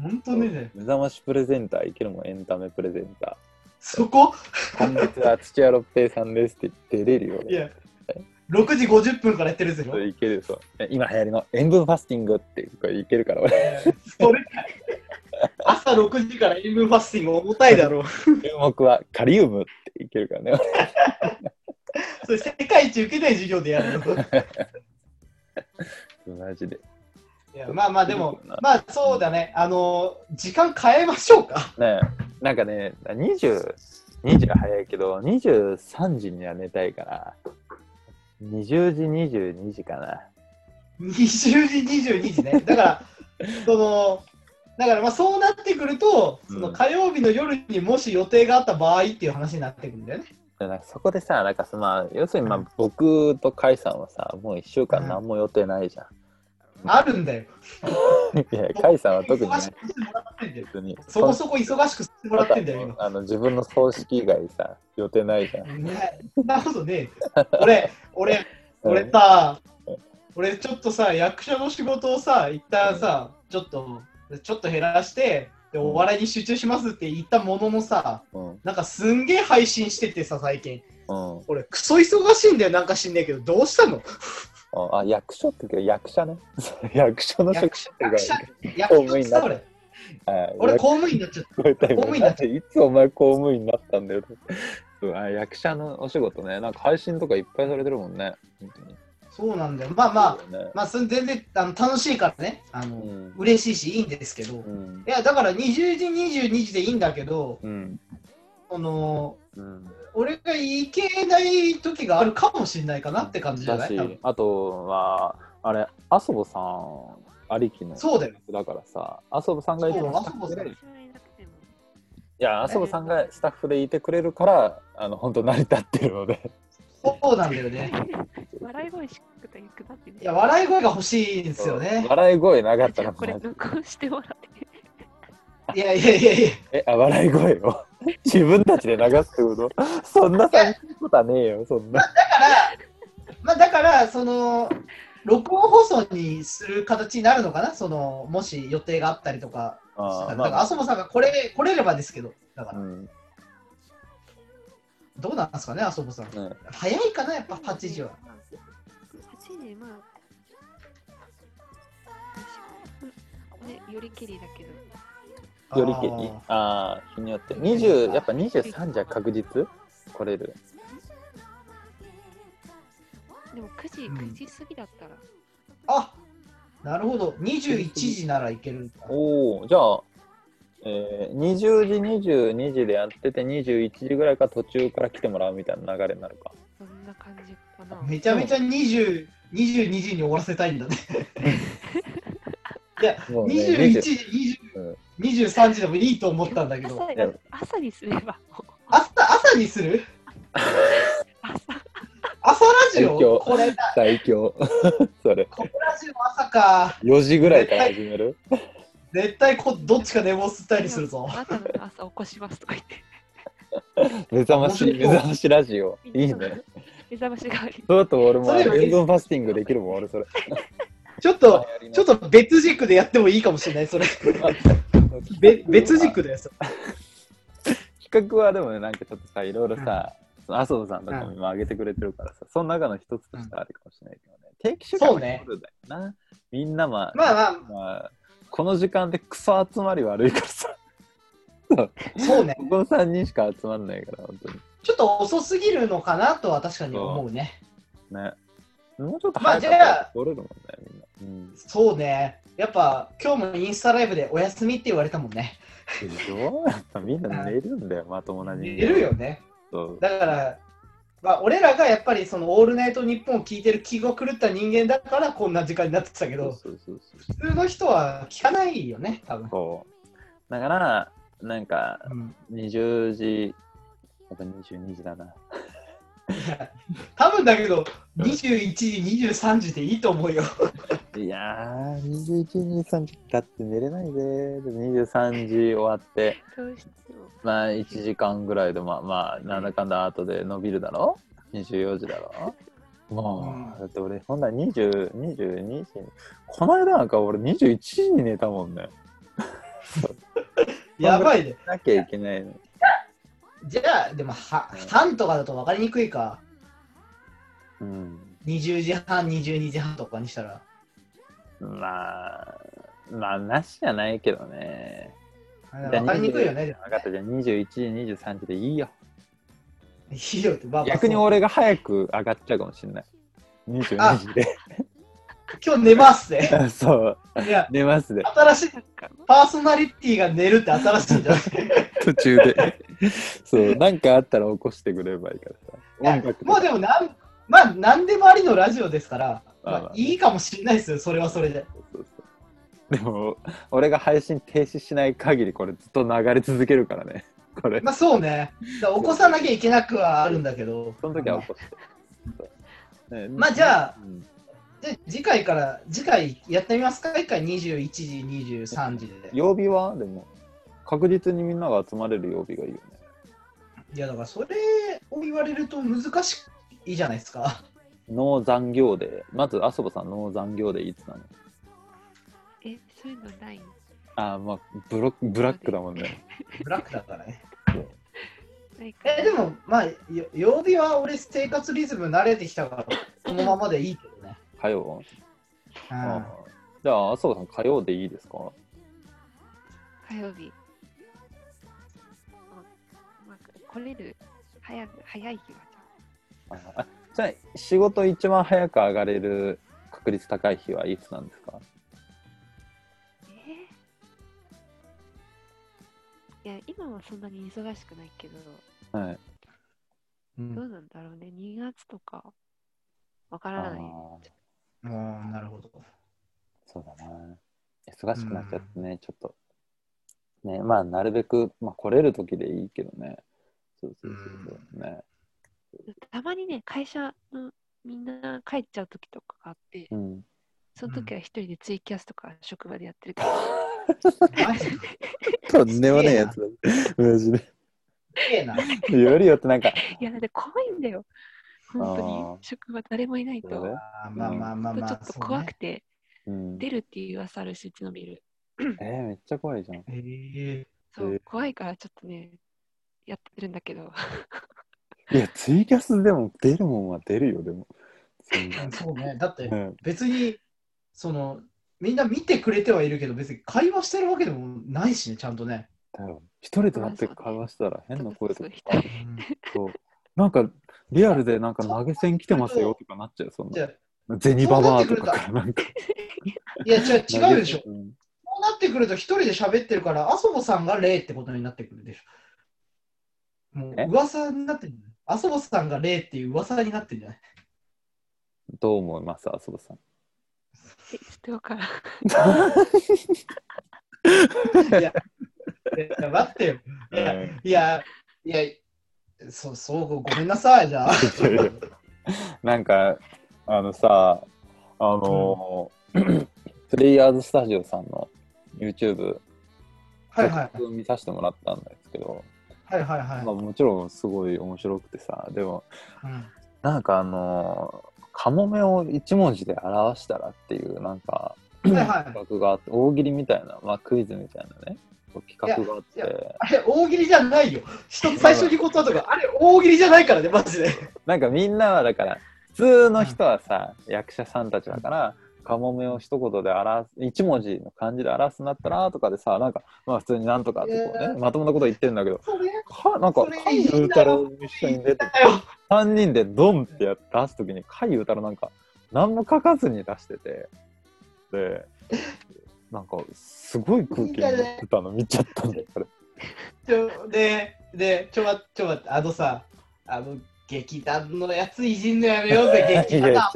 A: 本当にね。
B: 目覚ましプレゼンターいけるもんエンタメプレゼンタ
A: そこ
B: ー今月は土屋六平さんですって出れるよ
A: いや、6時50分からやってるぜ
B: そ
A: よ。
B: れいけるそうえ今流行りの塩分ファスティングってこれいけるから俺
A: それかい朝6時から塩分ファスティング重たいだろう。
B: 注目はカリウムっていけるからね
A: それ世界一受けない授業でやる [laughs] の。
B: 俺マジで
A: いやまあまあでも、まあそうだね。あの、時間変えましょうか。
B: ねえなんかね2020は早いけど23時には寝たいから20時22時かな
A: 20時、22時ね。だから、その、だからまあそうなってくると、その火曜日の夜にもし予定があった場合っていう話になってくるんだよね。
B: でなんかそこでさなんかそのまあ要するにまあ僕と甲斐さんはさもう1週間何も予定ないじゃん、
A: あるんだよ。
B: いや甲斐さん [laughs] は特にね
A: 忙しくしてもらってんだよ。
B: 別に
A: そこそこ忙しくしてもらってんだよ、今。
B: あの自分の葬式以外さ予定ないじゃん
A: ねそんなことねえ。俺、俺、俺
B: うん
A: さ、俺ちょっとさ、役者の仕事をさ、一旦さ、ちょっと、ちょっと減らして、で、
B: うん
A: お笑いに集中しますって言ったもののさ、
B: うん
A: なんかすんげえ配信しててさ、最近。
B: うん
A: 俺、クソ忙しいんだよ、なんか知んねえけど、どうしたの
B: ああ役所って言うけど役者ね [laughs] 役所の職
A: 役者
B: 種、
A: 役者、役
B: 公務員
A: 者
B: にな
A: さ、
B: った
A: 俺。
B: はい
A: 俺、公務員になっちゃった。
B: 公
A: 務員になっ
B: いつお前公務員になったんだよ。そうあ役者のお仕事ね、なんか配信とかいっぱいされてるもんね。本当に
A: そうなんだよ。まあまあ、
B: あ、ね
A: まあ、それ全然あの楽しいからね、あの、
B: うん
A: 嬉しいし、いいんですけど、い
B: うん
A: や、だから20時、22時でいいんだけど、
B: うん
A: その、
B: うん
A: 俺が行けない時があるかもしれないかなって感じじゃな
B: だ
A: い多分
B: しあとはあれ阿蘇ぼさんありきの
A: そうだよ。
B: だからさ阿蘇ぼさんがいても
A: そう
B: スタッフ
A: 麻生さん
B: でい
D: 一緒にいなくても。
B: や阿蘇ぼさんがスタッフでいてくれるからあの本当成り立ってるので
A: そうなんだよね。
D: [laughs] 笑い声しかと役立ってね。
A: いや、笑い声が欲しいんですよね。
B: 笑い声なかっ
D: じ
B: た
D: ゃあ
B: ら
D: これ録音してもらって。
A: いやいやいやいや。
B: えあ笑い声 [laughs] を自分たちで流すってことそんな寂しいことはねえよそんな
A: まあ、だから、その、録音放送にする形になるのかなその、もし予定があったりとかし
B: あ
A: たら。
B: ー
A: だから、
B: まあ
A: あそもさんがこれ、来れればですけど、だか
B: う
A: ら、
B: ん
A: どうなんですかね、あそもさん。
B: ね
A: 早いかな、やっぱ8時は。。
D: 8時、まあ。ね、よりきりだけど。
B: よりけに
A: あ
B: ああ日によって20やっぱ23じゃ確実来れる
D: でも9時、
A: うん
D: 9時過ぎだったら。
A: ーあなるほど。21時ならいけるんだ。
B: おおじゃあ、えー、20時22時でやってて21時ぐらいから途中から来てもらうみたいな流れになるか
D: そんな感じかな。
A: めちゃめちゃ20 22時に終わらせたいんだね。
B: もうね
A: 21時、
B: うん
A: 20 23時でもいいと思ったんだけど、
D: 朝
B: や
D: 朝にすれば。
A: 朝朝にする
D: 朝
A: 朝ラジ
B: 最強
A: オこれだ、
B: 最強 [laughs] それ
A: ここラジオ朝か。
B: 4時ぐらいから始める
A: 絶対こどっちか寝坊したりするぞ
D: あ。なたの朝起こしますとか言って。
B: 目覚まし
A: 本当に
B: 目覚ましラジオいいね。
D: 目覚まし代わり。
B: そうだと俺も
A: それより
B: 塩分ファスティングできるもん俺それ
A: [laughs] ちょっと、ちょっと別軸でやってもいいかもしれない、 [laughs] それ。
B: [laughs]
A: べ別軸でやつ。
B: 企画はでもねなんかちょっとさいろいろさ、その麻生さんとかも今上げてくれてるからさ、その中の一つとしてはあるかもしれないけどね、定期集会
A: そう
B: の
A: ね
B: ことだよなみんなまあ、
A: まあまあ、
B: まあこの時間でクソ集まり悪いからさ
A: [laughs] そうね。
B: ここの3人しか集まんないから本当に
A: ちょっと遅すぎるのかなとは確かに思うね。
B: ねもうちょっと
A: まあ
B: 早く
A: じゃあ
B: 取れるもんねみんなうん
A: そうね。やっぱ今日もインスタライブでお休みって言われたもんね。
B: でしょ [laughs] やっぱみんな寝るんだよまともな人
A: い
B: 間
A: るよね。
B: そう
A: だから、まあ、俺らがやっぱりその「オールナイトニッポン」を聞いてる気が狂った人間だからこんな時間になってたけ
B: そう
A: ど
B: そうそうそう
A: 普通の人は聞かないよね多分、
B: そうだからなんか
A: うん、
B: 20時やっぱ22時だな
A: 多分だけど21時23時でいいと思うよ
B: いやー、21、23時だって寝れないぜ。で23時終わって、
D: どうしても。
B: まあ1時間ぐらいで、まあまあ、なんだかんだ後で伸びるだろ ?24 時だろも
A: う
B: う、
A: ん
B: だって俺、ほんなら20、22時この間なんか俺21時に寝たもんね。
A: やばいね
B: なきゃいけないの。
A: じゃあでもは半とかだと分かりにくいか
B: うん。
A: 20時半22時半とかにしたら
B: まあ、まあ、なしじゃないけどね。
A: 分かりにくいよねでも
B: 分かった、じゃあ21時、23時でいいよ。
A: いいよって、まあまあ
B: 逆に
A: そう
B: 俺が早く上がっちゃうかもしれない。22
A: あ
B: 時で。
A: 今日寝ます
B: [laughs]
A: ね
B: そう、
A: いや
B: 寝ますで、
A: 新しい
D: なんか、
A: パーソナリティが寝るって新しいじ
B: [laughs]
A: ゃん
B: 途中で。 [laughs] そう、なんかあったら起こしてくれればいいからさ。
A: いや
B: 音楽
A: もうでもなん、まあ、なんでもありのラジオですから、ま
B: まあま
A: あ
B: あ、
A: いいかもしれないですよ、それはそれで。
B: そうそうでも、俺が配信停止しない限り、これずっと流れ続けるからね。これ、
A: まあ、そうね。だから起こさなきゃいけなくはあるんだけど。
B: その時は起こして。そうね
A: まあじゃあ
B: うん
A: で次回から、次回やってみますか一回21時、23時で。
B: 曜日はでも、確実にみんなが集まれる曜日がいいよね。
A: いや、だからそれを言われると難しいじゃないですか。 [laughs]
B: ノー残業で、まず、あそぼさん、ノー残業でいつなの
D: え、そういうのないの
B: あー、まあ、ブロック、ブラックだもんね。
A: ブラックだからね。
D: ないか
A: え、でも、まあ、よ曜日は俺、生活リズム慣れてきたから、このままでいいけどね。
B: 火曜、
A: う
B: あ
A: ん
B: ーじゃあ、麻生さん、火曜でいいですか
D: 火曜日。あまあ、来れる早く早い日はじゃ
B: あじゃあ仕事一番早く上がれる確率高い日はいつなんですか
D: えーいや、今はそんなに忙しくないけど、
B: はい。
A: うん
D: どうなんだろうね。2月とか、わからない。
B: あー
A: もうなるほど。
B: そうだね。忙しくなっちゃってね、ちょっと。ね、まあ、なるべく、まあ、来れる時でいいけどね。そうそうそうそう。ね。
D: たまにね、会社のみんな帰っちゃう時とかがあって、
B: [laughs] うん。
D: その時は一人でツイキャスとか職場でやってるけど、
A: [laughs] マジです
B: とんでもねえやつだ。マジで。
A: げえな。
B: よりよって [laughs] なんか、
D: いや、だって怖いんだよ。本当
B: あー
D: に、職場誰もいないと。ち
B: そう
D: ょ
B: ね
A: あーまあまあまあまあ、
D: っと怖くて、
B: うん、
D: 出るっていう噂あるし、うちのビル。
B: えー、めっちゃ怖いじゃん。
A: そうね。え
D: そう、
B: えー
D: 怖いからちょっとね、やってるんだけど、
B: いや、ツイキャスでも出るもんは出るよ、でも。そんな
A: ーそうね。だって
B: う、ん
A: 別に、その、みんな見てくれてはいるけど、別に会話してるわけでもないしね、ちゃんとね。
B: だよ一人となって会話したら
D: [laughs]
B: 変な声と
D: そう
B: か
D: そう一人
B: そうなんかリアルでなんか投げ銭来てますよとかなっちゃうそん
A: じゃ
B: な
A: あ
B: 銭ババアとかからなんか
A: いや、違う違うでしょ。こ
B: 投げ銭
A: うなってくると、一人で喋ってるから、あそぼさんが霊ってことになってくるでしょ。もう
B: え
A: 噂になってる。あそぼさんが霊っていう噂になってるんじゃない [laughs]
B: うんどう思いますあそぼさん
D: えちょっとわからん。
A: いや、待ってよ。いや、
B: うん
A: いや、いや、そう、そう、ごめんなさい、じゃ [laughs] あ。
B: いやいや [laughs] なんかあのさあのープレイヤーズスタジオさんの YouTube
A: はいはい。
B: を見させてもらったんですけど、
A: はいはいはい。
B: まあ、もちろんすごい面白くてさでも
A: うん
B: なんかあのーカモメを一文字で表したらっていうなんか
A: はいはい
B: 企画があって大喜利みたいな、まあ、クイズみたいなね企画があっ
A: いやい
B: て
A: あれ、大喜利じゃないよ。一つ最初に言葉と [laughs] か、あれ、大喜利じゃないからね、マジで。
B: なんかみんなはだから普通の人はさ役者さんたちだからカモメを一言で表す一文字の漢字で表すんだったらとかでさなんかまあ普通になんとかってこう
A: いや
B: ねまともなこと言ってるんだけど
A: それ、
B: かなんか
A: それ
B: 甲斐ゆうたろう一緒に出て
A: だよ。
B: 3人でドンってやって出す時に甲斐ゆうたろうなんか何も書かずに出しててでなんかすごい空気になってたの見ちゃったんだよこれ。
A: ちょで、で、ちょま、ちょま、あのさ、あの、劇団のや [laughs] ついじんのやめようぜ、劇団だ。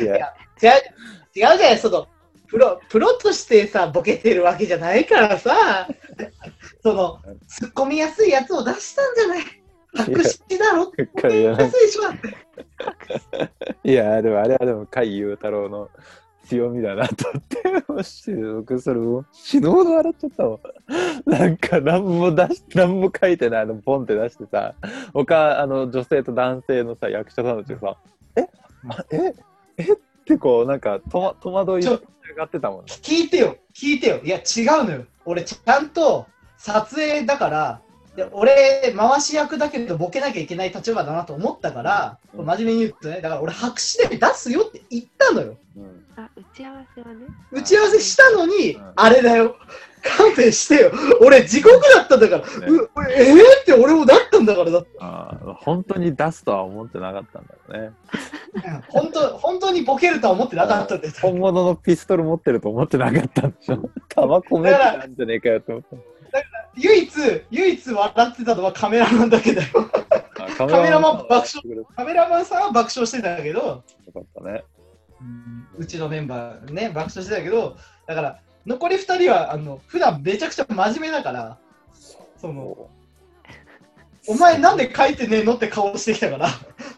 B: い
A: 違う、
B: や
A: 違うじゃない、その、プロ、プロとしてさ、ボケてるわけじゃないから
B: [laughs]
A: さ、その、突っ込みやすいやつを出したんじゃない。白紙だろって。
B: いやいやなんか
A: 安いでしょだって
B: いやでもあれはでも甲斐優太郎の強みだなと思ってもうし僕それもう死ぬほど笑っちゃったもんなんか何も出し何も書いてないのポンって出してさ他あの女性と男性のさ役者さんたちがさ「えあええっ?」てこうなんかとま戸惑い
A: ちょ
B: 上がってたもんね
A: 聞いてよ、聞いてよ。いや、違うのよ。俺、ちゃんと撮影だから、いや俺、回し役だけど、ボケなきゃいけない立場だなと思ったから、
B: うん
A: 真面目に言うとね、だから俺、白紙で出すよって言ったのよ。
B: うん
D: あ、打ち合わせはね、
A: 打ち合わせしたのに、
B: うん
A: あれだよ。勘弁してよ。俺、地獄だったんだから。
B: ね
A: う俺えーって俺もなったんだからだって。
B: あー本当に出すとは思ってなかったんだろうね
A: 本当、本当にボケるとは思ってなかったんです。
B: 本物のピストル持ってると思ってなかったんでしょ弾込めてたんじゃねえかよって思った
A: 唯一、唯一笑ってたのはカメラマンだけだよ。
B: あカ
A: メラマン爆笑
B: してくれ
A: カメラマンさんは爆笑してたんだけど、
B: よかったね。
A: うちのメンバーね、爆笑してたけど、だから、残り2人は、あの、普段めちゃくちゃ真面目だから、その、お前なんで書いてねえのって顔してきたから、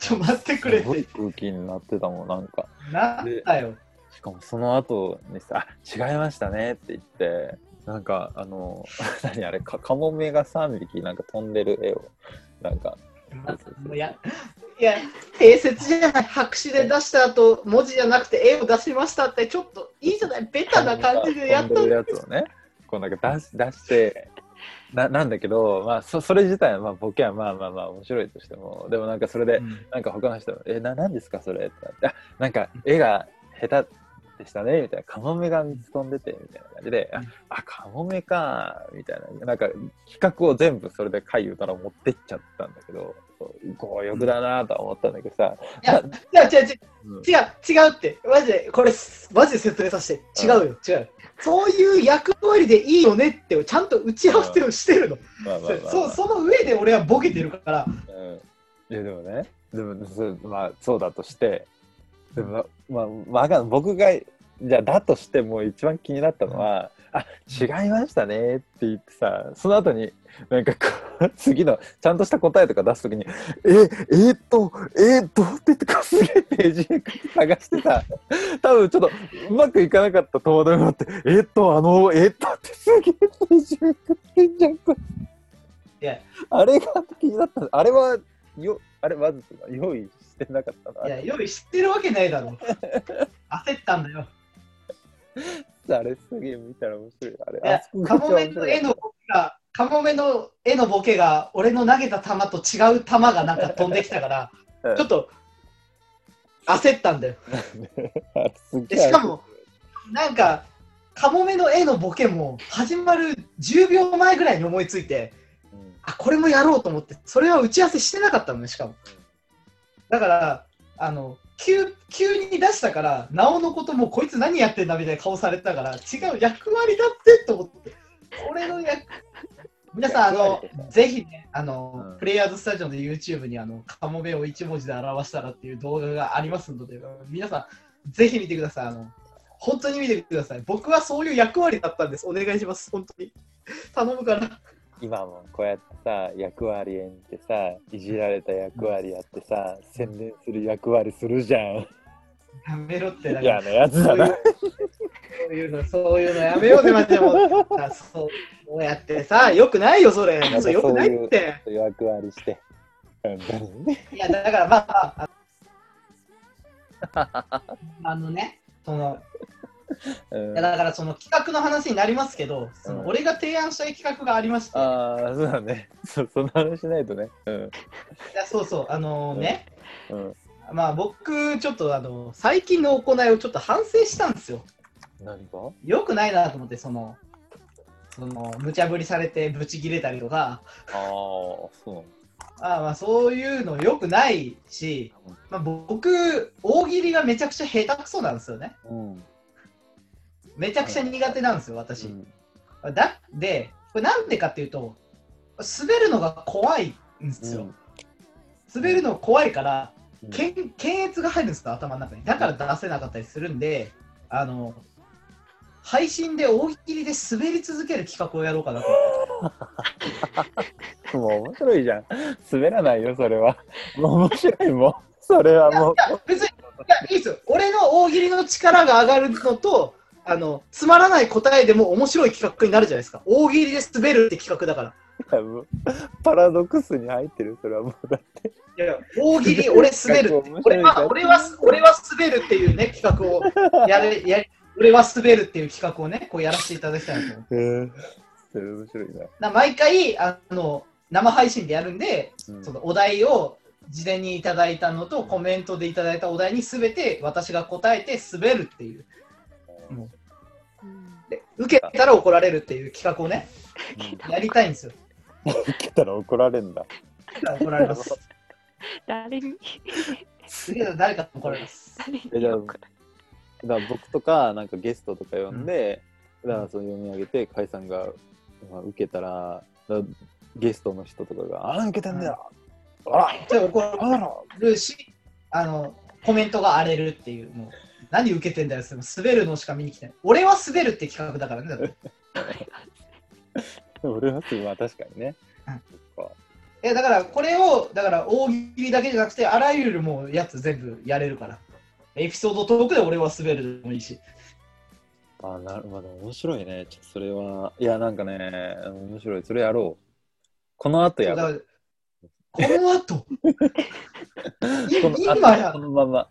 A: ちょ、待ってくれ
B: すご
A: て
B: い。空気になってたもん、なんか。
A: なったよ。
B: しかもその後にさ、あ違いましたねって言って、なんか、あの、 [laughs] 何あれ、かカモメが3匹なんか飛んでる絵を、なんか、
A: いや、いや、定説じゃない、白紙で出した後、文字じゃなくて絵を出しましたって、ちょっといいじゃない、ベタな感じでやった
B: 飛ん
A: の
B: でるやつをね、こうなんか出し出して、ななんだけど、まあそ、それ自体は、まあ、ボケはまあまあまあ面白いとしても、でもなんかそれで、なんか他の人が、え、な、なんですかそれってなって、あ、なんか絵が下手でしたねみたいな、カモメが3つ飛んでて、みたいな感じで、あ
A: うん、
B: あカモメか、みたいな、なんか企画を全部それで海優太郎持ってっちゃったんだけど、強欲だなとは思ったんだけどさ、
A: いや、違う違う違
B: うん
A: う、違うって。マジで、これ、マジで説明させて。違うよ、違うよ。そういう役割でいいよねって、ちゃんと打ち合わせをしてるの。
B: まあまあまあ
A: [laughs]
B: まあ
A: そうその上で俺はボケてるから、
B: うんいやでもねでもそうまあそうだとしてでもまあ、まあわかんない、僕がじゃあだとしても一番気になったのは「あ違いましたね」って言ってさその後になんかこう [laughs] 次のちゃんとした答えとか出す時に「ええー、っとえー、っと」って言ってこうすげえページめくって探してさ多分ちょっとうまくいかなかった戸惑いもあって「えー、っとあのえー、っと」ってすげえページめくってんじゃんこ
A: いや
B: れ。あれが気になったあれはよあれわずか用意してなかったない
A: や、用意してるわけないだろ。焦ったんだよ。
B: あれすげえ見たら面白い。あれ、
A: いや
B: あそこ、が
A: カ
B: 一
A: モ
B: 番
A: メ
B: 面白
A: の
B: い
A: 絵のボケが、カモメの絵のボケが、俺の投げた球と違う球がなんか飛んできたから、
B: [laughs] うん
A: ちょっと焦ったんだよ。
B: [laughs] あれすげ
A: で
B: え
A: しかも、なんか、カモメの絵のボケも始まる10秒前ぐらいに思いついて、
B: うん
A: あ、これもやろうと思って、それは打ち合わせしてなかったのね、しかも。だから、あの、急急に出したから、なおのこともうこいつ何やってんだみたいな顔されてたから、違う役割だってと思って、これの
B: [laughs]
A: 役、皆さん、あの
B: 役割ですね、
A: ぜひね、あの、
B: うん
A: プレイヤーズスタジオの YouTube に、あの、カモメを一文字で表したらっていう動画がありますので、皆さん、ぜひ見てください。あの、本当に見てください。僕はそういう役割だったんです。お願いします。本当に。頼むから。
B: 今もこうやってさ、役割演じてさ、いじられた役割やってさ、宣伝する役割するじゃん。
A: やめろって、だから
B: 嫌なやつだな。
A: そういうの、そういうのやめようぜ、マジでもう。さそうそうやってさ、よくないよ、それ
B: ん。か
A: そうよくないって。
B: 役割して。本当にね
A: いや、だからまあ、まあああのね、その、
B: う
A: い
B: ん
A: やだからその企画の話になりますけど、その
B: うん
A: 俺が提案したい企画がありまして、い
B: ああ、そうだね。そその話しないとね。うん。
A: やそうそう、あのね、
B: うん、
A: まあ僕、ちょっとあの、最近の行いをちょっと反省したんですよ。
B: 何が
A: よくないなと思って、その、その、無茶ぶりされてブチ切れたりとか、
B: ああ、そうなの
A: ああまあそういうのよくないし、まあ、僕大喜利がめちゃくちゃ下手くそなんですよね
B: うん。
A: めちゃくちゃ苦手なんですよ私、
B: うん
A: だでこれなんでかっていうと滑るのが怖いんですよ、滑るの怖いから
B: うん
A: けん検閲が入るんですよ頭の中にだから出せなかったりするんであの配信で大喜利で滑り続ける企画をやろうかなと思って
B: もう面白いじゃん。 [laughs] 滑らないよ、それは。もう面白いもん。それはもう。
A: 別に、いや、いいですよ。俺の大喜利の力が上がるのと、あの、つまらない答えでも面白い企画になるじゃないですか。大喜利で滑るって企画だから。
B: もうパラドックスに入ってる、それはもう。だって。
A: いやいや大喜利、俺滑るって
B: 面白い。
A: 俺は、俺は、俺は滑るっていうね、企画をや [laughs] れ、やれ、俺は滑るっていう企画をね、こうやらせていただきたいなと思って。
B: うんそれ面白いな。
A: な毎回、あの、生配信でやるんで、
B: うん
A: そのお題を事前にいただいたのと、コメントでいただいたお題に全て私が答えて滑るっていう。
D: うん
A: で受けたら怒られるっていう企画をね、やりたいんですよ。
B: 受けたら怒られん [laughs] だ。
A: 怒られます。
D: 誰に
A: すげえ誰か怒られます。
D: 誰に
B: えじゃあ
D: 怒ら
B: だから僕とか、なんかゲストとか呼んで、だからその読み上げて、甲斐さんが、まあ、受けたら、だゲストの人とかが、ああ、受けたんだよ。あら、
A: じゃあ
B: あ
A: 怒
B: らら。
A: るし、あのコメントが荒れるっていう、もう何受けてんだよ、その滑るのしか見に来てない。俺は滑るって企画だからねだって。
B: 俺はすぐ、まあ確かにね。
A: うん
B: そっか
A: いやだからこれを、だから大喜利だけじゃなくて、あらゆるもうやつ全部やれるから。エピソードトークで俺は滑るでもいいし。
B: あなるほど、面白いね。ちょっとそれは、いや、なんかね、面白い。それやろう。この後や
A: だか
B: ろう。
A: らこの後、い
B: この後
A: 今や
B: このまま。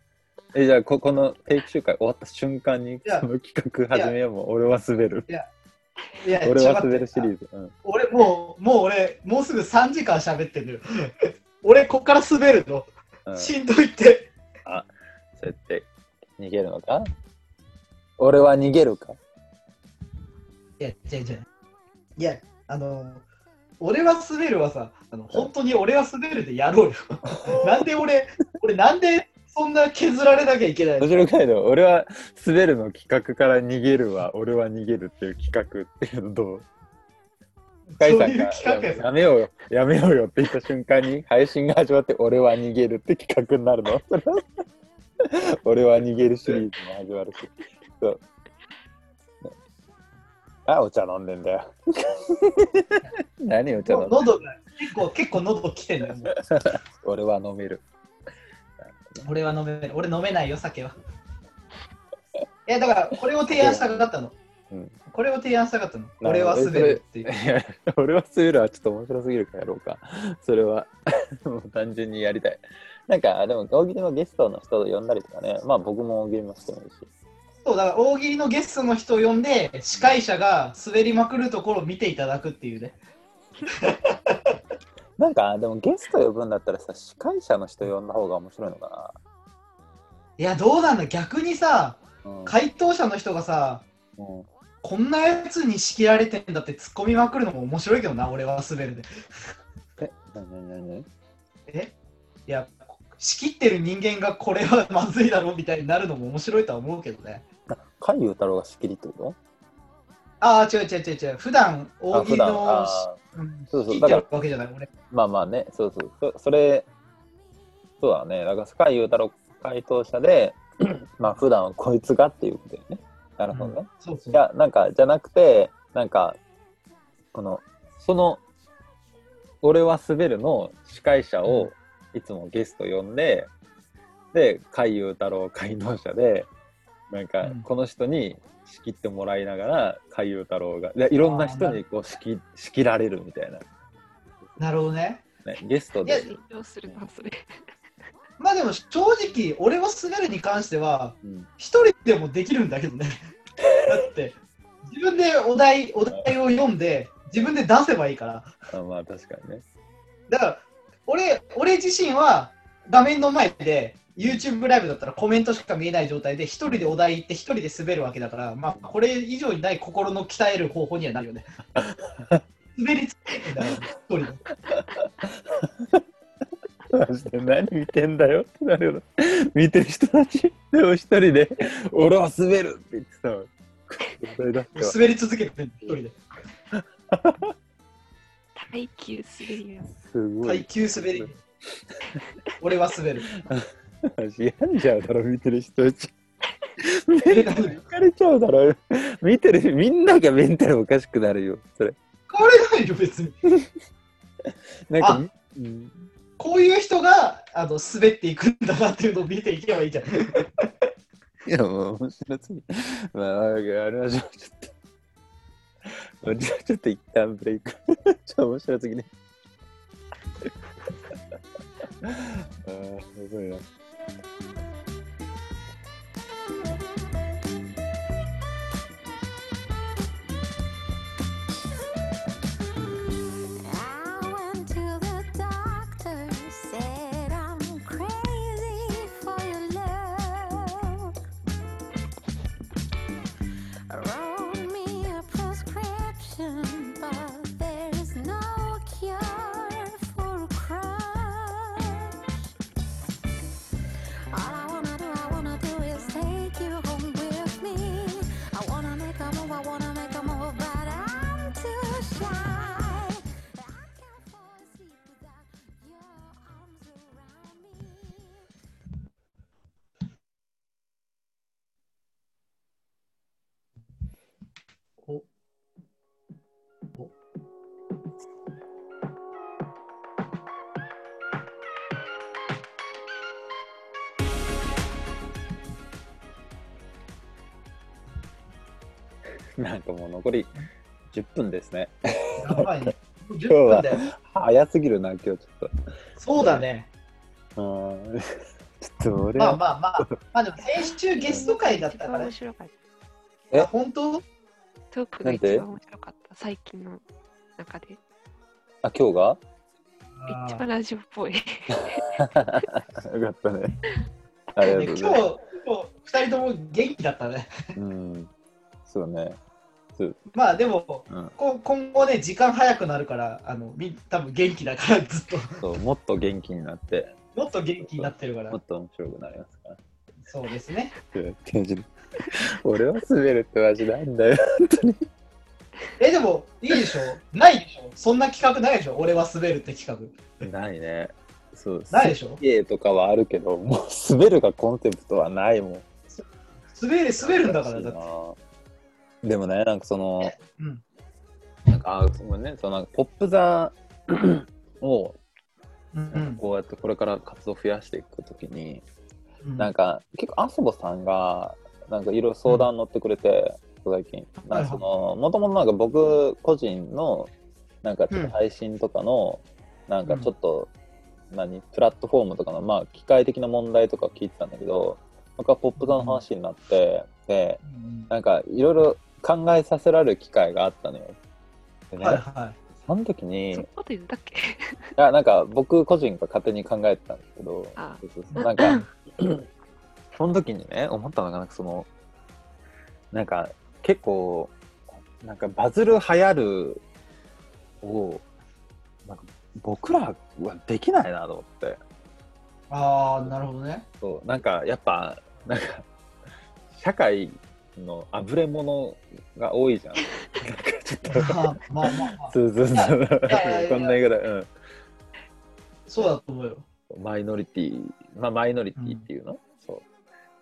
B: え、じゃあ、ここの定期集会終わった瞬間に、
A: や
B: その企画始めようもう。俺は滑る。
A: いや
B: [laughs] 俺は滑る
A: ちょっと待
B: シ
A: って
B: リーズ。うん、
A: 俺もう、もう俺、もうすぐ3時間喋ってる。 [laughs] 俺、こっから滑るの。
B: うん。そう
A: しんどいって。
B: やって、逃げるのか俺は逃げるか
A: いや、違う違う。いや、あの、俺は滑るはさ、あの本当に俺は滑るでや [laughs] ろうよ。なんで俺、俺なんでそんな削られなきゃいけ
B: [laughs]
A: ない
B: 面
A: の
B: 白くないの俺は滑るの企画から逃げるは俺は逃げるっていう企画っていうのどう深井さん
A: そ
B: が
A: ういう企画や
B: やめようよやめようよって言った瞬間に配信が始まって俺は逃げるって企画になるの俺は逃げるシリーズも始まるしそうあお茶飲んでんだよ [laughs] 何お茶飲んでんだよ
A: 喉が結構、結構喉きてんだよ。もう
B: 俺は飲める
A: 俺は飲めない。俺飲めないよ、酒は。いや、だからこれを提案したかったの。
B: うん
A: これを提案したかったの。
B: な
A: 俺
B: るほ
A: は
B: ど
A: 滑るっていう。
B: いや [laughs] 俺はそういうのはちょっと面白すぎるからやろうか。それは、 [laughs] もう単純にやりたい。なんか、でも、大喜利のゲストの人を呼んだりとかね、まあ僕も大喜利もしてもいいし。
A: そう、だから大喜利のゲストの人を呼んで、司会者が滑りまくるところを見ていただくっていうね。
B: なんか、でもゲスト呼ぶんだったらさ、司会者の人呼んだ方が面白いのか
A: いや、どうなんだ逆にさ、
B: な。うん
A: 回答者の人がさ、
B: うん
A: こんなやつに仕切られてんだって突っ込みまくるのも面白いけどな、俺は滑るで。
B: え、なになになに
A: えいや、仕切ってる人間がこれはまずいだろみたいになるのも面白いとは思うけどね。
B: 海優太郎が仕切りってこと
A: ああ、違う違う違う違う。普段
B: あ
A: 大喜利
B: 普段
A: の
B: あ
A: し
B: ー
A: うん
B: そうそう
A: 仕切ってるわけじゃない、俺。
B: まあまあね、そうそう、そそれ、そうだね、だから、深井雄太郎回答者で、 [clears throat] まあ、普段はこいつがっていうことよね。なるほどね。
A: うんそうそう
B: い。や、なんか、じゃなくて、なんか、この、その、俺は滑るの司会者をいつもゲスト呼んで、で、海遊太郎回答者で、なん
A: う
B: か
A: ん、
B: この人に仕切ってもらいながら、海遊太郎が、いやいろんな人にこう仕切仕切られるみたいな、
A: なるほどね。
B: ね、ゲスト
A: いや
B: で。
D: 緊張するな、それ。
A: まあでも正直、俺は滑るに関しては、
B: うん
A: 一人でもできるんだけ
B: [laughs]
A: どね。だって、自分でお題お題を読んで、自分で出せばいいから。
B: あまあ確かにね。
A: だから、俺俺自身は画面の前で、YouTube ライブだったらコメントしか見えない状態で、一人でお題言って、一人で滑るわけだから、まあ、これ以上にない心の鍛える方法にはなるよね。滑りつけんだよ、一人で。
B: マジで何見てんだよってなるよな。見てる人たち、でも一人で、俺は滑るって言ってさ、それだっては
A: 滑り続けてる、一人で。
D: 耐久するや
B: すご
A: 耐
B: い。
A: 久滑り。俺は滑る。
B: 病んじゃうだろ、見てる人たち。目が抜かれちゃうだろよ。見てる人、みんながメンタルおかしくなるよ。それ。
A: 変われないよ、別に。
B: なんか
A: あ、
B: うん
A: こういう人があの滑っていくんだなっていうのを見ていけばいいじゃん。
B: いや、もう面白すぎる。まあ、あれはちょっと。じゃあちょっと一旦ブレイク。 [laughs] ちょっと面白すぎね。 [laughs] ああ、すごいな。
C: I went to the doctor, said I'm crazy for your love. Wrote me a prescription, but there's no cure for a crush. All I wanna do, I wanna do is take you home with me. I wanna make a move, I wanna make a move, but I'm too shy. I can't fall asleep without your arms around me.
B: なんかもう残り10分ですね。
A: やばいね。10
B: 日は
A: 分だよ。
B: 早すぎるな、今日ちょっ
A: そうだね。
B: と。うー [laughs] ん。ちょっと俺
A: まあ
B: は、
A: まあまあ。まあでも先週ゲスト会
D: つ。
A: だっ
D: 一
A: た
D: 番
A: から
D: 面
A: ね。
D: 白かった。
B: え
A: あ本当
D: トークが
B: なん
D: 一
B: で
D: 番面白かった。最近の中で。
B: あ、今日が
D: 一番ラジオっぽい。
B: よかったね。ありが
A: ね
B: と
A: 今
B: う
A: 日、
B: ございま
A: 今日2人とも元気だったね。
B: す。うん。そうね。つ、
A: まあでも、
B: うん
A: こ今後ね、時間早くなるから、あのみ多分元気だから、ずっ
B: [laughs]
A: と、
B: そうもっと元気になって、
A: もっと元気になってるか
B: も
A: ら
B: っ、と面白くなりますから。
A: そうですね。
B: 俺は滑るってマジなんだよ。
A: え、でも、いいでしょないでしょそんな企画ないでしょ俺は滑るって企
B: ないね。そう。
A: 画。ないでしょ
B: ゲーとかはあるけど、もう滑るがコンセプトはないもん。
A: 滑る、滑るんだから、だって。
B: って。でもね、なんかその、
A: うん。
B: なんか、あごめんね、そのなんかポップ座を
A: う
B: なんか
A: ん。
B: こうやってこれから活動増やしていくときに、
A: うん
B: なんか結構アソボさんがなんかいろいろ相談乗ってくれて、最近なんかそのもともとなんか僕個人のなんかちょっと配信とかの、なんかちょっと、何プラットフォームとかのまあ機械的な問題とか聞いてたんだけど僕はポップ座の話になって、で
A: うん
B: なんかいろいろ考えさせられる機会があったのよ。でね、
A: はいは
B: その時に
D: そんなこと言ったっけ
B: いやなんか僕個人が勝手に考えてたんですけど
D: あ
B: そうそうそうなんか [clears throat] その時にね思ったのがなんかそのなんか結構なんかバズる流行るをなんか僕らはできないなと思って
A: い。ああ、なるほどね。
B: そうなんかやっぱなんか社会のあぶれ者が多いじゃん。なんかちょっと
A: まあまあまあま [laughs] あ、
B: そうそうそう
A: やい
B: [laughs]
A: や
B: こんないぐらい。うん
A: そうだと思うよ。
B: マイノリティまあマイノリティっていうの、そ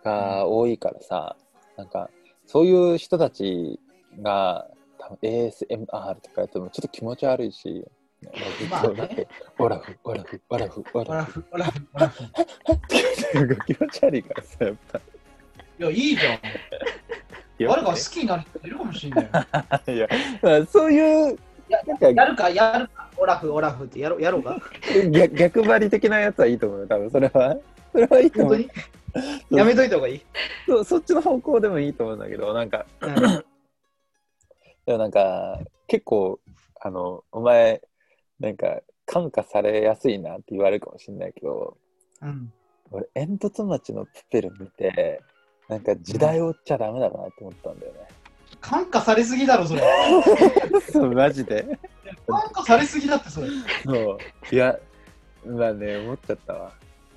B: うが多いからさなんかそういう人たちが多分 ASMR とかやってもちょっと気持ち悪いし、ね
A: まあね。
B: オラフオラフオラフオ
A: オラ
B: ラフ
A: フ、オラフ、オラフ。い
B: って気持ち悪いからさやっ
A: [laughs]
B: ぱ
A: や、いいじゃん。
B: や
A: 誰か好きになる人いるかもしれないよ。
B: っぱねいやまあそういうなんか
A: やるか、やるか、オラフ、オラフってやろやろうか。
B: 逆逆張り的なやつはいいと思うよ多分それはそれはいいと
A: 本
B: 思
A: 当
B: う
A: にやめといた方がいい。
B: そうそっちの方向でもいいと思うんだけどなんか
A: うん
B: でもなんか結構あのお前なんか感化されやすいなって言われるかもしれないけど
A: うん。
B: 俺煙突町のプペル見てなんか時代を追っちゃダメだなと思ったんだよね。
A: 感化されすぎだろ、それ。
B: そうマジで
A: 感化されすぎだって、それ。い
B: そういやまあね思っちゃったわ。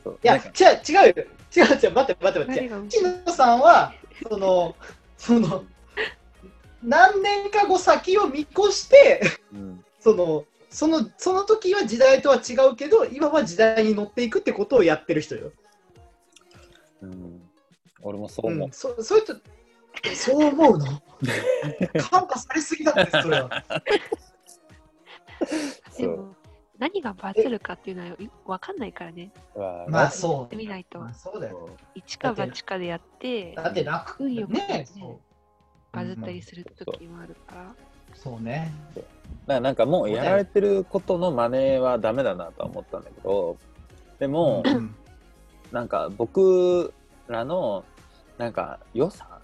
B: そう
A: や、
B: な
A: 違
B: んか
A: う、違うよ。違う、違う、待って、待って、待っ
D: 何
A: て。
D: が面
A: ち
D: 白い
A: のさんは、その、その、何年か後先を見越して、
B: うん
A: その、その、その時は時代とは違うけど、今は時代に乗っていくってことをやってる人よ。
B: うん俺もそう
A: う、。
B: 思うん
A: そそういう人、そう思う [laughs] の感化されすぎだって、それ [laughs] は。
D: で
B: そう
D: も何がバズるかっていうのは分かんないからね。
B: まあ
A: まあ、そ
D: やっ
A: う
D: て。みないと
A: まあ。そうだよ。
B: そう
D: 一か八かでやって、
A: だって楽
D: 運よく
A: ね
D: ね
A: そ
D: バズったりする時もあるから。
A: うそうね
B: だからなんかもうやられてることの真似はダメだなとは思ったんだけどでも、
A: うん
B: なんか僕らのなんか良さ、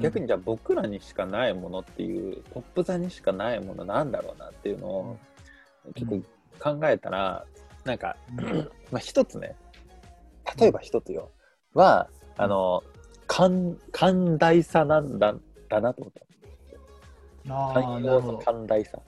B: 逆にじゃあ僕らにしかないものっていうポップ座にしかないものなんだろうなっていうのを結構考えたら、なんか、
A: うん
B: まあ、一つね例えば一つよはあの寛寛大さなんだだなと思った
A: ああ
B: 寛
A: なる
B: 容
A: ほ
B: さ
A: ど
B: 寛大さ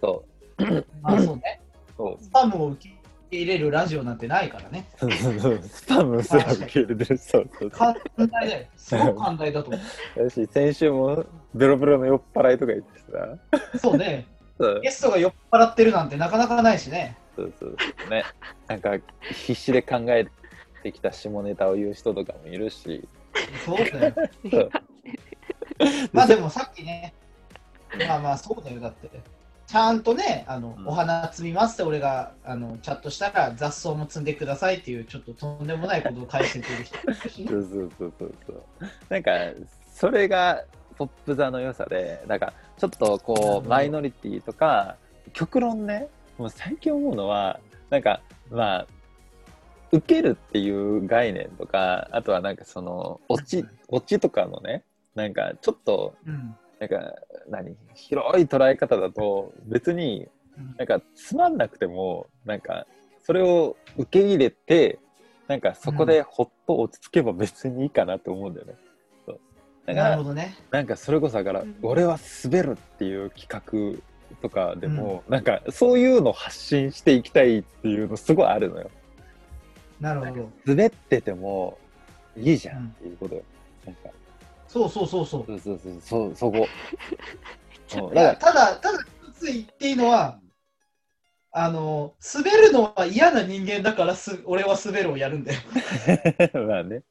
B: そう
A: まあそうね
B: そう
A: スパムを受け入れるラジオなんてないからね
B: そうそうそう [laughs] スパムすら受け入れてる。そうそうそ
A: 寛
B: う。
A: 大だ [laughs] よすごく寛大だと思
B: だし、先週もベロベロの酔っ払いとか言ってさ。
A: うそうね
B: そう
A: ゲストが酔っ払ってるなんてなかなかないしね
B: そうそうそうね。なんか、必死で考えてきた下ネタを言う人とかもいる [laughs] し。
A: そうだよ
B: そう
A: まあでもさっきねまあまあそうだよだってちゃんとねあの、
B: うん
A: お花摘みますって俺があのチャットしたら雑草も摘んでくださいっていうちょっととんでもないことを返してくる人もいるしね [laughs]
B: そうそうそうそうそう。なんか、それがポップ座の良さで、なんか、ちょっとこう、マイノリティとか、極論ね、もう最近思うのは、なんか、まあ、受けるっていう概念とか、あとはなんかその、オチ、オチとかのね、なんか、ちょっと、
A: うん
B: なんか、何、広い捉え方だと、別に
A: うん
B: なんかつまんなくてもなんかそれを受け入れてなんかそこでほっと落ち着けば別にいいかなって思うんだよね。だか
A: なる
B: ら
A: ほどね。
B: なんかそれこそだから、
D: うん
B: 俺は滑るっていう企画とかでも、なんかそういうのを発信していきたいっていうのすごいあるのよ
A: なるほど。
B: 滑っててもいいじゃんっていうことよ、なんか
A: そうそうそうそう。
B: そうそうそうそうそこそう
A: いや
B: だか
A: ただ、ただ一つ言っていいのは、あの、滑るのは嫌な人間だからす、俺は滑るをやるんだよ。
B: ら [laughs] まあね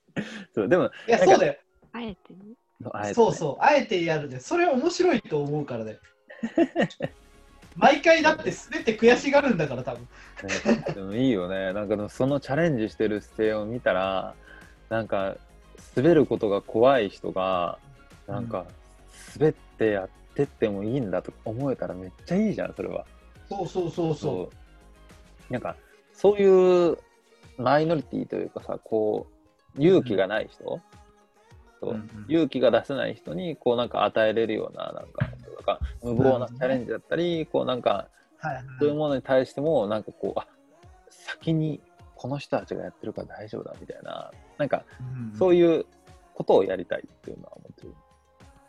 B: そうでも
A: いや、そうだよ。
D: あえてね。
B: あえてね
A: そうそう。あえてやるで、それ面白いと思うからだよ。 [laughs] 毎回だって滑って悔しがるんだから、多分。
B: ねでもいいよねなんかでもそのチャレンジしてる姿勢を見たらなんか滑ることが怖い人がなんか滑ってやってってもいいんだと思えたらめっちゃいいじゃんそれは
A: そうそうそうそう
B: なんかそういうマイノリティというかさこう勇気がない人、そう
A: うんうん
B: 勇気が出せない人にこうなんか与えれるようななんかなんか無謀なチャレンジだったり、こうなんか。
A: はいはい
B: そういうものに対しても、なんかこう、あ先にこの人たちがやってるから大丈夫だみたいな、なんか
A: うん
B: そういうことをやりたいっていうのは思ってる。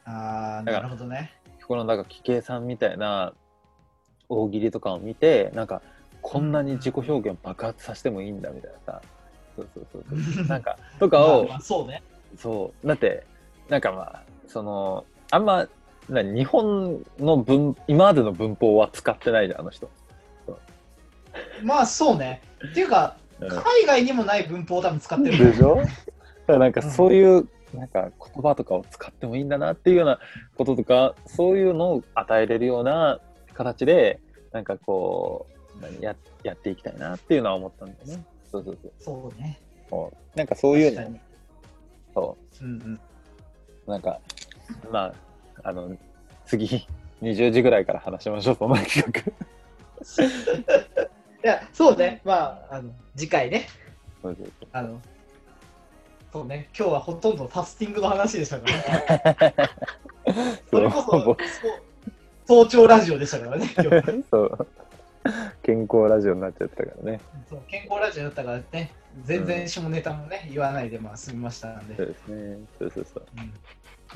A: ああ、なるほどね。
B: このなんか、喜恵さんみたいな大喜利とかを見て、なんか、こんなに自己表現爆発させてもいいんだみたいなさ、そうそうそうそう、なんか、とかを
A: [laughs] まあ、まあそうね。
B: そう、だって、なんかまあ、その、あんま、な日本の文、今までの文法は使ってないじゃん、あの人。
A: まあそうね。っていうか、
B: うん
A: 海外にもない文法を多分使ってる。
B: でしょだからなんかそういう、なんか言葉とかを使ってもいいんだなっていうようなこととかそういうのを与えれるような形でなんかこう何ややっていきたいなっていうのは思ったんだよね。そうそうそう
A: [laughs] そうね。
B: そうなんかそういう
A: 確か
B: の
A: に
B: そ
A: うんうん。
B: うなんかまああの次20時ぐらいから話しましょうその企画。
A: いや、そうね。まあ、あの次回ね。
B: そうそうそう
A: あの、そうね、今日はほとんどファスティングの話でしたからね。それこそ
B: [laughs] そう
A: そう、早朝ラジオでしたからね、今
B: [laughs]
A: 日。
B: そう健康ラジオになっちゃったからね。
A: そう健康ラジオだったからね、全然下ネタもね、言わないでまあ済みましたんで。
B: そうですね。そうそうそう。
A: うん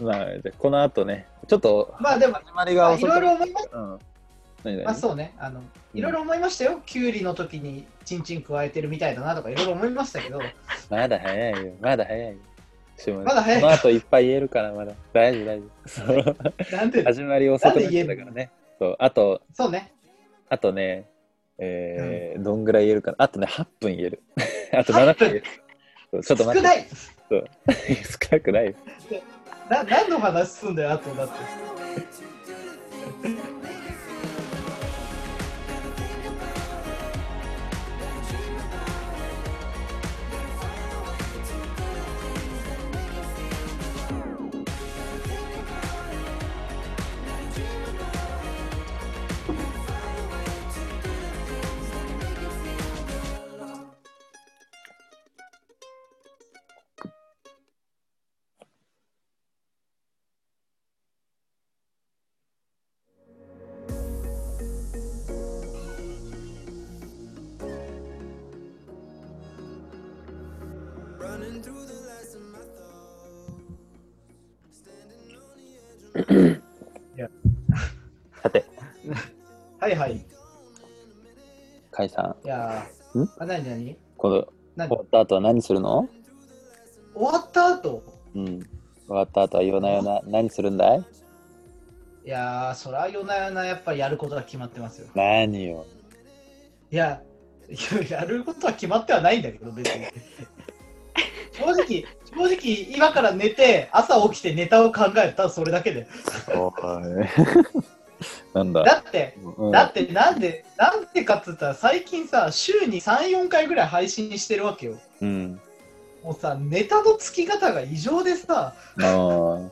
B: まあ、じゃあこの後ね、ちょっと
A: まあでも、
B: 始まり
A: ま
B: が
A: あい
B: 遅く
A: ろいろ思いまし
B: うん。何々
A: た。まあそうね、あの、いろいろ思いましたよ。キュウリの時にチンチン加えてるみたいだなとか、いろいろ思いましたけ
B: [laughs]
A: ど、
B: まだ早いよ。まだ早いよ。しま
A: まだ早い
B: この後いっぱい言えるから、まだ。大丈夫、大丈夫そう。
A: なんで、
B: 始まり遅くなっちゃったからね。そう。あと、
A: そうね、
B: あとね、えーどんぐらい言えるかな。あとね、8分言える。 [laughs] あと7分言える。そうちょっと
A: 少
B: 待って。
A: ない
B: [laughs] 少なくないよ。
A: な何の話すんだよ、あとだって。
E: Running through the last of my thoughts. Standing on the edge of
B: さて、
A: はいはい。い
B: 甲斐さん、
A: や
B: ん
A: ー、あ、何何
B: この
A: 何
B: 終わった後は何するの
A: 終わった後
B: うん。終わった後は夜な夜な何するんだい
A: いやー、そら夜な夜なやっぱやることは決まってますよ。
B: 何よ。
A: いや、いややることは決まってはないんだけど、別に。 [laughs] 正直、正直、今から寝て、朝起きてネタを考えたらそれだけで。
B: おい。 [laughs] なんだ。
A: だって、
B: うん
A: だってなんで、なんでかっつったら、最近さ、週に3、4回ぐらい配信してるわけよ。
B: うん。
A: もうさ、ネタのつき方が異常でさ、
B: あ
A: も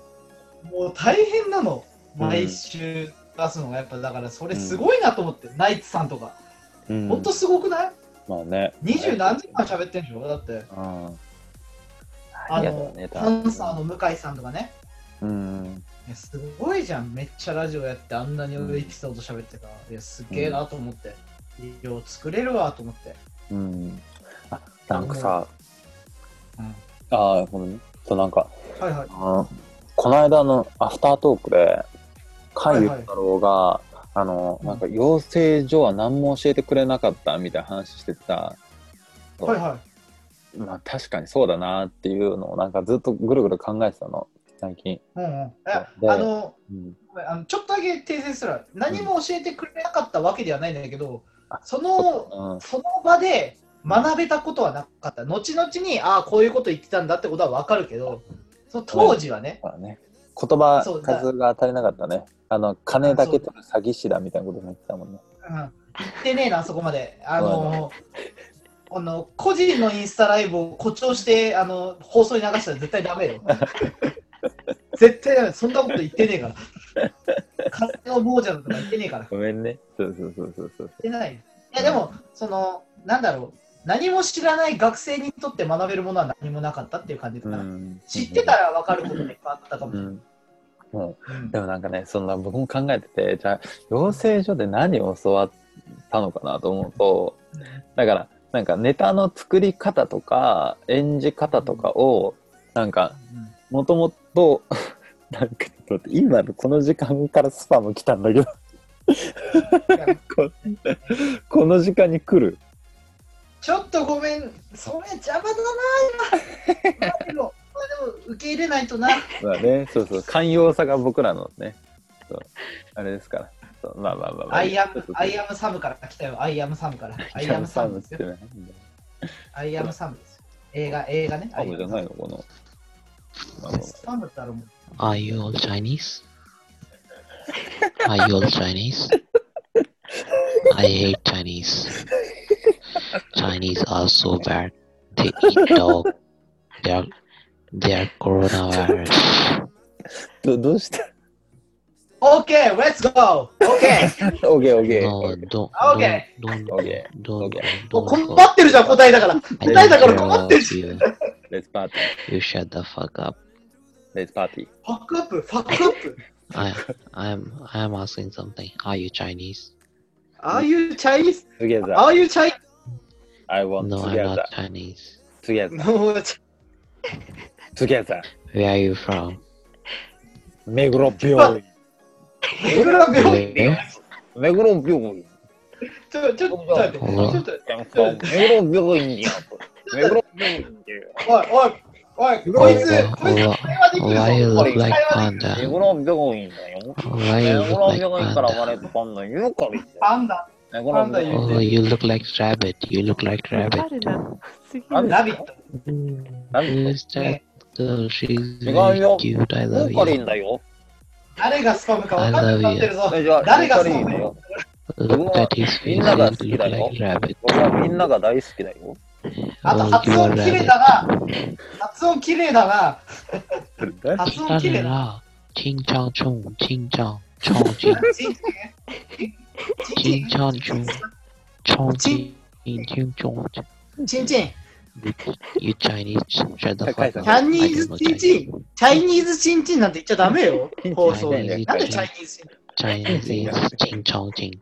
A: う大変なの。
B: うん
A: 毎週出すのが、やっぱだから、それすごいなと思って、ナイツさんとか。
B: あ。うん
A: ほんとすごくない
B: まあね。
A: 二十何時間喋ってんでしょだって、
B: うん。
A: あ
B: やだ
A: の
B: ね、
A: パンサーの向井さんとかね、
B: うん。
A: いやすごいじゃん、めっちゃラジオやって、あんなにエピソード喋ってたら、いや、すげえなと思って、よう作れるわと思って。
B: うん。あ、なんかさ、
A: うん
B: ああ、ごめんね。そうなんか、
A: はいはい。
B: あのこの間のアフタートークで、甲
A: はい
B: 斐
A: はい
B: 太郎が、あの、なんか養成所は何も教えてくれなかったみたいな話してた。
A: はいは
B: まあ確かにそうだなっていうのをなんかずっとぐるぐる考えてたの、最近。
A: い。うんうん、あ
B: で
A: あの
B: うん、
A: あのちょっとだけ訂正するわ何も教えてくれなかったわけではないんだけど、
B: あ
A: そ
B: うん
A: のその場で学べたことはなかった後々にああこういうこと言ってたんだってことは分かるけどその当時はね、
B: そうだね。言葉
A: そうだ
B: 数が足りなかったね。あの、金だけ取る詐欺師だみたいなことも言ってたもんね。
A: うん、行ってねえ [laughs] なそこまであのあの個人のインスタライブを誇張してあの放送に流したら絶対ダ [laughs] メよ絶対ダメそんなこと言ってねえから金の亡者だとか言ってねえから
B: ごめんね。そうそうそうそうそう。
A: ってない。いやでも、その、なんだろう、何も知らない学生にとって学べるものは何もなかったっていう感じかな。
B: ん
A: 知ってたら分かることがいっぱいあったかもし
B: う
A: れない。
B: ん。もう
A: うん
B: でもなんかね、そんな僕も考えてて、じゃあ、養成所で何を教わったのかなと思うと、だから、なんかネタの作り方とか、演じ方とかを、なんか、もともと、 [laughs] なんか、ちょっと待って今のこの時間からスパム来たんだけど、
A: うんいや
B: ここの時間に来る。
A: ちょっとごめん、それ邪魔だな、今。まあでも、まあでも受け入れないとな。
B: まあね、そうそう、寛容さが僕らのね、そうあれですから。そうまあまあまあまあ。
A: アイアム
B: ちょっ、と
A: アイアムサムから来たよ。アイアムサムから。ア
B: ア
A: イ
B: イ
A: ア
B: ア
A: ム
B: ム
A: サ
B: サ
A: ム
B: ムっ
A: です
B: て
A: よ。
B: ね。
A: アイアムサムですよ。映画、映画ね。
B: サムじゃないのこの。まあまあ
A: サムだろうもん。
F: Are you all Chinese? Are you all Chinese? I hate Chinese. Chinese are so bad. They eat dog. They are, they are coronavirus.
B: どどうした
A: OK! Let's go!
B: [laughs]
A: OK!
B: オーケーオーケー。
F: No, don't,
A: Okay.
F: don't, don't,
B: Okay.
F: don't,
B: Okay.
F: don't,
A: もう困ってるじゃん、答えだ
B: [laughs]
A: から。
F: I
A: 答えだから
F: don't
A: 困ってる
F: love
A: し。
F: you.
B: レッツパーティー。
F: You shut the fuck up.
B: レッツパーティー。
A: ファックアップ、ファックアップ。
F: I, I'm, I'm asking something. Are you Chinese?
A: Are you
B: [laughs]
A: Chinese?
B: トゥゲザー。
A: Are you Chinese?
B: I want
F: No,
B: to
F: I'm
B: get
F: not
B: that.
F: Chinese.
B: To get that.
A: No,
B: To get that.
F: Where are you from?
B: 目黒病院。
A: 目黒病院。
F: Where?
B: 目黒病院。
A: ちょ、ちょ、ちょっと待って、ちょっと、
B: I'm from 目黒病院よ。目黒病院っていう。
A: おい、おい、おい、こいつ、こいつ、会話できる
F: Why you
A: ぞ。こい
F: look
A: つ、会
F: like
A: 話できる。
F: panda?
B: 目黒病院だよ。
F: Why
B: 目黒
F: you look
B: 病院
F: like
B: から
F: panda?
B: 生まれたパンダ言うから言って。
A: パンダ、
B: 目
A: パ
B: 黒
A: ンダ
B: 病
A: 言う
B: 院。
F: Oh,
A: てる。
F: you look like rabbit. You look like
D: あ
F: rabbit.
D: るな。すげえ
B: ある
A: ラビット。
F: Who's that girl? She's
B: Because
F: very
B: you're-
F: cute. I
B: ユ
F: love
B: ーカリン
F: you.
B: だよ。
A: 誰がスパムか分かんなくなってるぞ。
B: じゃあ、
A: 誰
B: ユー
A: が
B: カ
A: ス
B: リ
A: パ
B: ン
A: ム
B: だよ。
F: Look at his face. You
B: Minna
F: look
B: ga suki da yo.
F: like rabbit.
B: 僕はみんなが大好きだよ。
A: あと
F: Oh,
A: 発
F: you
A: 音
F: are
A: 綺麗
F: rabbit.
A: だな。発音綺麗だな。発音綺麗だな。
F: Chingarara. Ching chong chong. Ching chong. Chong ching.
A: チンチ
F: Ching
A: ン
F: chong chong. Chong
A: Ching.
F: ching. Ching chong.
A: チンチン。チンチン。
F: You Chinese. Shut the fuck up.
A: チャニー
F: I don't
A: ズ
F: know
A: チンチン。チャイニーズチンチンなんて言っちゃダメよ。放送で。
F: Chinese
A: なんでチャイニーズチンチン
F: Chinese is Ching chong ching.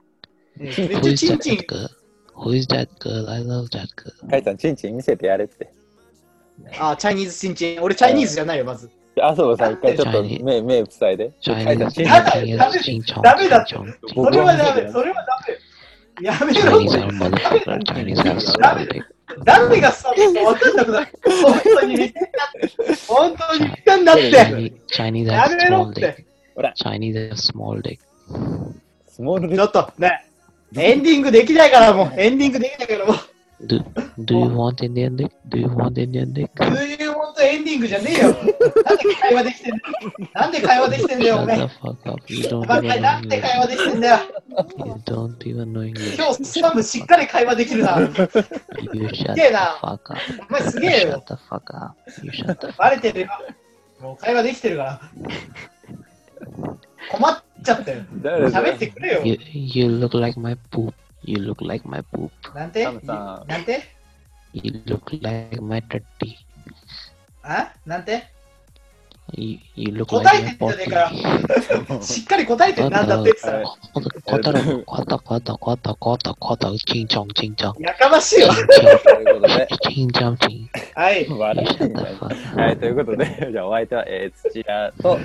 A: めっちゃ
F: Who is
A: チン
F: that
A: チン。
F: girl? Who is that girl? I love that girl.
B: カイさん、チンチン見せてやれって。
A: あ、チャイニーズチンチン。俺、チャイニーズじゃないよ、まず。
B: あそうさん、一回ちょっと目、目塞いで。
F: チャイ
B: カイ
F: ニ
B: さ
F: ー
B: ん、
F: ズ
B: チンチン
A: ダメ
F: チ
A: ダメダメ
F: ンチンチョン
A: だって
F: チンチョンチン
A: そ
F: チョン
A: れはダメ、それはダメ。やめ
F: チャイ
A: ろ
F: ニーズ
A: っ
F: はマダファカーチャイニーズはス
A: ダ
F: パ
A: メ
F: ル
A: だ
F: テ
A: 誰がスパムか分かんなくなる。本当に見てんだって。本当に見てんだっ
F: チャイニ
A: て。
F: ーチャイニーズ
A: や
F: は
A: め
F: small
A: ろっ
F: dick
A: て。
B: ほら、
F: チャイニーズは small dick
B: スモール
A: ち
B: で
A: ょっと、ね。エンディングできないからもう、エンディングできないからもう。
F: Do, do you want Indian dick? Do you want Indian [laughs] dick?
A: そういうもんとエンディングじゃねえよ。なんで会話できてんだよ。なんで会話できてんだよ、お
F: Shut
A: 前
F: the。fuck up. You don't
A: バ
F: even
A: カなん
F: know
A: で会
F: English.
A: 話できてんだよ。
F: You don't even know English.
A: 今日スパムしっかり会話できるな。
F: You shut
A: すげえ
F: the
A: な
F: fuck up.
A: お前す
F: You
A: げえよ
F: shut。the fuck up. You shut the
A: バレてるよ。もう会話できてるから。困っちゃったよ。
B: 誰だ
A: 喋ってくれよ。
F: You, you look like my poop. You look like my poop.
A: なんて
B: サムさん
A: なんて
F: You look like my tutty.
A: あなんて
F: You, you look
A: 答
F: like
A: え
F: you're
A: てんじゃねえ
F: forty.
A: かよ。しっかり答えてなんだって言ってたら、
F: Kotaro, Kota, Kota, Kota, Kota, Kota, Ching Chong, Ching Chong.
A: やかましいわ。
B: ということで、
F: Ching Chong, Ching.
A: はい。
F: You
B: 笑
F: shut
B: い
F: the fuck up.
B: はい、ということで、じゃあお相手は、えー土屋
A: [laughs]
B: と、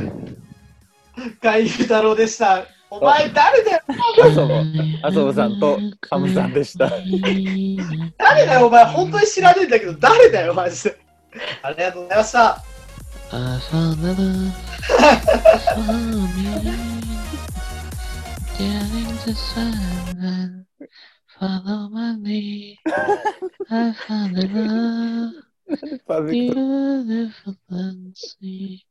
A: 海部太郎でした。お前誰だよ
B: あそぼ、あそぼさんと、カムさんで
A: [laughs]
B: した。
A: 誰だよお前本当に知らねえんだけど、誰だよマジで。ありがとうございました。
F: I found the love for me. Getting the sun and follow my lead. I found the love,
B: パーフェク
F: beautiful and sweet.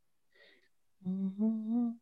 F: Mm-hmm.